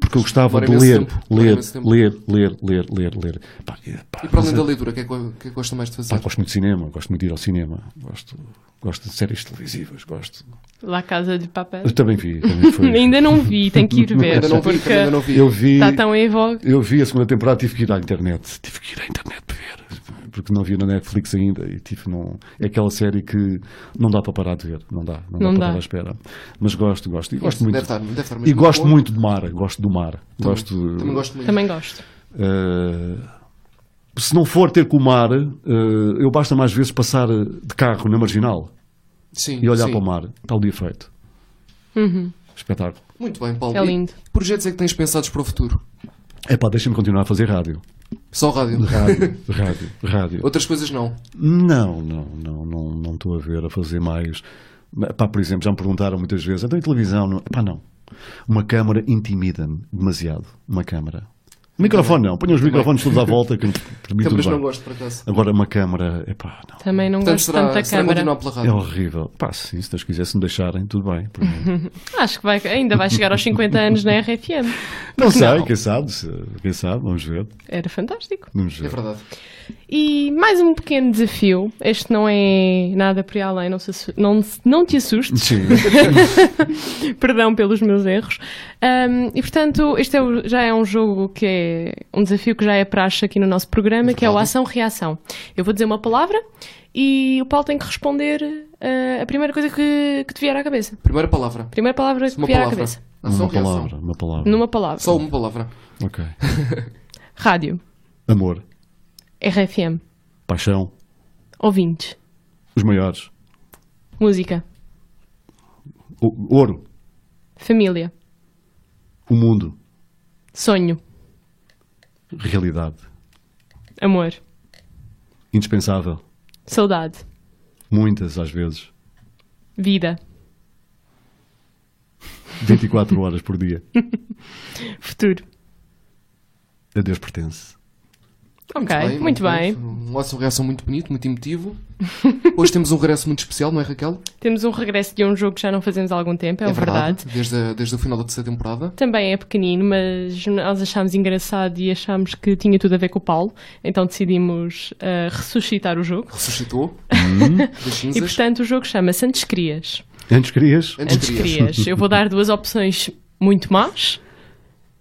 S2: Porque eu gostava
S1: Demora
S2: de
S1: imenso
S2: ler,
S1: tempo. Demora
S2: ler,
S1: imenso tempo.
S2: ler, ler, ler, ler, ler. Pá, e, pá,
S1: E para
S2: mas
S1: além da
S2: eu-
S1: leitura, o que é que, o que é que gosta mais de
S2: pá,
S1: fazer?
S2: gosto muito de cinema, gosto muito de ir ao cinema. Gosto, gosto de séries televisivas, gosto.
S3: Lá Casa de Papel.
S2: Eu também vi. Também foi.
S3: Ainda não vi, tenho que ir ver.
S1: Ainda não vi,
S3: porque
S1: também ainda não vi.
S2: é Eu vi,
S3: Está Tá tão em vogue.
S2: eu vi a segunda temporada, tive que ir à internet. Tive que ir à internet para ver. Porque não vi na Netflix ainda. E tive, não, é aquela série que não dá para parar de ver. Não dá. Não, dá para
S3: Não dá.
S2: parar à espera. Mas gosto, gosto. E gosto
S1: Deve
S2: muito.
S1: estar, deve estar
S2: E
S1: mesmo
S2: gosto
S1: boa.
S2: muito do mar, gosto do mar. gosto,
S1: Também gosto muito.
S3: Também gosto.
S2: eh, se não for ter com o mar, eh, eu basta mais vezes passar eh, de carro na marginal
S1: Sim,
S2: e olhar
S1: sim.
S2: para o mar. Está o dia feito.
S3: Uhum,
S2: Espetáculo.
S1: Muito bem, Paulo.
S3: É lindo.
S1: E que projetos é que tens pensados para o futuro?
S2: É pá, deixa-me continuar a fazer rádio.
S1: Só rádio.
S2: Rádio, rádio, rádio.
S1: Outras coisas não.
S2: Não, não, não, não, não estou a ver a fazer mais. Pá, por exemplo, já me perguntaram muitas vezes, então em televisão, não... pá, não. Uma câmara intimida-me demasiado. Uma câmara. Microfone não, ponha os microfones todos à volta que para mim tudo
S1: Câmaras
S2: bem.
S1: não gosto, por acaso.
S2: Agora uma câmara, epá, não.
S3: Também não
S1: Portanto,
S3: gosto tanto
S1: será,
S3: da
S1: será continuar
S3: câmara.
S1: pela
S2: É
S1: rádio.
S2: horrível. Pá, sim, se Deus quiser, se me deixarem, tudo bem. por mim.
S3: Acho que vai- ainda vai chegar aos 50 anos na RFM.
S2: Não sei, quem sabe, se- quem sabe, vamos ver.
S3: Era fantástico.
S2: Vamos
S1: É
S2: ver.
S1: verdade.
S3: E mais um pequeno desafio. Este não é nada por aí além, não, se assu- não, se- não te assustes.
S2: Sim,
S3: Perdão pelos meus erros. Ahm, e portanto, este é o- já é um jogo que é um desafio que já é praxe aqui no nosso programa, que é o
S1: Verdade.
S3: ação-reação. Eu vou dizer uma palavra e o Paulo tem que responder ah, a primeira coisa que, que te vier à cabeça.
S1: Primeira palavra.
S3: Primeira palavra que te
S1: Uma
S3: vier à
S1: palavra.
S3: cabeça.
S1: Ação,
S2: uma
S1: reação.
S2: palavra, uma palavra.
S3: Numa palavra.
S1: Só uma palavra.
S2: Ok.
S3: Rádio,
S2: Amor,
S3: RFM,
S2: paixão,
S3: ouvintes,
S2: os maiores,
S3: música,
S2: o- ouro,
S3: família,
S2: o mundo,
S3: sonho,
S2: realidade,
S3: amor,
S2: indispensável,
S3: saudade,
S2: muitas às vezes,
S3: vida,
S2: 24 horas por dia.
S3: futuro.
S2: A Deus pertence.
S3: Ok, Tá muito, bem.
S1: Um ação reação muito bonito, muito emotivo. Hoje temos um regresso muito especial, não é, Raquel?
S3: Temos um regresso de um jogo que já não fazemos há algum tempo, é, verdade.
S1: Desde, a- desde o final da terceira temporada.
S3: Também é pequenino, mas nós achámos engraçado e achámos que tinha tudo a ver com o Paulo, então decidimos ah, ressuscitar o jogo.
S1: Ressuscitou. Das cinzas.
S3: Hum. E portanto o jogo chama-se Antes Crias.
S2: Antes querias?
S1: Antes
S3: Antes
S1: querias.
S3: Crias. Eu vou dar duas opções muito más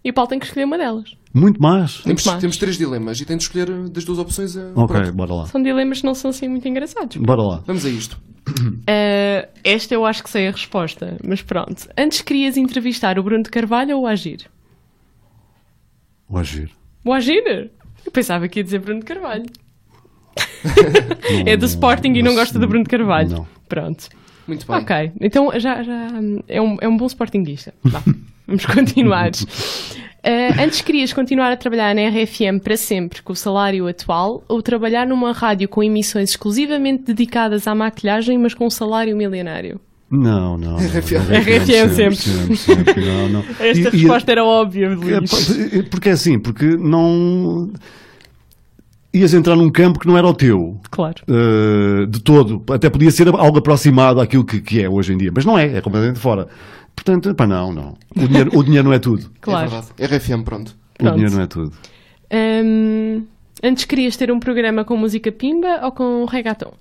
S3: e o Paulo tem que escolher uma delas.
S2: Muito mais.
S1: Temos,
S3: mais.
S1: temos três dilemas e tem de escolher das duas opções. A...
S2: Ok,
S1: Pronto.
S2: bora lá.
S3: São dilemas que não são assim muito engraçados.
S2: Bora lá.
S1: Vamos a isto.
S3: Ah, esta eu acho que sei a resposta, mas pronto. Antes querias entrevistar o Bruno de Carvalho ou o Agir?
S2: O agir.
S3: O Agir? Eu pensava que ia dizer Bruno de Carvalho. é do Sporting e não
S2: mas-
S3: gosta do Bruno de Carvalho.
S2: Não.
S3: Pronto.
S1: Muito bem.
S3: Ok, então já, já hum, é, um, é um bom sportinguista. Vá, vamos continuar. Eh, antes querias continuar a trabalhar na RFM para sempre com o salário atual ou trabalhar numa rádio com emissões exclusivamente dedicadas à maquilhagem, mas com um salário milionário?
S2: Não, não. não.
S3: RFM É sempre.
S2: sempre, sempre, não, não.
S3: Esta
S2: E- e-
S3: resposta era óbvia,
S2: É,
S3: Luís.
S2: pá, é, Porque é assim, porque não. Ias entrar num campo que não era o teu.
S3: Claro.
S2: eh, de todo. Até podia ser algo aproximado àquilo que, que é hoje em dia. Mas não é, é completamente fora. Portanto, pá, não, não. O dinheiro, o dinheiro não é tudo.
S1: É
S3: Claro.
S1: verdade. RFM, pronto.
S2: O
S3: Pronto.
S2: dinheiro não é tudo.
S3: Hum, antes querias ter um programa com música pimba ou com reggaeton?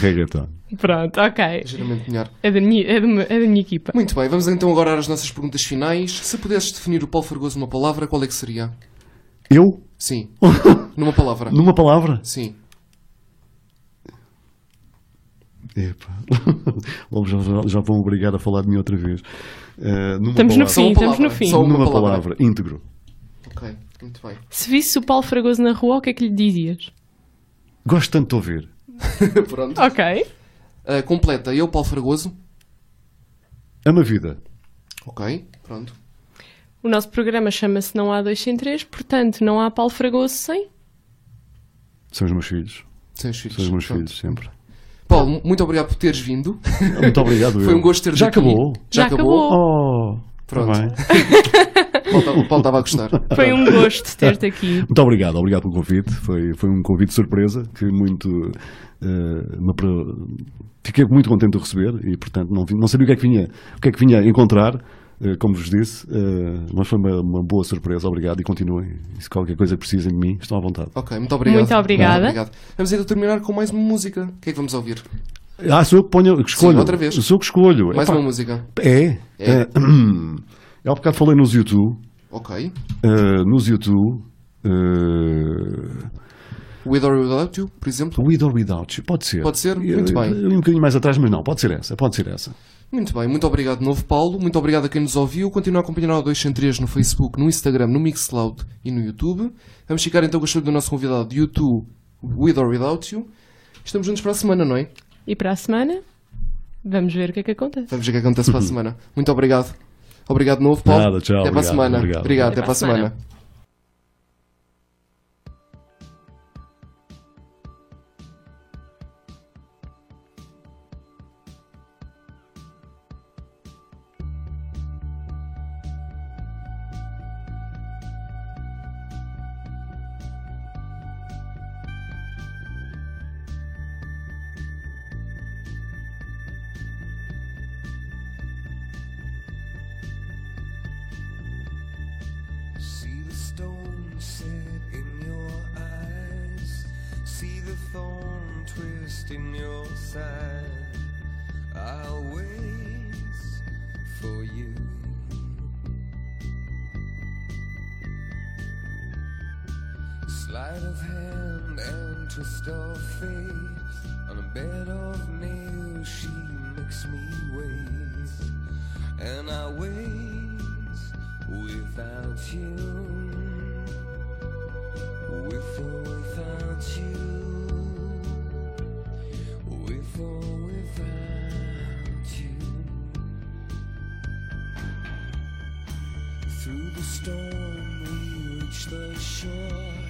S2: Reggaeton.
S3: Pronto, ok.
S1: Ligeiramente melhor.
S3: É da minha, é da minha- é da minha equipa.
S1: Muito bem, vamos então agora às nossas perguntas finais. Se pudesses definir o Paulo Fragoso numa palavra, qual é que seria?
S2: Eu?
S1: Sim. Numa palavra.
S2: Numa palavra?
S1: Sim.
S2: Epá. Logo já, já- já vão obrigar a falar de mim outra vez. Eh, numa
S3: Estamos no
S2: palavra-
S1: Só
S3: fim,
S1: uma
S3: estamos no
S1: palavra.
S3: fim.
S1: Só uma
S2: Numa
S1: palavra.
S2: palavra, íntegro.
S1: Ok, muito bem.
S3: Se visse o Paulo Fragoso na rua, o que é que lhe dizias?
S2: Gosto tanto de ouvir.
S1: pronto.
S3: Ok.
S1: Ah, completa, eu, Paulo Fragoso.
S2: Ama a vida.
S1: Ok, pronto.
S3: O nosso programa chama-se Não Há Dois Sem Três, portanto, não há Paulo Fragoso sem.
S2: São os meus filhos.
S1: Sem os filhos.
S2: São os meus
S1: Pronto.
S2: filhos, sempre.
S1: Paulo, muito obrigado por teres vindo.
S2: Muito obrigado.
S1: Foi
S2: eu.
S1: um gosto ter
S2: Já acabou?
S1: Já,
S3: Já
S1: acabou.
S3: acabou.
S2: Oh,
S1: Pronto.
S2: tá bem.
S1: O Paulo estava a gostar.
S3: Foi
S2: Ah.
S3: um gosto ter-te aqui.
S2: Muito obrigado, obrigado pelo convite. Foi, foi um convite de surpresa que muito. eh, me pro- Fiquei muito contente de o receber e, portanto, não, vi- não sabia o que é que vinha, o que é que vinha encontrar, eh, como vos disse, eh, mas foi uma, uma boa surpresa. Obrigado e continuem. E se qualquer coisa precisem de mim, estão à vontade.
S1: Ok, muito obrigado.
S3: Muito obrigada.
S1: Obrigado. Vamos então terminar com mais uma música. O que é que vamos ouvir?
S2: Ah, sou eu que ponho, que escolho.
S1: outra vez.
S2: Sou eu que escolho.
S1: Mais
S2: Epá,
S1: uma música.
S2: É?
S1: É.
S2: É. Eu há bocado falei nos YouTube.
S1: Ok.
S2: eh, nos YouTube. eh,
S1: With or Without You, por exemplo.
S2: With or without you, pode ser.
S1: Pode ser?
S2: Eu-
S1: Muito bem.
S2: eu- eu li um bocadinho mais atrás, mas não, pode ser essa, pode ser essa.
S1: Muito bem, muito obrigado de novo, Paulo. Muito obrigado a quem nos ouviu. Continua a acompanhar o 203 no Facebook, no Instagram, no Mixcloud e no YouTube. Vamos ficar então com o show do nosso convidado de YouTube, With or Without You. Estamos juntos para a semana, não é?
S3: E para a semana, vamos ver o que é que acontece.
S1: Vamos ver o que acontece para a semana. Muito obrigado. Obrigado de novo, Paulo.
S2: Nada, tchau,
S1: Até para a
S2: obrigado,
S1: semana.
S2: obrigado.
S1: obrigado até para a semana.
S4: See the stone set in your eyes. See the thorn twist in your side. I'll wait for you. Sleight of hand and twist of fate. On a bed of nails, she makes me wait and I wait without you, with or without you, with or without you. Through the storm we reach the shore. ah,